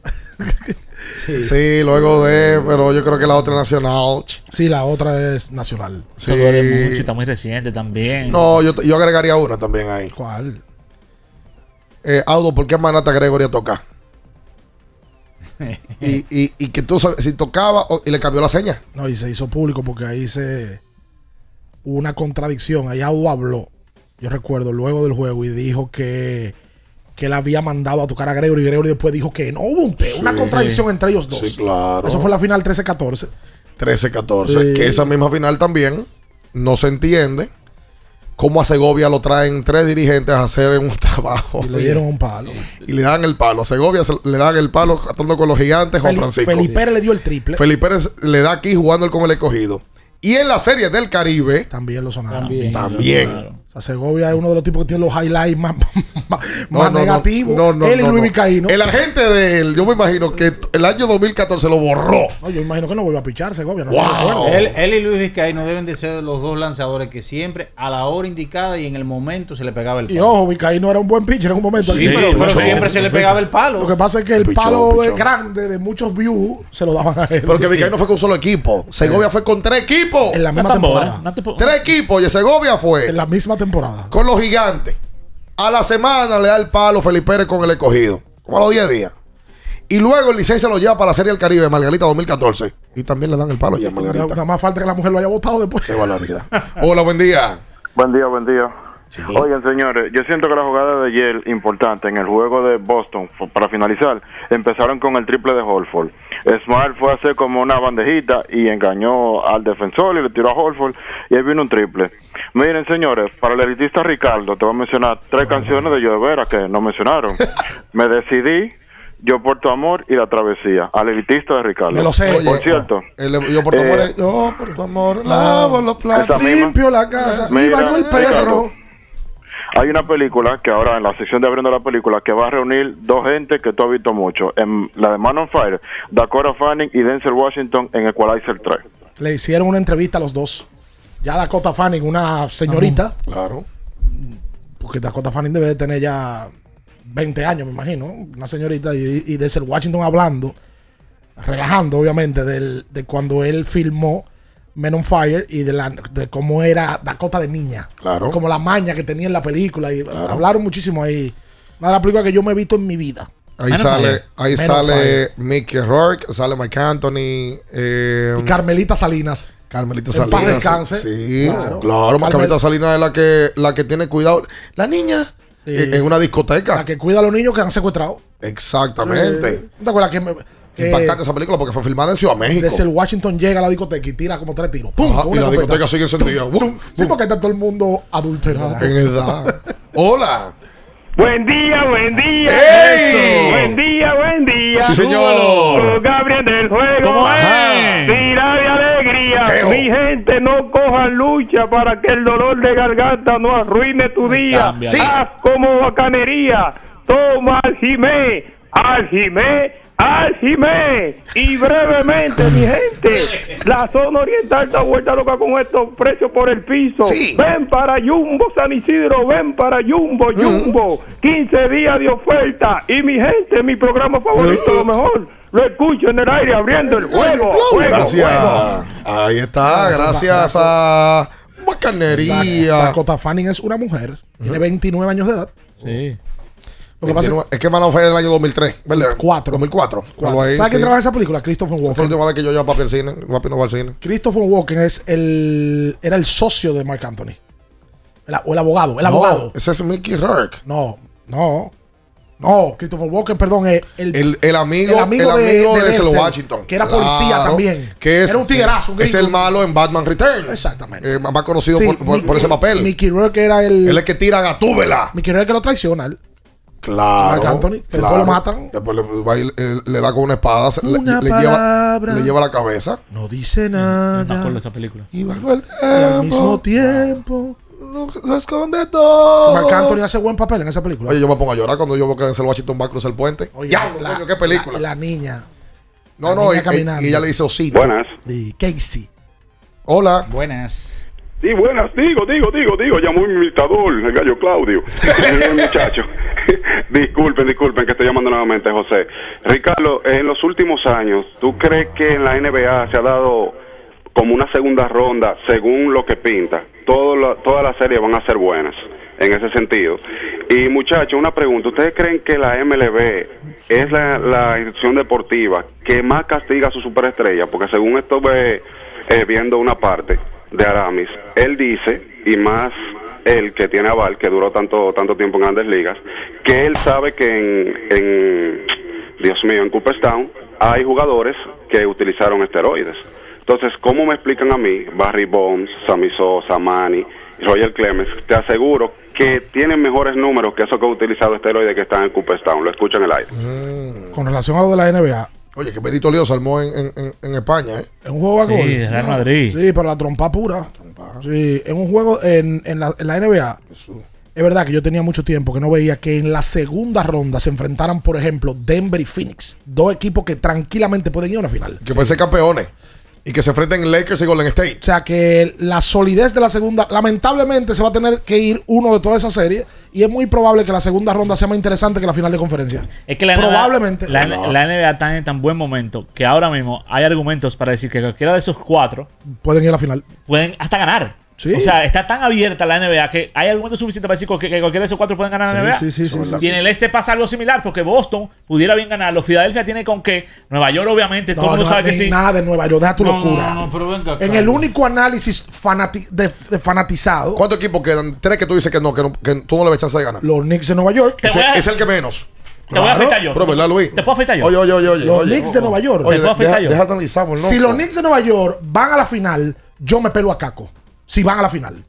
[SPEAKER 10] Sí. luego de, pero yo creo que la otra es nacional.
[SPEAKER 11] Sí, la otra es nacional.
[SPEAKER 10] Sí.
[SPEAKER 13] Eso duele mucho y está muy reciente también.
[SPEAKER 10] No, yo, yo agregaría una también ahí.
[SPEAKER 11] ¿Cuál?
[SPEAKER 10] Eh, Aldo, ¿por qué a Manata Gregory a tocar? y, y, y que tú sabes, si tocaba o- y le cambió la seña.
[SPEAKER 11] No, y se hizo público porque ahí se hubo una contradicción. Ahí Audo habló, yo recuerdo, luego del juego y dijo que, que él había mandado a tocar a Gregory y Gregory después dijo que no hubo un te- una
[SPEAKER 10] Sí.
[SPEAKER 11] contradicción entre ellos dos.
[SPEAKER 10] Sí, claro.
[SPEAKER 11] Eso fue la final 13-14.
[SPEAKER 10] 13-14.
[SPEAKER 11] Sí.
[SPEAKER 10] Que esa misma final también no se entiende cómo a Segovia lo traen tres dirigentes a hacer un trabajo.
[SPEAKER 11] Y le dieron un palo.
[SPEAKER 10] Y le dan el palo. A Segovia se- le dan el palo tratando con los gigantes, Juan
[SPEAKER 11] Fel-
[SPEAKER 10] Francisco.
[SPEAKER 11] Felipe Pérez le dio el triple.
[SPEAKER 10] Felipe Pérez le da aquí jugando él con el escogido. Y en la serie del Caribe.
[SPEAKER 11] También lo sonaron.
[SPEAKER 10] También. También.
[SPEAKER 11] O sea, Segovia es uno de los tipos que tiene los highlights más, más, más
[SPEAKER 10] no,
[SPEAKER 11] negativos.
[SPEAKER 10] no, no,
[SPEAKER 11] él y
[SPEAKER 10] no,
[SPEAKER 11] Luis
[SPEAKER 10] no.
[SPEAKER 11] Vizcaíno.
[SPEAKER 10] El agente de él, yo me imagino que t- el año 2014 lo borró.
[SPEAKER 11] No, yo imagino que no vuelve a pichar Segovia. No
[SPEAKER 10] Wow.
[SPEAKER 1] Él, él y Luis Vizcaíno deben de ser los dos lanzadores que siempre, a la hora indicada y en el momento, se le pegaba el
[SPEAKER 11] Y ojo, Vizcaíno era un buen pitcher en un momento.
[SPEAKER 1] Sí, pero- pero siempre se le pegaba el palo.
[SPEAKER 11] Lo que pasa es que el
[SPEAKER 10] Pichó,
[SPEAKER 11] palo de-
[SPEAKER 10] pichó.
[SPEAKER 11] grande de muchos views se lo daban a él.
[SPEAKER 10] Pero que
[SPEAKER 11] Sí.
[SPEAKER 10] Vizcaíno fue con un solo equipo. Segovia fue con tres equipos. En
[SPEAKER 11] la misma temporada.
[SPEAKER 10] Tres equipos. Oye, Segovia fue.
[SPEAKER 11] En la misma temporada.
[SPEAKER 10] Con los gigantes. A la semana le da el palo Felipe Pérez con el escogido. Como a los 10 días. Y luego el licencia lo lleva para la Serie del Caribe, Margarita 2014. Y también le dan el palo ya, a
[SPEAKER 11] Nada-
[SPEAKER 10] Margarita.
[SPEAKER 11] Nada más falta que la mujer lo haya votado después.
[SPEAKER 10] Qué barbaridad. Hola, buen día.
[SPEAKER 22] Buen día, buen día. Oigan, señores, yo siento que la jugada de ayer importante en el juego de Boston, fu- para finalizar, empezaron con el triple de Holford. Smart fue a hacer como una bandejita y engañó al defensor y le tiró a Holford y ahí vino un triple. Miren, señores, para el elitista Ricardo, te voy a mencionar tres canciones de Llovera que no mencionaron. Me decidí, Yo por tu amor y La travesía, al elitista de Ricardo.
[SPEAKER 10] Me lo sé.
[SPEAKER 22] Por
[SPEAKER 10] Oye,
[SPEAKER 22] cierto.
[SPEAKER 10] El- yo por tu
[SPEAKER 22] eh,
[SPEAKER 10] amor, yo por tu amor, lavo los platos,
[SPEAKER 22] Esa misma.
[SPEAKER 11] limpio la casa y
[SPEAKER 22] Mira,
[SPEAKER 11] baño el perro.
[SPEAKER 22] Ricardo, Hay una película que ahora en la sección de abriendo la película que va a reunir dos gente que tú has visto mucho, en la de Man on Fire, Dakota Fanning y Denzel Washington en Equalizer 3.
[SPEAKER 11] Le hicieron una entrevista a los dos. Ya Dakota Fanning, una señorita.
[SPEAKER 10] Claro.
[SPEAKER 11] Porque Dakota Fanning debe de tener ya 20 años, me imagino. Una señorita. Y, y desde el Washington hablando, relajando, obviamente, del, de cuando él filmó Men on Fire y de, la, de cómo era Dakota de niña.
[SPEAKER 10] Claro.
[SPEAKER 11] Como la maña que tenía en la película. Y hablaron muchísimo ahí. Una de las películas que yo me he visto en mi vida.
[SPEAKER 10] Ahí
[SPEAKER 11] Men on
[SPEAKER 10] sale,
[SPEAKER 11] Fire.
[SPEAKER 10] ahí
[SPEAKER 11] Men on
[SPEAKER 10] sale
[SPEAKER 11] Fire.
[SPEAKER 10] Mickey Rourke, sale Mike Anthony, eh,
[SPEAKER 11] Y Carmelita Salinas.
[SPEAKER 10] Carmelita
[SPEAKER 11] En paz
[SPEAKER 10] Salinas.
[SPEAKER 11] descanse.
[SPEAKER 10] Sí,
[SPEAKER 11] Claro.
[SPEAKER 10] claro, claro
[SPEAKER 11] Carmel-
[SPEAKER 10] Carmelita Salinas es la que, la que tiene cuidado. La niña eh, en en una discoteca.
[SPEAKER 11] La que cuida a los niños que han secuestrado.
[SPEAKER 10] Exactamente.
[SPEAKER 11] ¿No te acuerdas que me- que
[SPEAKER 10] Impactante esa película porque fue filmada en Ciudad México.
[SPEAKER 11] Desde el Washington llega a la discoteca y tira como tres tiros. ¡Pum!
[SPEAKER 10] Ajá,
[SPEAKER 11] Con
[SPEAKER 10] y
[SPEAKER 11] una
[SPEAKER 10] la
[SPEAKER 11] escopeta.
[SPEAKER 10] discoteca sigue encendida.
[SPEAKER 11] ¡Tum! ¡Tum! Sí, porque está todo el mundo adulterado.
[SPEAKER 10] En edad. Hola.
[SPEAKER 15] Buen día, buen día.
[SPEAKER 10] ¡Ey!
[SPEAKER 15] Buen día, buen día.
[SPEAKER 10] Sí, señor.
[SPEAKER 15] Con Gabriel del Juego.
[SPEAKER 10] ¿Cómo es?
[SPEAKER 15] Tira de alegría.
[SPEAKER 10] Eo.
[SPEAKER 15] Mi gente, no coja lucha para que el dolor de garganta no arruine tu día.
[SPEAKER 10] Cambia. Sí.
[SPEAKER 15] Haz como bacanería. Toma al Jimé, al Jimé, al Jimé. Y brevemente, mi gente, Este, la zona oriental está vuelta loca con estos precios por el piso. Ven para Jumbo San Isidro, ven para Jumbo, Jumbo. 15 días de oferta. Y mi gente, mi programa favorito, lo mejor. Lo escucho en el aire abriendo el juego. juego,
[SPEAKER 10] Gracias.
[SPEAKER 15] juego.
[SPEAKER 10] Ahí
[SPEAKER 11] Ah,
[SPEAKER 10] está. Ah,
[SPEAKER 11] pues,
[SPEAKER 10] Gracias a Bacanería.
[SPEAKER 11] Dakota Fanning es una mujer. Tiene 29 años de edad.
[SPEAKER 13] Sí.
[SPEAKER 11] Lo que pasa es-
[SPEAKER 10] es que Mano fue del año 2003, ¿verdad? 4. 2004. Algo ahí,
[SPEAKER 11] ¿Sabes
[SPEAKER 10] sí.
[SPEAKER 11] quién trabaja en esa película? Christopher
[SPEAKER 10] Fue la
[SPEAKER 11] Walken.
[SPEAKER 10] última vez que yo llevo a papi al cine. Papi no va al cine.
[SPEAKER 11] Christopher Walken es el, era el socio de Mark Anthony. El- o el abogado. El
[SPEAKER 10] No,
[SPEAKER 11] abogado.
[SPEAKER 10] Ese es Mickey Rourke.
[SPEAKER 11] No, no. No, Christopher Walken, perdón. El,
[SPEAKER 10] El, el amigo, el amigo de, Denzel
[SPEAKER 11] Denzel,
[SPEAKER 10] Washington.
[SPEAKER 11] Que era policía
[SPEAKER 10] Claro,
[SPEAKER 11] también.
[SPEAKER 10] Que es,
[SPEAKER 11] era un tiguerazo. un
[SPEAKER 10] es
[SPEAKER 11] gringo.
[SPEAKER 10] el malo en Batman Return.
[SPEAKER 11] Exactamente.
[SPEAKER 10] Eh, más conocido
[SPEAKER 11] Sí,
[SPEAKER 10] por, por-
[SPEAKER 11] Mickey-
[SPEAKER 10] por ese papel.
[SPEAKER 11] Mickey Rourke era el.
[SPEAKER 10] Él es que tira a Gatúbela.
[SPEAKER 11] Mickey Rourke lo traiciona. él.
[SPEAKER 10] Claro.
[SPEAKER 11] Marc Anthony, que después lo matan.
[SPEAKER 10] Después le, va y le- le da con una espada. se- le-
[SPEAKER 11] Una
[SPEAKER 10] le, lleva,
[SPEAKER 11] palabra.
[SPEAKER 10] le lleva la cabeza.
[SPEAKER 11] No
[SPEAKER 13] Mm,
[SPEAKER 11] dice nada.
[SPEAKER 13] Por esa película.
[SPEAKER 11] Y bajo el tiempo. Al mismo tiempo.
[SPEAKER 10] Lo, esconde todo.
[SPEAKER 11] Marc Anthony hace buen papel en esa película.
[SPEAKER 10] Oye, yo me pongo a llorar cuando yo veo que Denzel Washington va a cruzar el puente. ya,
[SPEAKER 11] la-
[SPEAKER 10] coño, qué película.
[SPEAKER 11] La, la niña.
[SPEAKER 10] no,
[SPEAKER 11] la
[SPEAKER 10] no, y,
[SPEAKER 11] niña caminando.
[SPEAKER 10] y ella le dice osito. Buenas.
[SPEAKER 11] Casey.
[SPEAKER 10] Hola.
[SPEAKER 1] Buenas.
[SPEAKER 16] Sí, buenas, digo, digo, digo, digo, llamó un imitador, el gallo Claudio, el muchacho. disculpen, disculpen, que estoy llamando nuevamente, José. Ricardo, en los últimos años, ¿tú crees que en la NBA se ha dado como una segunda ronda, según lo que pinta? Todo la- Todas las series van a ser buenas, en ese sentido. Y muchachos, una pregunta, ¿ustedes creen que la MLB es la, la institución deportiva que más castiga a su superestrella? Porque según esto ve eh, viendo una parte de Aramis, él dice, y más el que tiene aval, que duró tanto tanto tiempo en grandes ligas, que él sabe que en, en Dios mío, en Cooperstown hay jugadores que utilizaron esteroides. Entonces, ¿cómo me explican a mí Barry Bones, Sammy Sosa, Manny, Roger Clemens? Te aseguro que tienen mejores números que esos que han utilizado esteroides que están en Cooperstown. Lo escuchan en el aire.
[SPEAKER 11] Con relación a lo de la NBA.
[SPEAKER 10] Oye, que Benito Leo se armó en, en- en- en España, ¿eh?
[SPEAKER 11] Es un juego de
[SPEAKER 10] Sí,
[SPEAKER 11] gol.
[SPEAKER 10] de Real
[SPEAKER 11] No,
[SPEAKER 10] Madrid.
[SPEAKER 11] Sí, pero la trompa pura. Sí, en un juego en, en la, en la NBA. Es verdad que yo tenía mucho tiempo que no veía que en la segunda ronda se enfrentaran, por ejemplo, Denver y Phoenix. Dos equipos que tranquilamente pueden ir a una final.
[SPEAKER 10] Que pueden ser campeones. Y que se enfrenten Lakers y Golden State.
[SPEAKER 11] O sea que la solidez de la segunda, lamentablemente se va a tener que ir uno de todas esas series y es muy probable que la segunda ronda sea más interesante que la final de conferencia.
[SPEAKER 13] Es que la NBA,
[SPEAKER 11] probablemente.
[SPEAKER 13] La, la NBA está en tan buen momento que ahora mismo hay argumentos para decir que cualquiera de esos cuatro
[SPEAKER 11] Pueden ir a la final.
[SPEAKER 13] pueden hasta ganar.
[SPEAKER 11] Sí.
[SPEAKER 13] O sea, está tan abierta la NBA que hay argumentos suficientes para decir que, que cualquiera de esos cuatro pueden ganar la
[SPEAKER 11] Sí,
[SPEAKER 13] NBA.
[SPEAKER 11] sí, sí, sí,
[SPEAKER 13] y
[SPEAKER 11] sí,
[SPEAKER 13] en el este pasa algo similar porque Boston pudiera bien ganarlo. Filadelfia tiene con qué. Nueva York, obviamente, todo el mundo sabe que
[SPEAKER 11] ni
[SPEAKER 13] sí.
[SPEAKER 11] Nada de Nueva York, deja tu
[SPEAKER 13] No,
[SPEAKER 11] locura.
[SPEAKER 13] no, no, pero venga acá.
[SPEAKER 11] en el único análisis fanati- de- de fanatizado,
[SPEAKER 10] ¿Cuántos equipos quedan? Tres que tú dices que no, que, no- que tú no le ves chance de ganar.
[SPEAKER 11] los Knicks de Nueva York.
[SPEAKER 10] Ese- es el que menos.
[SPEAKER 11] Te voy a afectar yo.
[SPEAKER 10] Pero, ¿verdad, Luis?
[SPEAKER 11] Te puedo afectar yo.
[SPEAKER 10] Oye, oye, oye. oye
[SPEAKER 11] Los
[SPEAKER 10] oye,
[SPEAKER 11] Knicks de Nueva York.
[SPEAKER 10] Oye,
[SPEAKER 11] Te puedo
[SPEAKER 10] de-
[SPEAKER 11] afectar
[SPEAKER 10] deja,
[SPEAKER 11] yo.
[SPEAKER 10] deja de analizar, por
[SPEAKER 11] Si
[SPEAKER 10] loco.
[SPEAKER 11] los Knicks de Nueva York van a la final, yo me pelo a Caco. Si van a la final.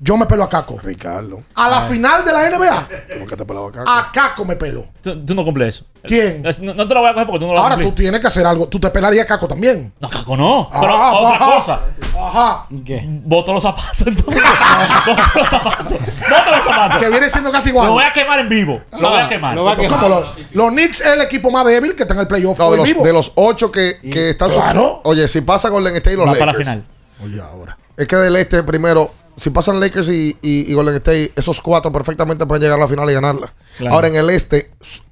[SPEAKER 11] Yo me pelo a Caco.
[SPEAKER 10] Ricardo.
[SPEAKER 11] A la
[SPEAKER 13] Ay.
[SPEAKER 11] final de la NBA,
[SPEAKER 10] ¿Cómo que te pelaba acá?
[SPEAKER 11] a Caco me pelo.
[SPEAKER 13] Tú, tú no cumples eso.
[SPEAKER 11] ¿Quién?
[SPEAKER 13] Es- No, no te lo voy a coger porque tú no lo
[SPEAKER 11] Ahora
[SPEAKER 13] vas a
[SPEAKER 11] tú
[SPEAKER 13] cumplir.
[SPEAKER 11] tienes que hacer algo. Tú te pelarías a Caco también.
[SPEAKER 13] No, Caco, no. Pero
[SPEAKER 11] Ajá,
[SPEAKER 13] otra
[SPEAKER 11] ajá.
[SPEAKER 13] cosa.
[SPEAKER 11] Ajá.
[SPEAKER 13] Boto los zapatos entonces. Boto los zapatos. Boto los zapatos.
[SPEAKER 11] Que viene siendo casi igual.
[SPEAKER 13] Lo voy a quemar en vivo. Lo voy a quemar.
[SPEAKER 11] ¿Cómo los- Los Knicks es el equipo más débil que está en el playoff.
[SPEAKER 10] No, de
[SPEAKER 11] hoy
[SPEAKER 10] los,
[SPEAKER 11] vivo.
[SPEAKER 10] de los ocho que, que están su-
[SPEAKER 11] Claro.
[SPEAKER 10] Oye, si pasa Golden State y los
[SPEAKER 13] Va
[SPEAKER 10] Lakers.
[SPEAKER 13] para la final.
[SPEAKER 11] Oye, ahora.
[SPEAKER 10] Es que del este primero, si pasan Lakers y, y- y Golden State, esos cuatro perfectamente pueden llegar a la final y ganarla.
[SPEAKER 11] Claro.
[SPEAKER 10] Ahora en el este s-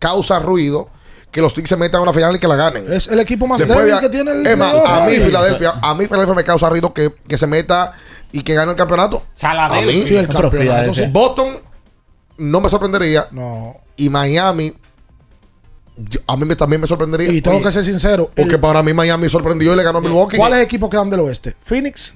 [SPEAKER 10] causa ruido que los Knicks se metan a una final y que la ganen.
[SPEAKER 11] Es el equipo más
[SPEAKER 10] Después
[SPEAKER 11] débil
[SPEAKER 10] de-
[SPEAKER 11] que tiene el
[SPEAKER 10] Es más,
[SPEAKER 11] playoff.
[SPEAKER 10] a mí
[SPEAKER 11] Sí.
[SPEAKER 10] Filadelfia, a mí Filadelfia me causa ruido que, que se meta y que gane el campeonato.
[SPEAKER 1] Saladel.
[SPEAKER 10] A mí.
[SPEAKER 1] Sí, el Pero campeonato, Filadelfia. sí.
[SPEAKER 10] Boston no me sorprendería.
[SPEAKER 11] No.
[SPEAKER 10] Y Miami yo- a mí me- también me sorprendería.
[SPEAKER 11] Y tengo
[SPEAKER 10] Oye,
[SPEAKER 11] que ser sincero.
[SPEAKER 10] porque para mí Miami sorprendió y le ganó a Milwaukee.
[SPEAKER 11] ¿Cuáles equipos quedan del oeste? Phoenix,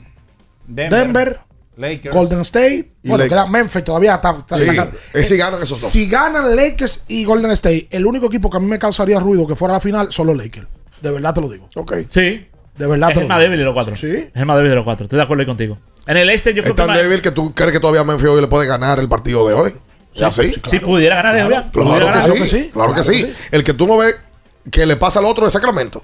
[SPEAKER 11] Denver,
[SPEAKER 1] Lakers.
[SPEAKER 11] Golden State.
[SPEAKER 10] Y
[SPEAKER 11] bueno,
[SPEAKER 10] Lakers.
[SPEAKER 11] queda Memphis todavía. Está, está-
[SPEAKER 10] Sí,
[SPEAKER 11] está-
[SPEAKER 10] es si
[SPEAKER 11] Eh,
[SPEAKER 10] ganan esos dos.
[SPEAKER 11] Si ganan Lakers y Golden State, el único equipo que a mí me causaría ruido que fuera a la final son los Lakers. De verdad te lo digo.
[SPEAKER 10] Ok.
[SPEAKER 13] Sí.
[SPEAKER 11] De verdad
[SPEAKER 13] Es
[SPEAKER 11] te
[SPEAKER 13] el
[SPEAKER 11] lo
[SPEAKER 13] más
[SPEAKER 11] digo.
[SPEAKER 13] débil de los cuatro. Sí. Es el más débil de los cuatro. Estoy de acuerdo ahí contigo. En el este yo creo
[SPEAKER 10] Es tan
[SPEAKER 13] que más-
[SPEAKER 10] débil que tú crees que todavía Memphis hoy le puede ganar el partido de hoy.
[SPEAKER 13] Sí, sí, si pudiera ganar, es verdad.
[SPEAKER 10] Claro,
[SPEAKER 13] Pudiera
[SPEAKER 10] que,
[SPEAKER 13] ganar.
[SPEAKER 10] sí, claro que sí. El que tú no ves que le pasa al otro es Sacramento.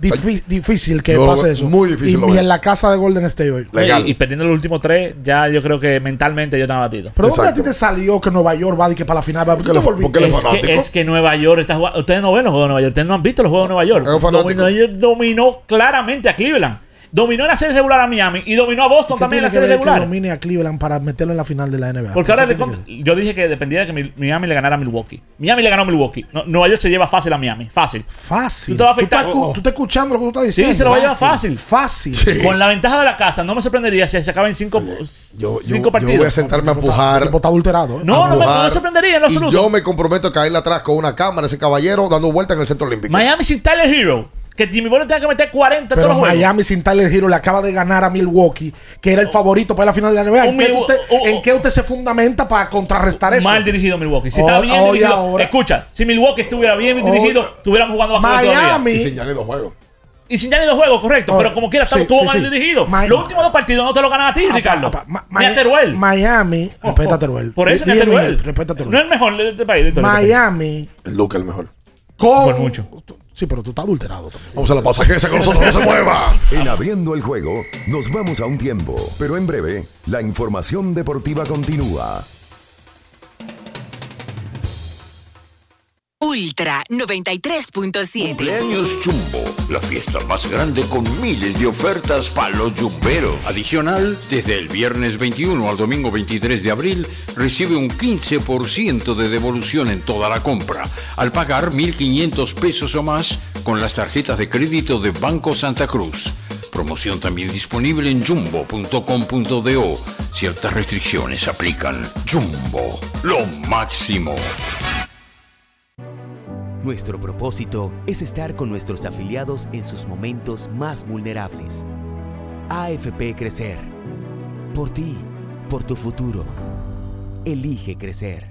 [SPEAKER 11] Difí- difícil que
[SPEAKER 10] yo lo
[SPEAKER 11] pase
[SPEAKER 10] veo
[SPEAKER 11] eso.
[SPEAKER 10] muy difícil lo
[SPEAKER 11] Y, y
[SPEAKER 10] veo.
[SPEAKER 11] en la casa de Golden State hoy.
[SPEAKER 13] Y, y perdiendo los últimos tres, ya yo creo que mentalmente yo estaba batido.
[SPEAKER 11] Pero ¿dónde a ti te salió que Nueva York va de que para la final? ¿Por qué te volviste?
[SPEAKER 13] es, que, es que Nueva York está jugando. Ustedes no ven los juegos de Nueva York. Ustedes no han visto los juegos de Nueva York. Nueva York dominó claramente a Cleveland. Dominó en la serie regular a Miami y dominó a Boston
[SPEAKER 11] ¿Qué
[SPEAKER 13] también en
[SPEAKER 11] tiene
[SPEAKER 13] la serie
[SPEAKER 11] que ver que
[SPEAKER 13] regular.
[SPEAKER 11] domine a Cleveland para meterlo en la final de la NBA?
[SPEAKER 13] Porque ahora le cont- yo dije que dependía de que mi- Miami le ganara a Milwaukee. Miami le ganó a Milwaukee. No- Nueva York se lleva fácil a Miami. Fácil.
[SPEAKER 11] Fácil.
[SPEAKER 13] Tú te vas a afectar.
[SPEAKER 11] Tú estás, cu- tú estás escuchando lo que tú estás
[SPEAKER 13] Sí,
[SPEAKER 11] diciendo.
[SPEAKER 13] se lo va a llevar fácil.
[SPEAKER 11] Fácil.
[SPEAKER 13] Con la ventaja de la casa, no me sorprendería si se acaba en cinco,
[SPEAKER 10] Yo, yo-
[SPEAKER 13] cinco
[SPEAKER 10] yo
[SPEAKER 13] partidos.
[SPEAKER 10] voy a sentarme a pujar.
[SPEAKER 11] Está adulterado. ¿eh?
[SPEAKER 13] No, no me, no me
[SPEAKER 10] Pujar.
[SPEAKER 13] sorprendería en lo
[SPEAKER 10] Y
[SPEAKER 13] absoluto.
[SPEAKER 10] yo me comprometo a caerle atrás con una cámara ese caballero dando vuelta en el centro olímpico.
[SPEAKER 13] Miami sin Tyler Hero. Que Jimmy Butler tenga que meter 40 en todos
[SPEAKER 11] Pero
[SPEAKER 13] los juegos.
[SPEAKER 11] Miami sin Tyler Hero le acaba de ganar a Milwaukee, que era el favorito para la final de la NBA. ¿En,
[SPEAKER 13] Oh. Un
[SPEAKER 11] qué,
[SPEAKER 13] Milwa-
[SPEAKER 11] usted, en qué usted se fundamenta para contrarrestar eso?
[SPEAKER 13] Mal dirigido Milwaukee. Si
[SPEAKER 11] Oh,
[SPEAKER 13] está bien
[SPEAKER 11] oh, y
[SPEAKER 13] dirigido,
[SPEAKER 11] ahora.
[SPEAKER 13] escucha, si Milwaukee estuviera bien
[SPEAKER 11] Oh,
[SPEAKER 13] dirigido, estuviéramos jugando bajo
[SPEAKER 11] Miami. Y sin
[SPEAKER 10] Giannis dos juegos.
[SPEAKER 13] Y sin Giannis dos juegos, correcto.
[SPEAKER 11] Oh,
[SPEAKER 13] pero como quiera,
[SPEAKER 11] sí,
[SPEAKER 13] estuvo
[SPEAKER 11] sí,
[SPEAKER 13] mal
[SPEAKER 11] sí.
[SPEAKER 13] dirigido.
[SPEAKER 11] Miami.
[SPEAKER 13] Los últimos dos partidos no te lo ganan a ti, Ricardo. Ni a Teruel.
[SPEAKER 11] Miami, respeta a Teruel.
[SPEAKER 13] Por eso ni a
[SPEAKER 11] Dime,
[SPEAKER 13] Teruel.
[SPEAKER 11] Respeta a Teruel.
[SPEAKER 13] No es el mejor de este país. de todo este país.
[SPEAKER 11] Miami
[SPEAKER 10] El Luke el mejor.
[SPEAKER 11] con.
[SPEAKER 10] Por
[SPEAKER 11] mucho. Sí, pero tú estás adulterado.
[SPEAKER 10] Vamos a la pausa, quédese con nosotros, no se mueva.
[SPEAKER 3] En abriendo el juego, nos vamos a un tiempo, pero en breve, la información deportiva continúa.
[SPEAKER 14] Ultra 93.7.
[SPEAKER 9] Cumpleaños Jumbo, la fiesta más grande con miles de ofertas para los jumberos. Adicional, desde el viernes 21 al domingo 23 de abril, recibe un 15% de devolución en toda la compra, al pagar 1.500 pesos o más con las tarjetas de crédito de Banco Santa Cruz. Promoción también disponible en jumbo.com.do. Ciertas restricciones aplican. Jumbo, lo máximo.
[SPEAKER 18] Nuestro propósito es estar con nuestros afiliados en sus momentos más vulnerables. AFP Crecer. Por ti, por tu futuro. Elige crecer.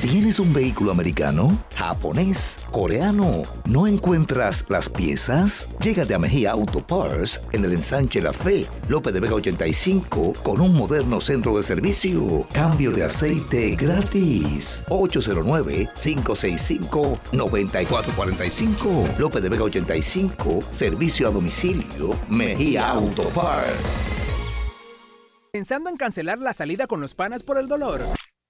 [SPEAKER 23] ¿Tienes un vehículo americano, japonés, coreano? ¿No encuentras las piezas? Llégate a Mejía Auto Parts en el ensanche La Fe, López de Vega 85, con un moderno centro de servicio. Cambio de aceite gratis. 809-565-9445. López de Vega 85, servicio a domicilio. Mejía Auto Parts.
[SPEAKER 8] Pensando en cancelar la salida con los panas por el dolor.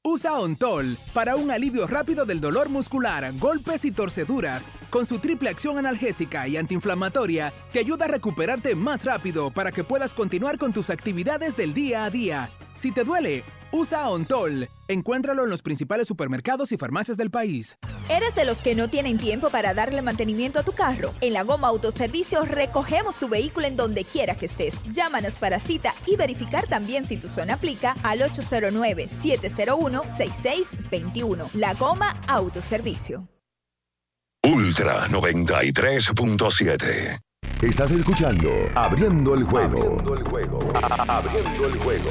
[SPEAKER 8] Usa Ontol para un alivio rápido del dolor muscular, golpes y torceduras, con su triple acción analgésica y antiinflamatoria que ayuda a recuperarte más rápido para que puedas continuar con tus actividades del día a día. Si te duele, usa Ontol. Encuéntralo en los principales supermercados y farmacias del país.
[SPEAKER 24] ¿Eres de los que no tienen tiempo para darle mantenimiento a tu carro? En la Goma Autoservicio recogemos tu vehículo en donde quiera que estés. Llámanos para cita y verificar también si tu zona aplica al 809-701-6621. La Goma Autoservicio.
[SPEAKER 4] Ultra 93.7.
[SPEAKER 3] Estás escuchando Abriendo el juego. Abriendo el juego. Abriendo el juego.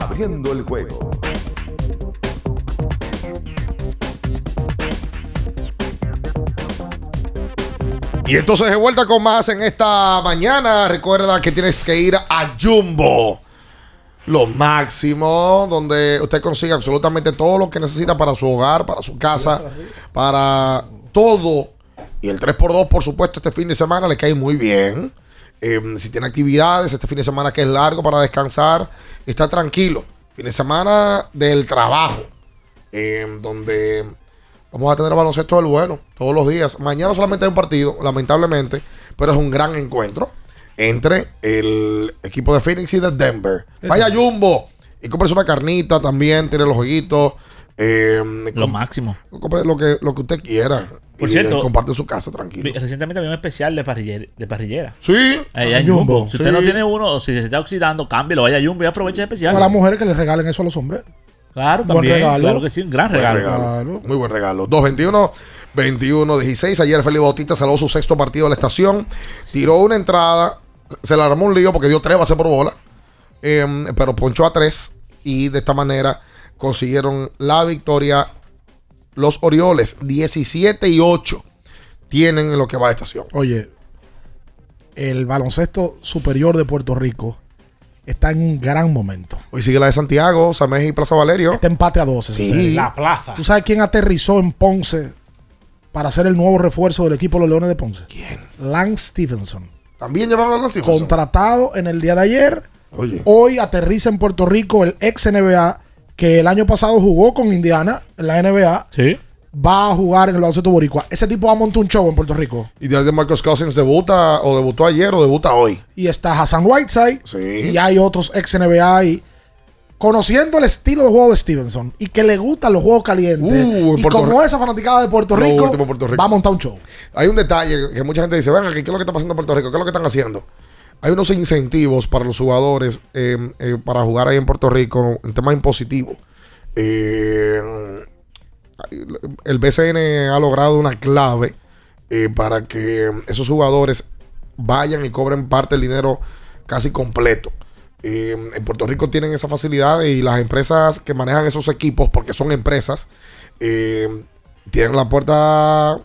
[SPEAKER 3] Abriendo el juego.
[SPEAKER 10] Y entonces de vuelta con más en esta mañana. Recuerda que tienes que ir a Jumbo. Lo máximo, donde usted consigue absolutamente todo lo que necesita para su hogar, para su casa, para todo. Y el 3x2, por supuesto, este fin de semana le cae muy bien. Eh, si tiene actividades, este fin de semana que es largo para descansar, está tranquilo. Fin de semana del trabajo, eh, donde Vamos a tener baloncesto del bueno todos los días. Mañana solamente hay un partido, lamentablemente, pero es un gran encuentro entre el equipo de Phoenix y de Denver. Vaya Jumbo y compres una carnita también, tiene los jueguitos. eh,
[SPEAKER 13] Lo
[SPEAKER 10] com-
[SPEAKER 13] máximo.
[SPEAKER 10] compre lo que, lo que usted quiera.
[SPEAKER 13] Por
[SPEAKER 10] y
[SPEAKER 13] cierto,
[SPEAKER 10] eh, comparte en su casa, tranquilo.
[SPEAKER 13] Vi- Recientemente había un especial de parrillera. De parrillera.
[SPEAKER 10] Sí.
[SPEAKER 13] Allá en
[SPEAKER 11] Ah,
[SPEAKER 13] Jumbo.
[SPEAKER 11] Jumbo,
[SPEAKER 13] Si usted
[SPEAKER 11] sí.
[SPEAKER 13] no tiene uno o si se está oxidando, cámbielo. Vaya a Jumbo y aproveche el
[SPEAKER 11] A
[SPEAKER 13] especial.
[SPEAKER 11] las mujeres que les regalen eso a los hombres.
[SPEAKER 13] Claro,
[SPEAKER 11] Buen
[SPEAKER 13] también.
[SPEAKER 11] regalo.
[SPEAKER 13] Claro que sí, un gran
[SPEAKER 10] Buen
[SPEAKER 13] regalo.
[SPEAKER 10] regalo. Muy buen regalo. 221 21 16 Ayer Felipe Bautista salvó su sexto partido de la estación. Tiró una entrada. Se le armó un lío porque dio tres bases por bola. em, pero ponchó a tres. Y de esta manera consiguieron la victoria. Los Orioles 17 y 8 tienen en lo que va de estación.
[SPEAKER 11] Oye, el baloncesto superior de Puerto Rico está en un gran momento.
[SPEAKER 10] Hoy sigue la de Santiago, Samés y Plaza Valerio.
[SPEAKER 11] Este empate a 12.
[SPEAKER 10] Sí.
[SPEAKER 11] César.
[SPEAKER 10] La plaza.
[SPEAKER 11] ¿Tú sabes quién aterrizó en Ponce para ser el nuevo refuerzo del equipo de los Leones de Ponce? ¿Quién? Lance Stevenson.
[SPEAKER 10] También llevaron a Lance Stevenson.
[SPEAKER 11] Contratado en el día de ayer.
[SPEAKER 10] Oye.
[SPEAKER 11] Hoy aterriza en Puerto Rico el ex NBA que el año pasado jugó con Indiana en la NBA.
[SPEAKER 13] Sí.
[SPEAKER 11] Va a jugar en el baloncesto boricua. Ese tipo va a montar un show en Puerto Rico.
[SPEAKER 10] Y de Marcos Cousins debuta o debutó ayer o debuta hoy.
[SPEAKER 11] y está Hassan Whiteside y hay otros ex NBA y conociendo el estilo de juego de Stevenson y que le gustan los juegos calientes
[SPEAKER 10] Uh, en
[SPEAKER 11] y
[SPEAKER 10] Puerto
[SPEAKER 11] como
[SPEAKER 10] Rico.
[SPEAKER 11] esa fanaticada de Puerto
[SPEAKER 10] Lo
[SPEAKER 11] Rico,
[SPEAKER 10] último en Puerto Rico.
[SPEAKER 11] va a montar un show.
[SPEAKER 10] Hay un detalle que mucha gente dice, ven aquí, ¿qué es lo que está pasando en Puerto Rico? ¿Qué es lo que están haciendo? Hay unos incentivos para los jugadores eh, eh, para jugar ahí en Puerto Rico en tema impositivo. Eh, el BCN ha logrado una clave eh, para que esos jugadores vayan y cobren parte del dinero casi completo. Eh, en Puerto Rico tienen esa facilidad y las empresas que manejan esos equipos, porque son empresas, eh, tienen la puerta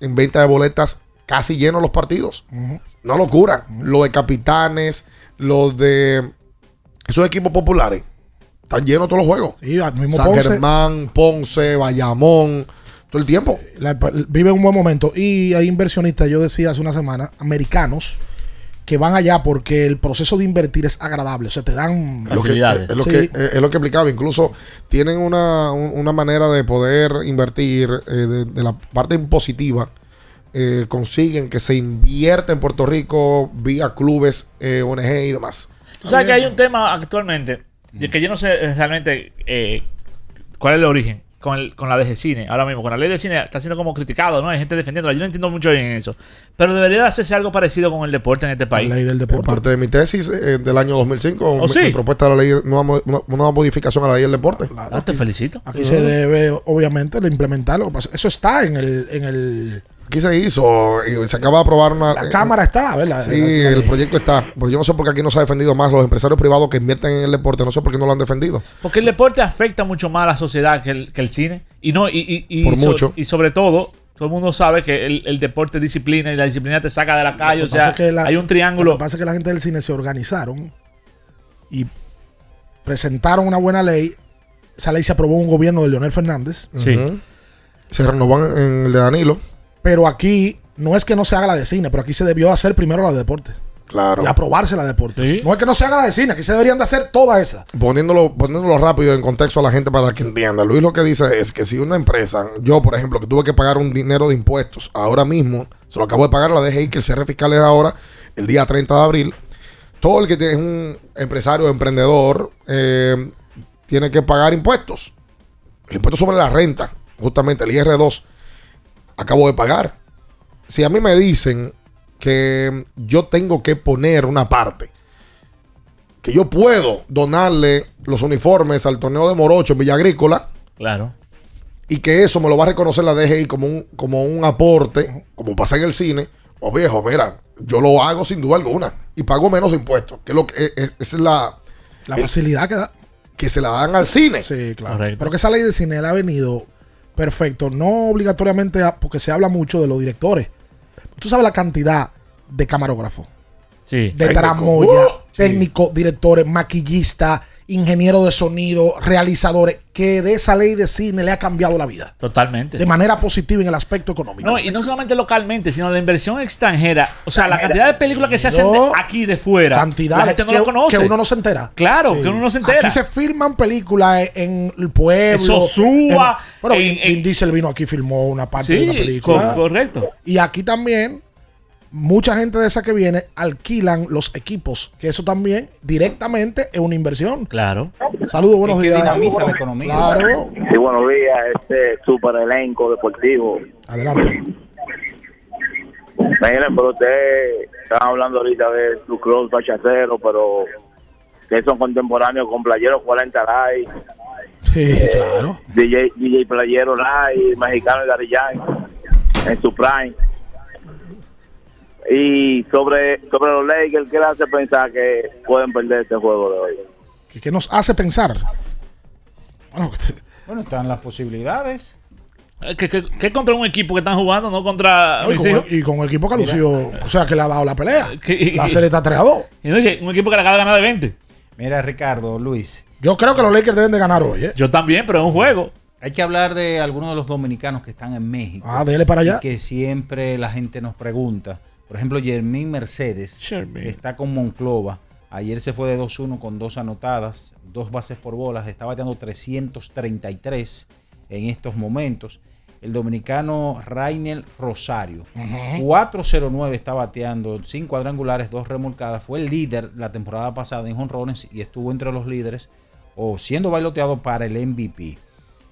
[SPEAKER 10] en venta de boletas casi llenos los partidos. Una locura. Lo de capitanes, lo de esos equipos populares. Están llenos todos los juegos.
[SPEAKER 11] Sí, al mismo
[SPEAKER 10] San
[SPEAKER 11] Ponce.
[SPEAKER 10] Germán, Ponce, Bayamón, todo el tiempo.
[SPEAKER 11] La- vive un buen momento y hay inversionistas, yo decía hace una semana, americanos que van allá porque el proceso de invertir es agradable, o sea, te dan
[SPEAKER 10] Es lo, que, es, lo
[SPEAKER 11] Sí.
[SPEAKER 10] que, eh, es lo que explicaba. Incluso tienen una, un- una manera de poder invertir eh, de, de la parte impositiva. eh, consiguen que se invierta en Puerto Rico vía clubes, eh, ONG y demás.
[SPEAKER 13] Tú sabes que hay un tema actualmente de que yo no sé eh, realmente eh, cuál es el origen con, el- con la de cine. Ahora mismo, con la ley de cine está siendo como criticado, ¿no? Hay gente defendiéndola. Yo no entiendo mucho bien eso. Pero debería de hacerse algo parecido con el deporte en este país.
[SPEAKER 10] Es parte de mi tesis eh, del año 2005,
[SPEAKER 13] ¿Oh,
[SPEAKER 10] mi,
[SPEAKER 13] sí?
[SPEAKER 10] mi propuesta de la ley, nueva mo- una, una modificación a la ley del deporte.
[SPEAKER 13] Ah, te felicito.
[SPEAKER 11] Aquí se debe, obviamente, de implementar lo que pasa. Eso está en el... En el
[SPEAKER 10] Aquí se hizo, eh, se acaba de aprobar una...
[SPEAKER 11] la
[SPEAKER 10] eh,
[SPEAKER 11] cámara está, ¿verdad?
[SPEAKER 10] Sí, el proyecto está. Pero yo no sé por qué aquí no se ha defendido más los empresarios privados que invierten en el deporte. No sé por qué no lo han defendido.
[SPEAKER 13] Porque el deporte afecta mucho más a la sociedad que el, que el cine. Y no, y, y, y
[SPEAKER 10] Por
[SPEAKER 13] so-
[SPEAKER 10] mucho.
[SPEAKER 13] y sobre todo, todo el mundo sabe que el, el deporte disciplina y la disciplina te saca de la calle. O sea, hay un
[SPEAKER 11] Lo
[SPEAKER 13] triángulo.
[SPEAKER 11] que pasa es que la gente del cine se organizaron y presentaron una buena ley. Esa ley se aprobó en un gobierno de Leonel Fernández.
[SPEAKER 10] Ujú. Se renovan en el de Danilo.
[SPEAKER 11] Pero aquí no es que no se haga la de cine, pero aquí se debió hacer primero la de deporte.
[SPEAKER 10] Claro.
[SPEAKER 11] Y aprobarse la de deporte. No es que no se haga la de cine, aquí se deberían de hacer todas esas.
[SPEAKER 10] Poniéndolo, poniéndolo rápido en contexto a la gente para que entienda. Luis lo que dice es que si una empresa, yo por ejemplo, que tuve que pagar un dinero de impuestos ahora mismo, se lo acabo de pagar a la DGI, que el cierre fiscal es ahora, el día 30 de abril, todo el que es un empresario o emprendedor eh, tiene que pagar impuestos. El impuesto sobre la renta, justamente el IR2, acabo de pagar. Si a mí me dicen que yo tengo que poner una parte, que yo puedo donarle los uniformes al torneo de Morocho en Villa Agrícola
[SPEAKER 13] Claro.
[SPEAKER 10] y que eso me lo va a reconocer la DGI como un, como un aporte, como pasa en el cine, o viejo, mira, yo lo hago sin duda alguna y pago menos impuestos, que es lo que es, es la
[SPEAKER 11] La facilidad que da.
[SPEAKER 10] que se la dan al cine.
[SPEAKER 11] Sí, claro. Pero que esa ley de cine la ha venido perfecto. No obligatoriamente a- porque se habla mucho de los directores. Tú sabes la cantidad de camarógrafos,
[SPEAKER 13] Sí.
[SPEAKER 11] de tramoya, técnicos, directores, maquillistas, ingenieros de sonido, realizadores, que de esa ley de cine le ha cambiado la vida.
[SPEAKER 13] Totalmente.
[SPEAKER 11] De manera positiva en el aspecto económico.
[SPEAKER 13] No, y no solamente localmente, sino la inversión extranjera. O sea, la cantidad de películas que se hacen de
[SPEAKER 11] No.
[SPEAKER 13] aquí de fuera.
[SPEAKER 11] Cantidad
[SPEAKER 13] La gente no
[SPEAKER 11] que,
[SPEAKER 13] lo conoce.
[SPEAKER 11] que uno no se entera.
[SPEAKER 13] Claro,
[SPEAKER 11] Sí.
[SPEAKER 13] que uno no se entera.
[SPEAKER 11] Aquí se filman películas e- en el pueblo.
[SPEAKER 13] En Sosúa,
[SPEAKER 11] en- Pero
[SPEAKER 13] en-
[SPEAKER 11] Vin, Vin Diesel vino aquí y filmó una parte de
[SPEAKER 13] Sí,
[SPEAKER 11] una película.
[SPEAKER 13] co- correcto.
[SPEAKER 11] Y aquí también, mucha gente de esa que viene alquilan los equipos. Que eso también directamente es una inversión.
[SPEAKER 13] Claro.
[SPEAKER 11] Saludos, buenos días. Claro.
[SPEAKER 2] Sí, buenos días, este super elenco deportivo.
[SPEAKER 11] Adelante.
[SPEAKER 2] Miren, pero ustedes están hablando ahorita de su cross bachacero, pero que son contemporáneos con Playero 40 Live, Eh,
[SPEAKER 11] Sí, claro.
[SPEAKER 2] DJ, DJ Playero Live, Mexicano y Daddy Yankee, en su prime. Y sobre, sobre los Lakers, ¿qué le hace pensar que pueden perder este juego de hoy?
[SPEAKER 11] Que, que nos hace pensar.
[SPEAKER 1] Bueno, están las posibilidades.
[SPEAKER 13] Eh, Que, que- que contra un equipo que están jugando, no contra
[SPEAKER 11] Y
[SPEAKER 13] mis
[SPEAKER 11] con,
[SPEAKER 13] hijos.
[SPEAKER 11] y con el equipo que ha lucido, o sea, que le ha dado la pelea.
[SPEAKER 13] Que-
[SPEAKER 11] La serie está 3 a 2.
[SPEAKER 13] Y no, que Un equipo que le acaba de ganar de 20.
[SPEAKER 1] Mira, Ricardo, Luis.
[SPEAKER 11] Yo creo que los Lakers deben de ganar hoy. ¿eh?
[SPEAKER 13] Yo también, pero es un juego.
[SPEAKER 1] Hay que hablar de algunos de los dominicanos que están en México.
[SPEAKER 11] Ah, dele para allá.
[SPEAKER 1] Y que siempre la gente nos pregunta. Por ejemplo, Jermín Mercedes, que está con Monclova. Ayer se fue de 2-1 con dos anotadas, dos bases por bolas. Está bateando 333 en estos momentos. El dominicano Rainel Rosario. 409 está bateando, 5 cuadrangulares, 2 remolcadas. Fue el líder la temporada pasada en jonrones y estuvo entre los líderes o siendo bailoteado para el MVP.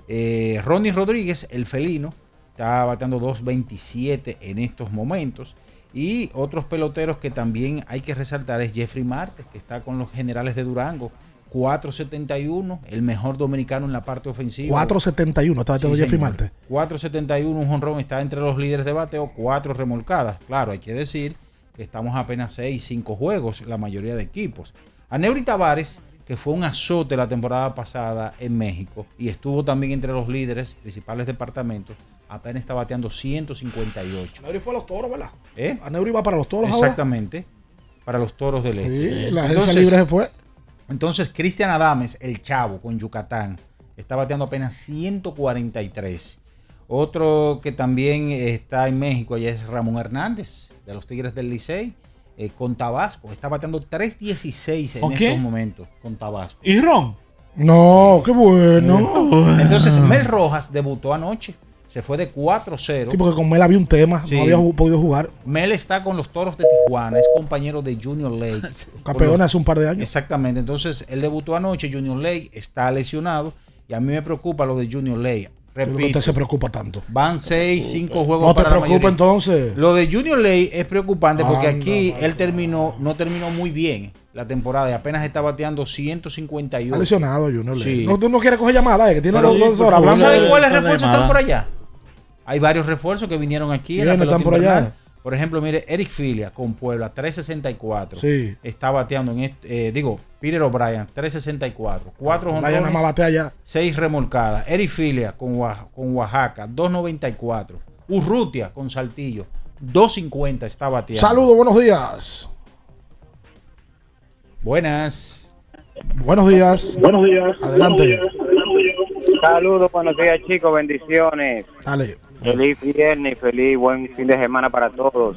[SPEAKER 1] Eh, Ronnie Rodríguez, el felino, está bateando 2.27 en estos momentos. Y otros peloteros que también hay que resaltar es Jeffrey Martes, que está con los generales de Durango. 4.71, el mejor dominicano en la parte ofensiva.
[SPEAKER 11] 4.71 está bateando
[SPEAKER 1] Sí,
[SPEAKER 11] Jeffrey
[SPEAKER 1] señor.
[SPEAKER 11] Marte.
[SPEAKER 1] 4.71, un jonrón está entre los líderes de bateo, 4 remolcadas. Claro, hay que decir que estamos apenas 6, 5 juegos, la mayoría de equipos. A Neuri Tavares, que fue un azote la temporada pasada en México y estuvo también entre los líderes, principales departamentos, apenas está bateando 158.
[SPEAKER 11] Neuri fue a los toros, ¿verdad?
[SPEAKER 1] ¿Eh?
[SPEAKER 11] A Neuri va para los toros ahora.
[SPEAKER 1] Exactamente, para los toros del este.
[SPEAKER 11] Sí, la agencia libre se fue.
[SPEAKER 1] Entonces, Cristian Adames, el chavo con Yucatán, está bateando apenas 143. Otro que también está en México allá es Ramón Hernández, de los Tigres del Licey, eh, con Tabasco. Está bateando 316 en
[SPEAKER 11] ¿Con
[SPEAKER 1] estos
[SPEAKER 11] quién?
[SPEAKER 1] momentos, con Tabasco.
[SPEAKER 13] ¿Y Ron?
[SPEAKER 11] No, qué bueno.
[SPEAKER 1] Entonces, Mel Rojas debutó anoche. Se fue de 4-0.
[SPEAKER 11] Sí, porque con Mel había un tema,
[SPEAKER 1] Sí.
[SPEAKER 11] no había ju- podido jugar.
[SPEAKER 1] Mel está con los Toros de Tijuana, es compañero de Junior Lake.
[SPEAKER 11] Campeón hace un par de años.
[SPEAKER 1] Exactamente, entonces él debutó anoche, Junior Lake está lesionado y a mí me preocupa lo de Junior Lake.
[SPEAKER 11] Creo que usted
[SPEAKER 1] Repito,
[SPEAKER 11] se preocupa tanto.
[SPEAKER 1] van 6, 5 juegos
[SPEAKER 11] No te
[SPEAKER 1] para la
[SPEAKER 11] preocupes
[SPEAKER 1] mayoría.
[SPEAKER 11] entonces.
[SPEAKER 1] Lo de Junior Ley es preocupante porque
[SPEAKER 11] Anda,
[SPEAKER 1] aquí él terminó, no terminó muy bien la temporada y apenas está bateando 158.
[SPEAKER 11] Está lesionado Junior Ley.
[SPEAKER 1] Sí.
[SPEAKER 11] No, tú no quieres coger llamada, eh, que tiene dos, dos horas
[SPEAKER 1] pues, ¿Tú
[SPEAKER 11] hablando.
[SPEAKER 1] sabes cuáles refuerzos están por allá? Hay varios refuerzos que vinieron aquí. en la
[SPEAKER 11] ¿Quiénes
[SPEAKER 1] pelota
[SPEAKER 11] están por allá?
[SPEAKER 1] invernal. Por ejemplo, mire, Eric Filia con Puebla, 364.
[SPEAKER 11] Sí.
[SPEAKER 1] Está bateando en este, eh, digo, Peter O'Brien, 364. Cuatro
[SPEAKER 11] Brian
[SPEAKER 1] jonrones,
[SPEAKER 11] nada más batea ya.
[SPEAKER 1] seis remolcadas. Eric Filia con, Oa- con Oaxaca, 294. Urrutia con Saltillo, 250 está bateando.
[SPEAKER 11] Saludos, buenos días.
[SPEAKER 1] Buenas.
[SPEAKER 11] Buenos días.
[SPEAKER 25] Buenos días.
[SPEAKER 11] Adelante.
[SPEAKER 25] Saludos, buenos días chicos, bendiciones.
[SPEAKER 11] Dale.
[SPEAKER 25] Feliz viernes y feliz buen fin de semana para todos.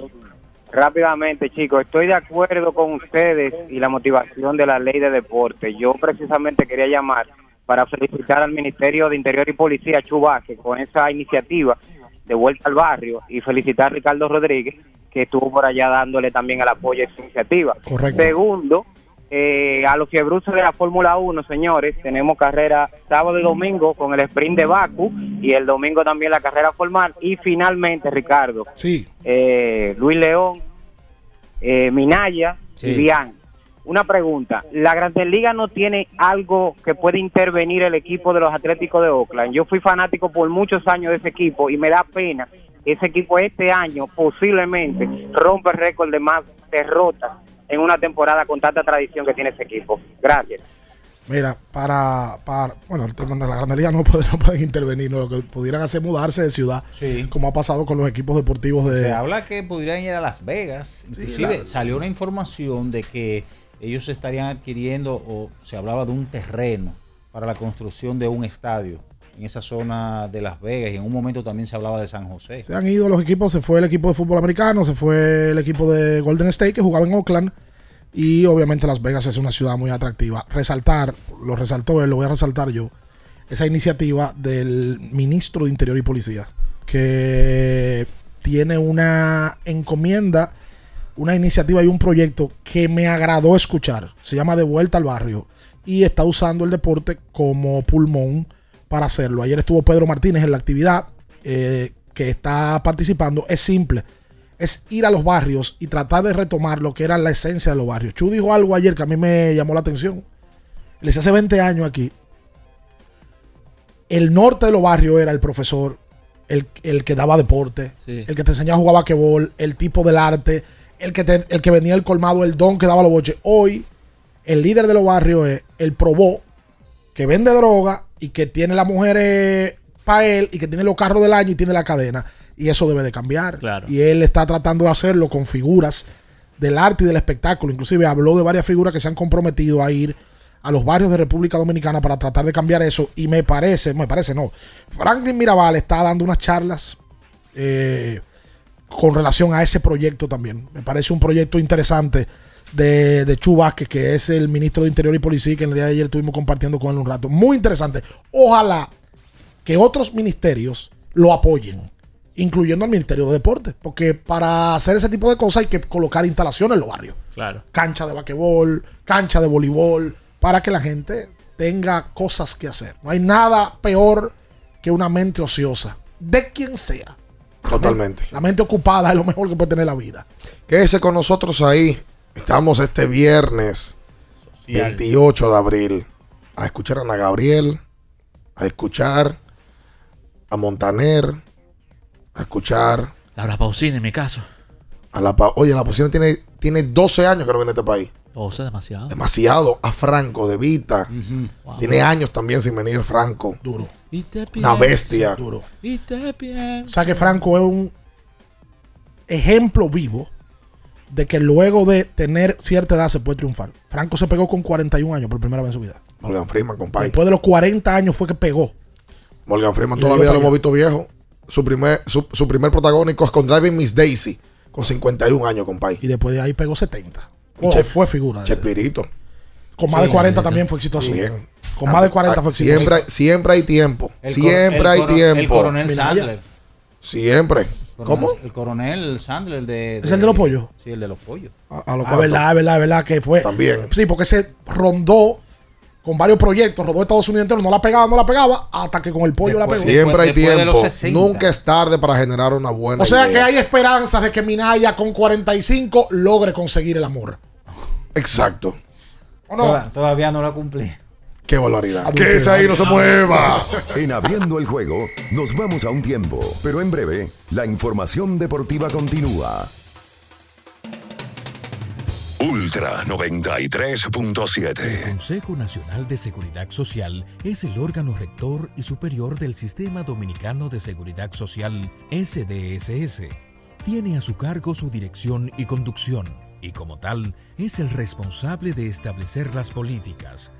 [SPEAKER 25] Rápidamente chicos, estoy de acuerdo con ustedes y la motivación de la ley de deporte. Yo precisamente quería llamar para felicitar al Ministerio de Interior y Policía Chubaque con esa iniciativa de vuelta al barrio y felicitar a Ricardo Rodríguez que estuvo por allá dándole también el apoyo a esa iniciativa.
[SPEAKER 26] Correcto.
[SPEAKER 25] Segundo, eh, a los fiebruces de la Fórmula 1, señores, tenemos carrera sábado y domingo con el sprint de Baku y el domingo también la carrera formal. Y finalmente, Ricardo,
[SPEAKER 11] Sí.
[SPEAKER 25] eh, Luis León, eh, Minaya
[SPEAKER 27] Sí.
[SPEAKER 25] y Bian. Una pregunta, ¿la Grandes Liga no tiene algo que puede intervenir el equipo de los Atléticos de Oakland? Yo fui fanático por muchos años de ese equipo y me da pena. Ese equipo este año posiblemente rompe el récord de más derrotas en una temporada con tanta tradición que tiene ese equipo. Gracias.
[SPEAKER 11] Mira, para, para bueno, el tema de la Grande Liga no pueden, no pueden intervenir, ¿no? lo que pudieran hacer es mudarse de ciudad,
[SPEAKER 1] Sí.
[SPEAKER 11] como ha pasado con los equipos deportivos de
[SPEAKER 1] Se habla que podrían ir a Las Vegas. Inclusive
[SPEAKER 11] la-
[SPEAKER 1] salió una información de que ellos estarían adquiriendo o se hablaba de un terreno para la construcción de un estadio en esa zona de Las Vegas y en un momento también se hablaba de San José.
[SPEAKER 11] Se han ido los equipos, se fue el equipo de fútbol americano, se fue el equipo de Golden State que jugaba en Oakland y obviamente Las Vegas es una ciudad muy atractiva. Resaltar, lo resaltó él, lo voy a resaltar yo, esa iniciativa del ministro de Interior y Policía que tiene una encomienda, una iniciativa y un proyecto que me agradó escuchar. Se llama De vuelta al barrio y está usando el deporte como pulmón para hacerlo. Ayer estuvo Pedro Martínez en la actividad eh, que está participando. Es simple. Es ir a los barrios y tratar de retomar lo que era la esencia de los barrios. Chu dijo algo ayer que a mí me llamó la atención. Les hace 20 años aquí. El norte de los barrios era el profesor, el, el que daba deporte,
[SPEAKER 28] Sí.
[SPEAKER 11] el que te enseñaba a jugar basquetbol, el tipo del arte, el que, te- el que venía el colmado, el don que daba los boches. Hoy, el líder de los barrios es el probó, que vende droga y que tiene las mujeres para él y que tiene los carros del año y tiene la cadena. Y eso debe de cambiar.
[SPEAKER 28] Claro.
[SPEAKER 11] Y él está tratando de hacerlo con figuras del arte y del espectáculo. Inclusive habló de varias figuras que se han comprometido a ir a los barrios de República Dominicana para tratar de cambiar eso. Y me parece, me parece no. Franklin Mirabal está dando unas charlas eh, con relación a ese proyecto también. Me parece un proyecto interesante de, de Chu Vázquez, que es el ministro de Interior y Policía, que en el día de ayer estuvimos compartiendo con él un rato. Muy interesante. Ojalá que otros ministerios lo apoyen, incluyendo al Ministerio de Deportes, porque para hacer ese tipo de cosas hay que colocar instalaciones en los barrios.
[SPEAKER 13] Claro.
[SPEAKER 11] Cancha de basquetbol, cancha de voleibol, para que la gente tenga cosas que hacer. No hay nada peor que una mente ociosa, de quien sea.
[SPEAKER 10] Totalmente.
[SPEAKER 11] La mente ocupada es lo mejor que puede tener la vida.
[SPEAKER 10] Quédese con nosotros ahí. Estamos este viernes 28 de abril a escuchar a Ana Gabriel, a escuchar a Montaner, a escuchar
[SPEAKER 13] Laura Pausini, en mi caso.
[SPEAKER 10] a la... Pa- Oye, la posición tiene, tiene 12 años que no viene a este país.
[SPEAKER 13] Pausa demasiado.
[SPEAKER 10] Demasiado. A Franco, De Vita. Tiene años también sin venir Franco.
[SPEAKER 11] Duro.
[SPEAKER 13] Y te
[SPEAKER 10] Una bestia.
[SPEAKER 11] Duro.
[SPEAKER 13] Y te pienso.
[SPEAKER 11] O sea que Franco es un ejemplo vivo de que luego de tener cierta edad se puede triunfar. Franco se pegó con 41 años por primera vez en su vida.
[SPEAKER 10] Morgan Freeman, compadre.
[SPEAKER 11] Después de los 40 años fue que pegó.
[SPEAKER 10] Morgan Freeman
[SPEAKER 11] Y le dio
[SPEAKER 10] todavía
[SPEAKER 11] pa'
[SPEAKER 10] lo
[SPEAKER 11] allá.
[SPEAKER 10] hemos visto viejo. Su primer, su, su primer protagónico es con Driving Miss Daisy, con 51 años, compadre.
[SPEAKER 11] Y después de ahí pegó 70. Oh, fue figura. de
[SPEAKER 10] Chespirito.
[SPEAKER 11] ese. Con más de
[SPEAKER 10] Sí,
[SPEAKER 11] 40
[SPEAKER 10] Chespirito.
[SPEAKER 11] también fue exitoso.
[SPEAKER 10] Bien.
[SPEAKER 11] Con más de 40 fue exitoso.
[SPEAKER 10] Siempre, siempre hay tiempo.
[SPEAKER 1] El cor-
[SPEAKER 10] siempre
[SPEAKER 1] el
[SPEAKER 10] hay
[SPEAKER 1] coro-
[SPEAKER 10] tiempo.
[SPEAKER 1] El coronel Sandler.
[SPEAKER 10] Siempre. ¿Cómo?
[SPEAKER 1] El coronel Sandler de,
[SPEAKER 11] ¿Es el de los pollos?
[SPEAKER 1] Sí, el de los pollos.
[SPEAKER 10] a
[SPEAKER 11] Ah, verdad, verdad, verdad, que fue.
[SPEAKER 10] También.
[SPEAKER 11] Sí, porque se rondó con varios proyectos, rodó Estados Unidos entero, no la pegaba, no la pegaba, hasta que con el pollo la pegó.
[SPEAKER 10] siempre hay
[SPEAKER 1] después de los
[SPEAKER 10] tiempo.
[SPEAKER 1] 60.
[SPEAKER 10] Nunca es tarde para generar una buena
[SPEAKER 11] O sea
[SPEAKER 10] idea.
[SPEAKER 11] que hay esperanzas de que Minaya con 45 logre conseguir el amor.
[SPEAKER 10] Exacto.
[SPEAKER 11] ¿O no?
[SPEAKER 1] Toda- todavía no lo cumplí.
[SPEAKER 10] Qué barbaridad. Que esa ahí no se mueva.
[SPEAKER 3] En abriendo el juego, nos vamos a un tiempo, pero en breve, la información deportiva continúa.
[SPEAKER 4] Ultra 93.7.
[SPEAKER 12] Consejo Nacional de Seguridad Social es el órgano rector y superior del Sistema Dominicano de Seguridad Social, SDSS. Tiene a su cargo su dirección y conducción, y como tal, es el responsable de establecer las políticas,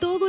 [SPEAKER 27] Todo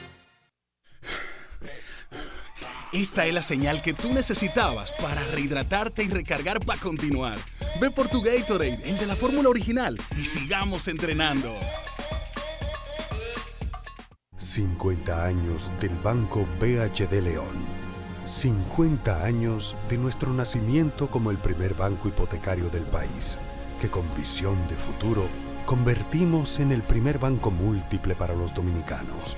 [SPEAKER 7] Esta es la señal que tú necesitabas para rehidratarte y recargar para continuar. Ve por tu Gatorade, el de la fórmula original, y sigamos entrenando.
[SPEAKER 9] 50 años del Banco BHD León. 50 años de nuestro nacimiento como el primer banco hipotecario del país, que con visión de futuro convertimos en el primer banco múltiple para los dominicanos.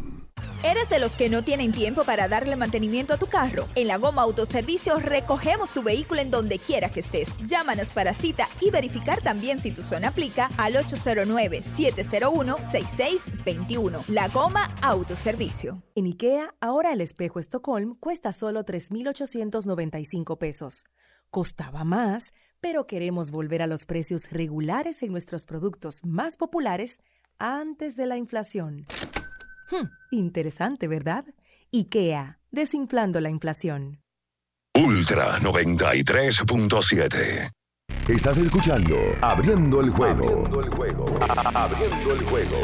[SPEAKER 24] ¿Eres de los que no tienen tiempo para darle mantenimiento a tu carro? En la Goma Autoservicio recogemos tu vehículo en donde quiera que estés. Llámanos para cita y verificar también si tu zona aplica al 809-701-6621. La Goma Autoservicio.
[SPEAKER 17] En IKEA, ahora el espejo Estocolm cuesta solo 3,895 pesos. Costaba más, pero queremos volver a los precios regulares en nuestros productos más populares antes de la inflación. Hmm, interesante, ¿verdad? IKEA, desinflando la inflación.
[SPEAKER 4] Ultra 93.7.
[SPEAKER 3] Estás escuchando Abriendo el juego.
[SPEAKER 4] Abriendo el juego. Abriendo el juego.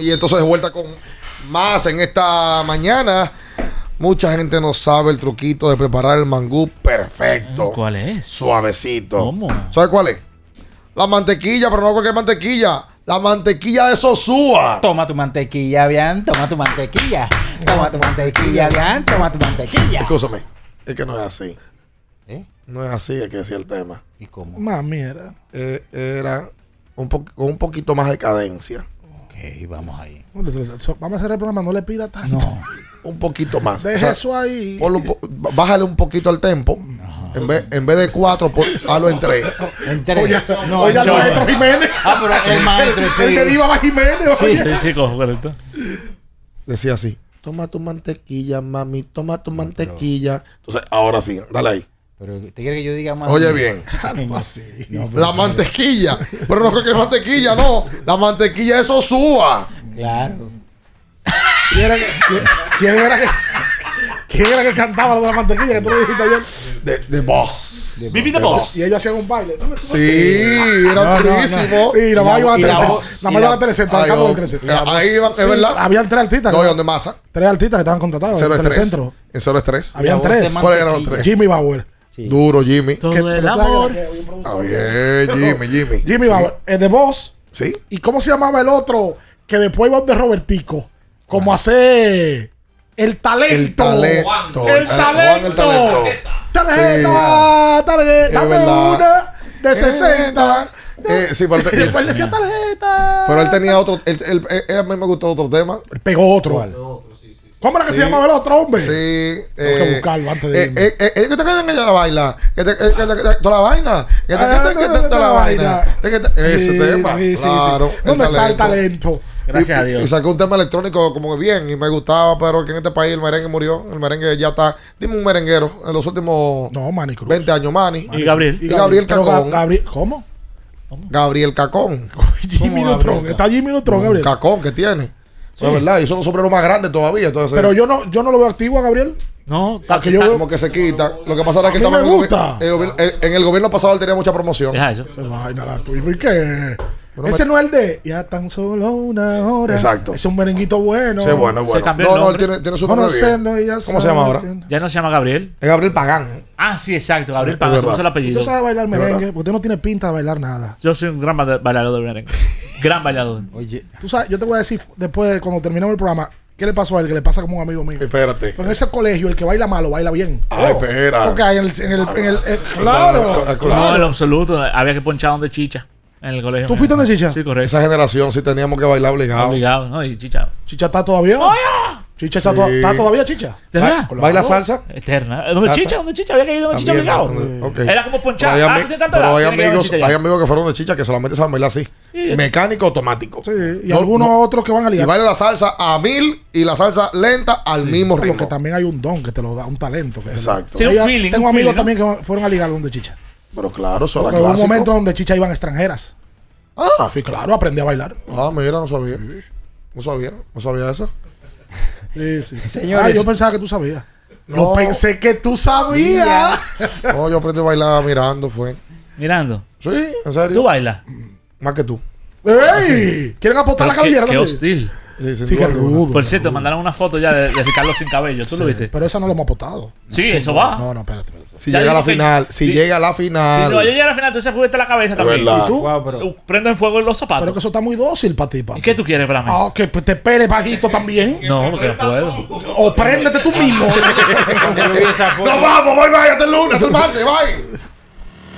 [SPEAKER 10] Y entonces de vuelta con más en esta mañana. Mucha gente no sabe el truquito de preparar el mangú perfecto.
[SPEAKER 29] ¿Cuál es?
[SPEAKER 10] Suavecito. ¿Sabes cuál es? La mantequilla, pero no cualquier mantequilla. La mantequilla de Sosúa.
[SPEAKER 1] Toma tu mantequilla, bien, toma tu mantequilla. Toma tu mantequilla, bien, toma tu mantequilla. ¿Eh?
[SPEAKER 10] Escúchame, es que no es así. No es así, es que decía el tema. ¿Y cómo?
[SPEAKER 11] Mami, era.
[SPEAKER 10] eh, era un po- con un poquito más de cadencia.
[SPEAKER 1] Ok, vamos ahí.
[SPEAKER 11] Vamos a hacer el programa, no le pida tanto.
[SPEAKER 10] un poquito más.
[SPEAKER 11] Deje
[SPEAKER 10] O sea,
[SPEAKER 11] eso ahí.
[SPEAKER 10] ponlo un po- bájale un poquito al tempo. En vez, en vez de cuatro, pon- hazlo en tres.
[SPEAKER 1] En tres.
[SPEAKER 11] Oye,
[SPEAKER 1] No,
[SPEAKER 11] oye,
[SPEAKER 1] en
[SPEAKER 11] al maestro
[SPEAKER 1] chorro.
[SPEAKER 11] Jiménez.
[SPEAKER 1] Ah, pero el maestro,
[SPEAKER 11] El-
[SPEAKER 1] sí.
[SPEAKER 11] El de Diva va Jiménez,
[SPEAKER 10] Sí.
[SPEAKER 11] oye.
[SPEAKER 10] Sí, sí,
[SPEAKER 29] correcto.
[SPEAKER 10] Decía así. Toma tu mantequilla, mami. Toma tu mantequilla. Entonces, ahora sí, dale ahí.
[SPEAKER 1] Pero te quiere que yo diga más.
[SPEAKER 10] Oye bien.
[SPEAKER 1] No, pero-
[SPEAKER 10] La mantequilla. Pero no cualquier mantequilla, no. La mantequilla es Sosúa.
[SPEAKER 1] Claro.
[SPEAKER 11] ¿Quién era que, quién- quién era que, quién era que cantaba lo de la mantequilla que tú le dijiste ayer?
[SPEAKER 10] De, de Boss.
[SPEAKER 29] Vivi the
[SPEAKER 10] De
[SPEAKER 29] Boss.
[SPEAKER 11] Y ellos hacían un baile.
[SPEAKER 10] Sí, era durísimo.
[SPEAKER 11] Sí, nada más iban a Telecentro. Nada más iban a Telecentro. al cabo del Telecentro.
[SPEAKER 10] Ahí iban, es
[SPEAKER 11] Sí,
[SPEAKER 10] verdad.
[SPEAKER 11] Habían tres artistas.
[SPEAKER 10] No,
[SPEAKER 11] que-
[SPEAKER 10] ¿y dónde masa?
[SPEAKER 11] Tres artistas que estaban contratados en
[SPEAKER 10] Cero
[SPEAKER 11] el
[SPEAKER 10] estrés.
[SPEAKER 11] Telecentro.
[SPEAKER 10] En cero estrés.
[SPEAKER 11] Habían tres.
[SPEAKER 10] ¿Cuáles eran los tres?
[SPEAKER 11] Jimmy Bauer.
[SPEAKER 10] Duro, Jimmy.
[SPEAKER 11] Que- pero ¿sabes
[SPEAKER 10] amor.
[SPEAKER 11] que era que un productor?
[SPEAKER 10] Ah, bien, Jimmy, Jimmy.
[SPEAKER 11] Jimmy
[SPEAKER 10] Sí.
[SPEAKER 11] Bauer. El de Voz.
[SPEAKER 10] Sí.
[SPEAKER 11] ¿Y cómo se llamaba el otro que después iba de Robertico? Como hace el talento.
[SPEAKER 10] talento.
[SPEAKER 11] El
[SPEAKER 10] Juan, el
[SPEAKER 11] talento.
[SPEAKER 10] talento.
[SPEAKER 11] Tarjeta, tarjeta,
[SPEAKER 10] Es
[SPEAKER 11] dame
[SPEAKER 10] verdad.
[SPEAKER 11] una de
[SPEAKER 10] Eh,
[SPEAKER 11] 60.
[SPEAKER 10] Eh, sí, pero,
[SPEAKER 11] Y después le decía tarjeta.
[SPEAKER 10] pero él tenía otro. Él, él- él- a mí me gustó otro tema.
[SPEAKER 11] Pegó otro.
[SPEAKER 10] Eh,
[SPEAKER 11] ¿Cómo era que
[SPEAKER 10] Sí.
[SPEAKER 11] se llamaba el otro hombre?
[SPEAKER 10] Sí.
[SPEAKER 11] Tengo que buscarlo antes de
[SPEAKER 10] eh,
[SPEAKER 11] irme.
[SPEAKER 10] eh, eh, eh, que te queden ella la vaina. Que te que- que- que- toda la vaina. Que te
[SPEAKER 11] Ah,
[SPEAKER 10] queden que te- toda la vaina. Que te- Ese
[SPEAKER 11] Sí,
[SPEAKER 10] tema.
[SPEAKER 11] sí, sí, sí.
[SPEAKER 10] Claro.
[SPEAKER 11] ¿Dónde está el talento?
[SPEAKER 29] Gracias
[SPEAKER 10] y,
[SPEAKER 29] a Dios.
[SPEAKER 10] Y sacó un tema electrónico como que bien y me gustaba, pero que en este país el merengue murió. El merengue ya está. Dime un merenguero en los últimos 20 años, Manny.
[SPEAKER 29] Y Gabriel.
[SPEAKER 10] Y Gabriel
[SPEAKER 11] Pero
[SPEAKER 10] Cacón.
[SPEAKER 11] Ga- Gabriel- ¿Cómo?
[SPEAKER 10] Gabriel Cacón.
[SPEAKER 11] Jimmy Neutron. Está Jimmy Neutron, Gabriel.
[SPEAKER 10] Cacón que tiene.
[SPEAKER 11] Sí.
[SPEAKER 10] No, es verdad. Y son los sombreros más grandes todavía. Entonces,
[SPEAKER 11] Pero yo no, yo no lo veo activo a Gabriel.
[SPEAKER 29] No,
[SPEAKER 11] para Ah, que yo veo-
[SPEAKER 10] como que se quita. Lo que pasa es que
[SPEAKER 11] A mí
[SPEAKER 10] estaba
[SPEAKER 11] me
[SPEAKER 10] en el
[SPEAKER 11] gusta.
[SPEAKER 10] gobi- el gobi- el- en el gobierno pasado él tenía mucha promoción.
[SPEAKER 11] Esa vaina la tuya. ¿Y qué?
[SPEAKER 10] Bueno,
[SPEAKER 11] Ese
[SPEAKER 10] eh, me-
[SPEAKER 11] no es el de ya tan solo una hora.
[SPEAKER 10] Exacto.
[SPEAKER 11] Es un merenguito bueno.
[SPEAKER 10] Sí, bueno, bueno. no, no, él tiene, tiene su nombre bien.
[SPEAKER 11] Conocerlo y ya
[SPEAKER 10] ¿Cómo se llama
[SPEAKER 11] saber
[SPEAKER 10] ahora?
[SPEAKER 11] quién-
[SPEAKER 13] Ya no se llama Gabriel.
[SPEAKER 10] Es Gabriel Pagán.
[SPEAKER 13] Ah, sí, exacto. Gabriel
[SPEAKER 10] Es
[SPEAKER 13] Pagán, se
[SPEAKER 10] verdad.
[SPEAKER 13] puso el apellido.
[SPEAKER 11] Usted sabe bailar
[SPEAKER 13] Es
[SPEAKER 11] merengue,
[SPEAKER 13] verdad.
[SPEAKER 11] porque usted no tiene pinta de bailar nada.
[SPEAKER 13] Yo soy un gran ba- bailador de merengue. gran bailador.
[SPEAKER 1] Oye.
[SPEAKER 11] Tú sabes, yo te voy a decir después, de cuando terminemos el programa, ¿qué le pasó a él? Que le pasa como un amigo mío.
[SPEAKER 10] Espérate.
[SPEAKER 11] Pero en ese colegio, el que baila malo, baila bien.
[SPEAKER 10] Ah, espera.
[SPEAKER 11] Porque en el. en el- en el- eh, Oh. claro.
[SPEAKER 13] No, en lo absoluto. Había que ponchar donde chicha en el colegio.
[SPEAKER 11] ¿Tú fuiste donde Chicha?
[SPEAKER 13] Sí, correcto.
[SPEAKER 10] Esa generación sí teníamos que bailar obligado.
[SPEAKER 13] Obligado, ¿no? Y chicha.
[SPEAKER 11] Chicha está todavía. Chicha está,
[SPEAKER 10] Sí.
[SPEAKER 11] to- está todavía, chicha.
[SPEAKER 13] ¿De verdad?
[SPEAKER 10] ¿Baila salsa?
[SPEAKER 13] Eterna. ¿Dónde
[SPEAKER 10] Salsa.
[SPEAKER 13] chicha? ¿Dónde chicha? Había que ir donde chicha
[SPEAKER 10] También,
[SPEAKER 13] obligado.
[SPEAKER 10] ¿no? Ok.
[SPEAKER 13] Era como ponchar.
[SPEAKER 10] Pero hay,
[SPEAKER 13] Ah,
[SPEAKER 10] ami-
[SPEAKER 13] tú tienes tanta
[SPEAKER 10] pero
[SPEAKER 13] edad,
[SPEAKER 10] hay
[SPEAKER 13] tienes que ir
[SPEAKER 10] amigos,
[SPEAKER 13] donde chicha
[SPEAKER 10] hay
[SPEAKER 13] ya.
[SPEAKER 10] amigos que fueron de chicha que solamente saben bailar así. Mecánico automático. Sí,
[SPEAKER 11] Y algunos otros que van a
[SPEAKER 10] Y
[SPEAKER 11] ligar.
[SPEAKER 10] baila la salsa a mil y la salsa lenta al mismo
[SPEAKER 11] Porque
[SPEAKER 10] ritmo.
[SPEAKER 11] también hay un don que te lo da, un talento. que te lo da.
[SPEAKER 10] Exacto.
[SPEAKER 11] Hay-
[SPEAKER 10] Sí, un feeling,
[SPEAKER 11] tengo
[SPEAKER 10] un
[SPEAKER 11] amigos
[SPEAKER 10] feeling,
[SPEAKER 11] también que fueron a ligar donde chicha.
[SPEAKER 10] Pero claro, eso
[SPEAKER 11] Porque
[SPEAKER 10] era
[SPEAKER 11] hubo un
[SPEAKER 10] clásico.
[SPEAKER 11] momento donde chicha iban extranjeras.
[SPEAKER 10] Ah,
[SPEAKER 11] sí, claro, aprendí a bailar.
[SPEAKER 10] Ah, mira, no sabía. No sabía, no sabía eso.
[SPEAKER 11] Sí, sí.
[SPEAKER 10] Señores.
[SPEAKER 11] Ah, yo pensaba que tú sabías.
[SPEAKER 10] No.
[SPEAKER 11] Yo pensé que tú sabías.
[SPEAKER 10] No, yo aprendí a bailar mirando, fue.
[SPEAKER 13] Mirando.
[SPEAKER 10] Sí, en serio.
[SPEAKER 13] ¿Tú bailas? Ah,
[SPEAKER 10] Más que tú.
[SPEAKER 11] ¡Ey! ¿Quieren
[SPEAKER 13] Pero
[SPEAKER 11] apostar la
[SPEAKER 13] qué-
[SPEAKER 11] cabellera
[SPEAKER 13] Qué
[SPEAKER 11] también?
[SPEAKER 13] hostil.
[SPEAKER 10] sin Sí, duda qué alguna. rudo,
[SPEAKER 13] Por cierto, mandaron una foto ya de, de Ricardo sin cabello. ¿Tú lo viste?
[SPEAKER 11] Pero esa no lo hemos apostado.
[SPEAKER 13] Sí, eso va.
[SPEAKER 11] No, no, espérate.
[SPEAKER 10] Si
[SPEAKER 13] Ya
[SPEAKER 10] llega a la
[SPEAKER 13] dijo que-
[SPEAKER 10] final, si
[SPEAKER 13] sí.
[SPEAKER 10] llega a la
[SPEAKER 13] Si
[SPEAKER 10] final.
[SPEAKER 13] no, yo llegué a la final, entonces fuiste la cabeza también.
[SPEAKER 10] verdad. ¿Y tú?
[SPEAKER 13] Uh, Prendo en fuego los zapatos.
[SPEAKER 11] Pero que eso está muy dócil para ti, papi.
[SPEAKER 13] ¿Qué tú quieres, Brahma?
[SPEAKER 11] Ah, que pues, te pere bajito también.
[SPEAKER 13] No, porque no puedo.
[SPEAKER 11] O préndete tú mismo.
[SPEAKER 10] Nos vamos, bye bye, hasta el lunes, hasta el martes, bye.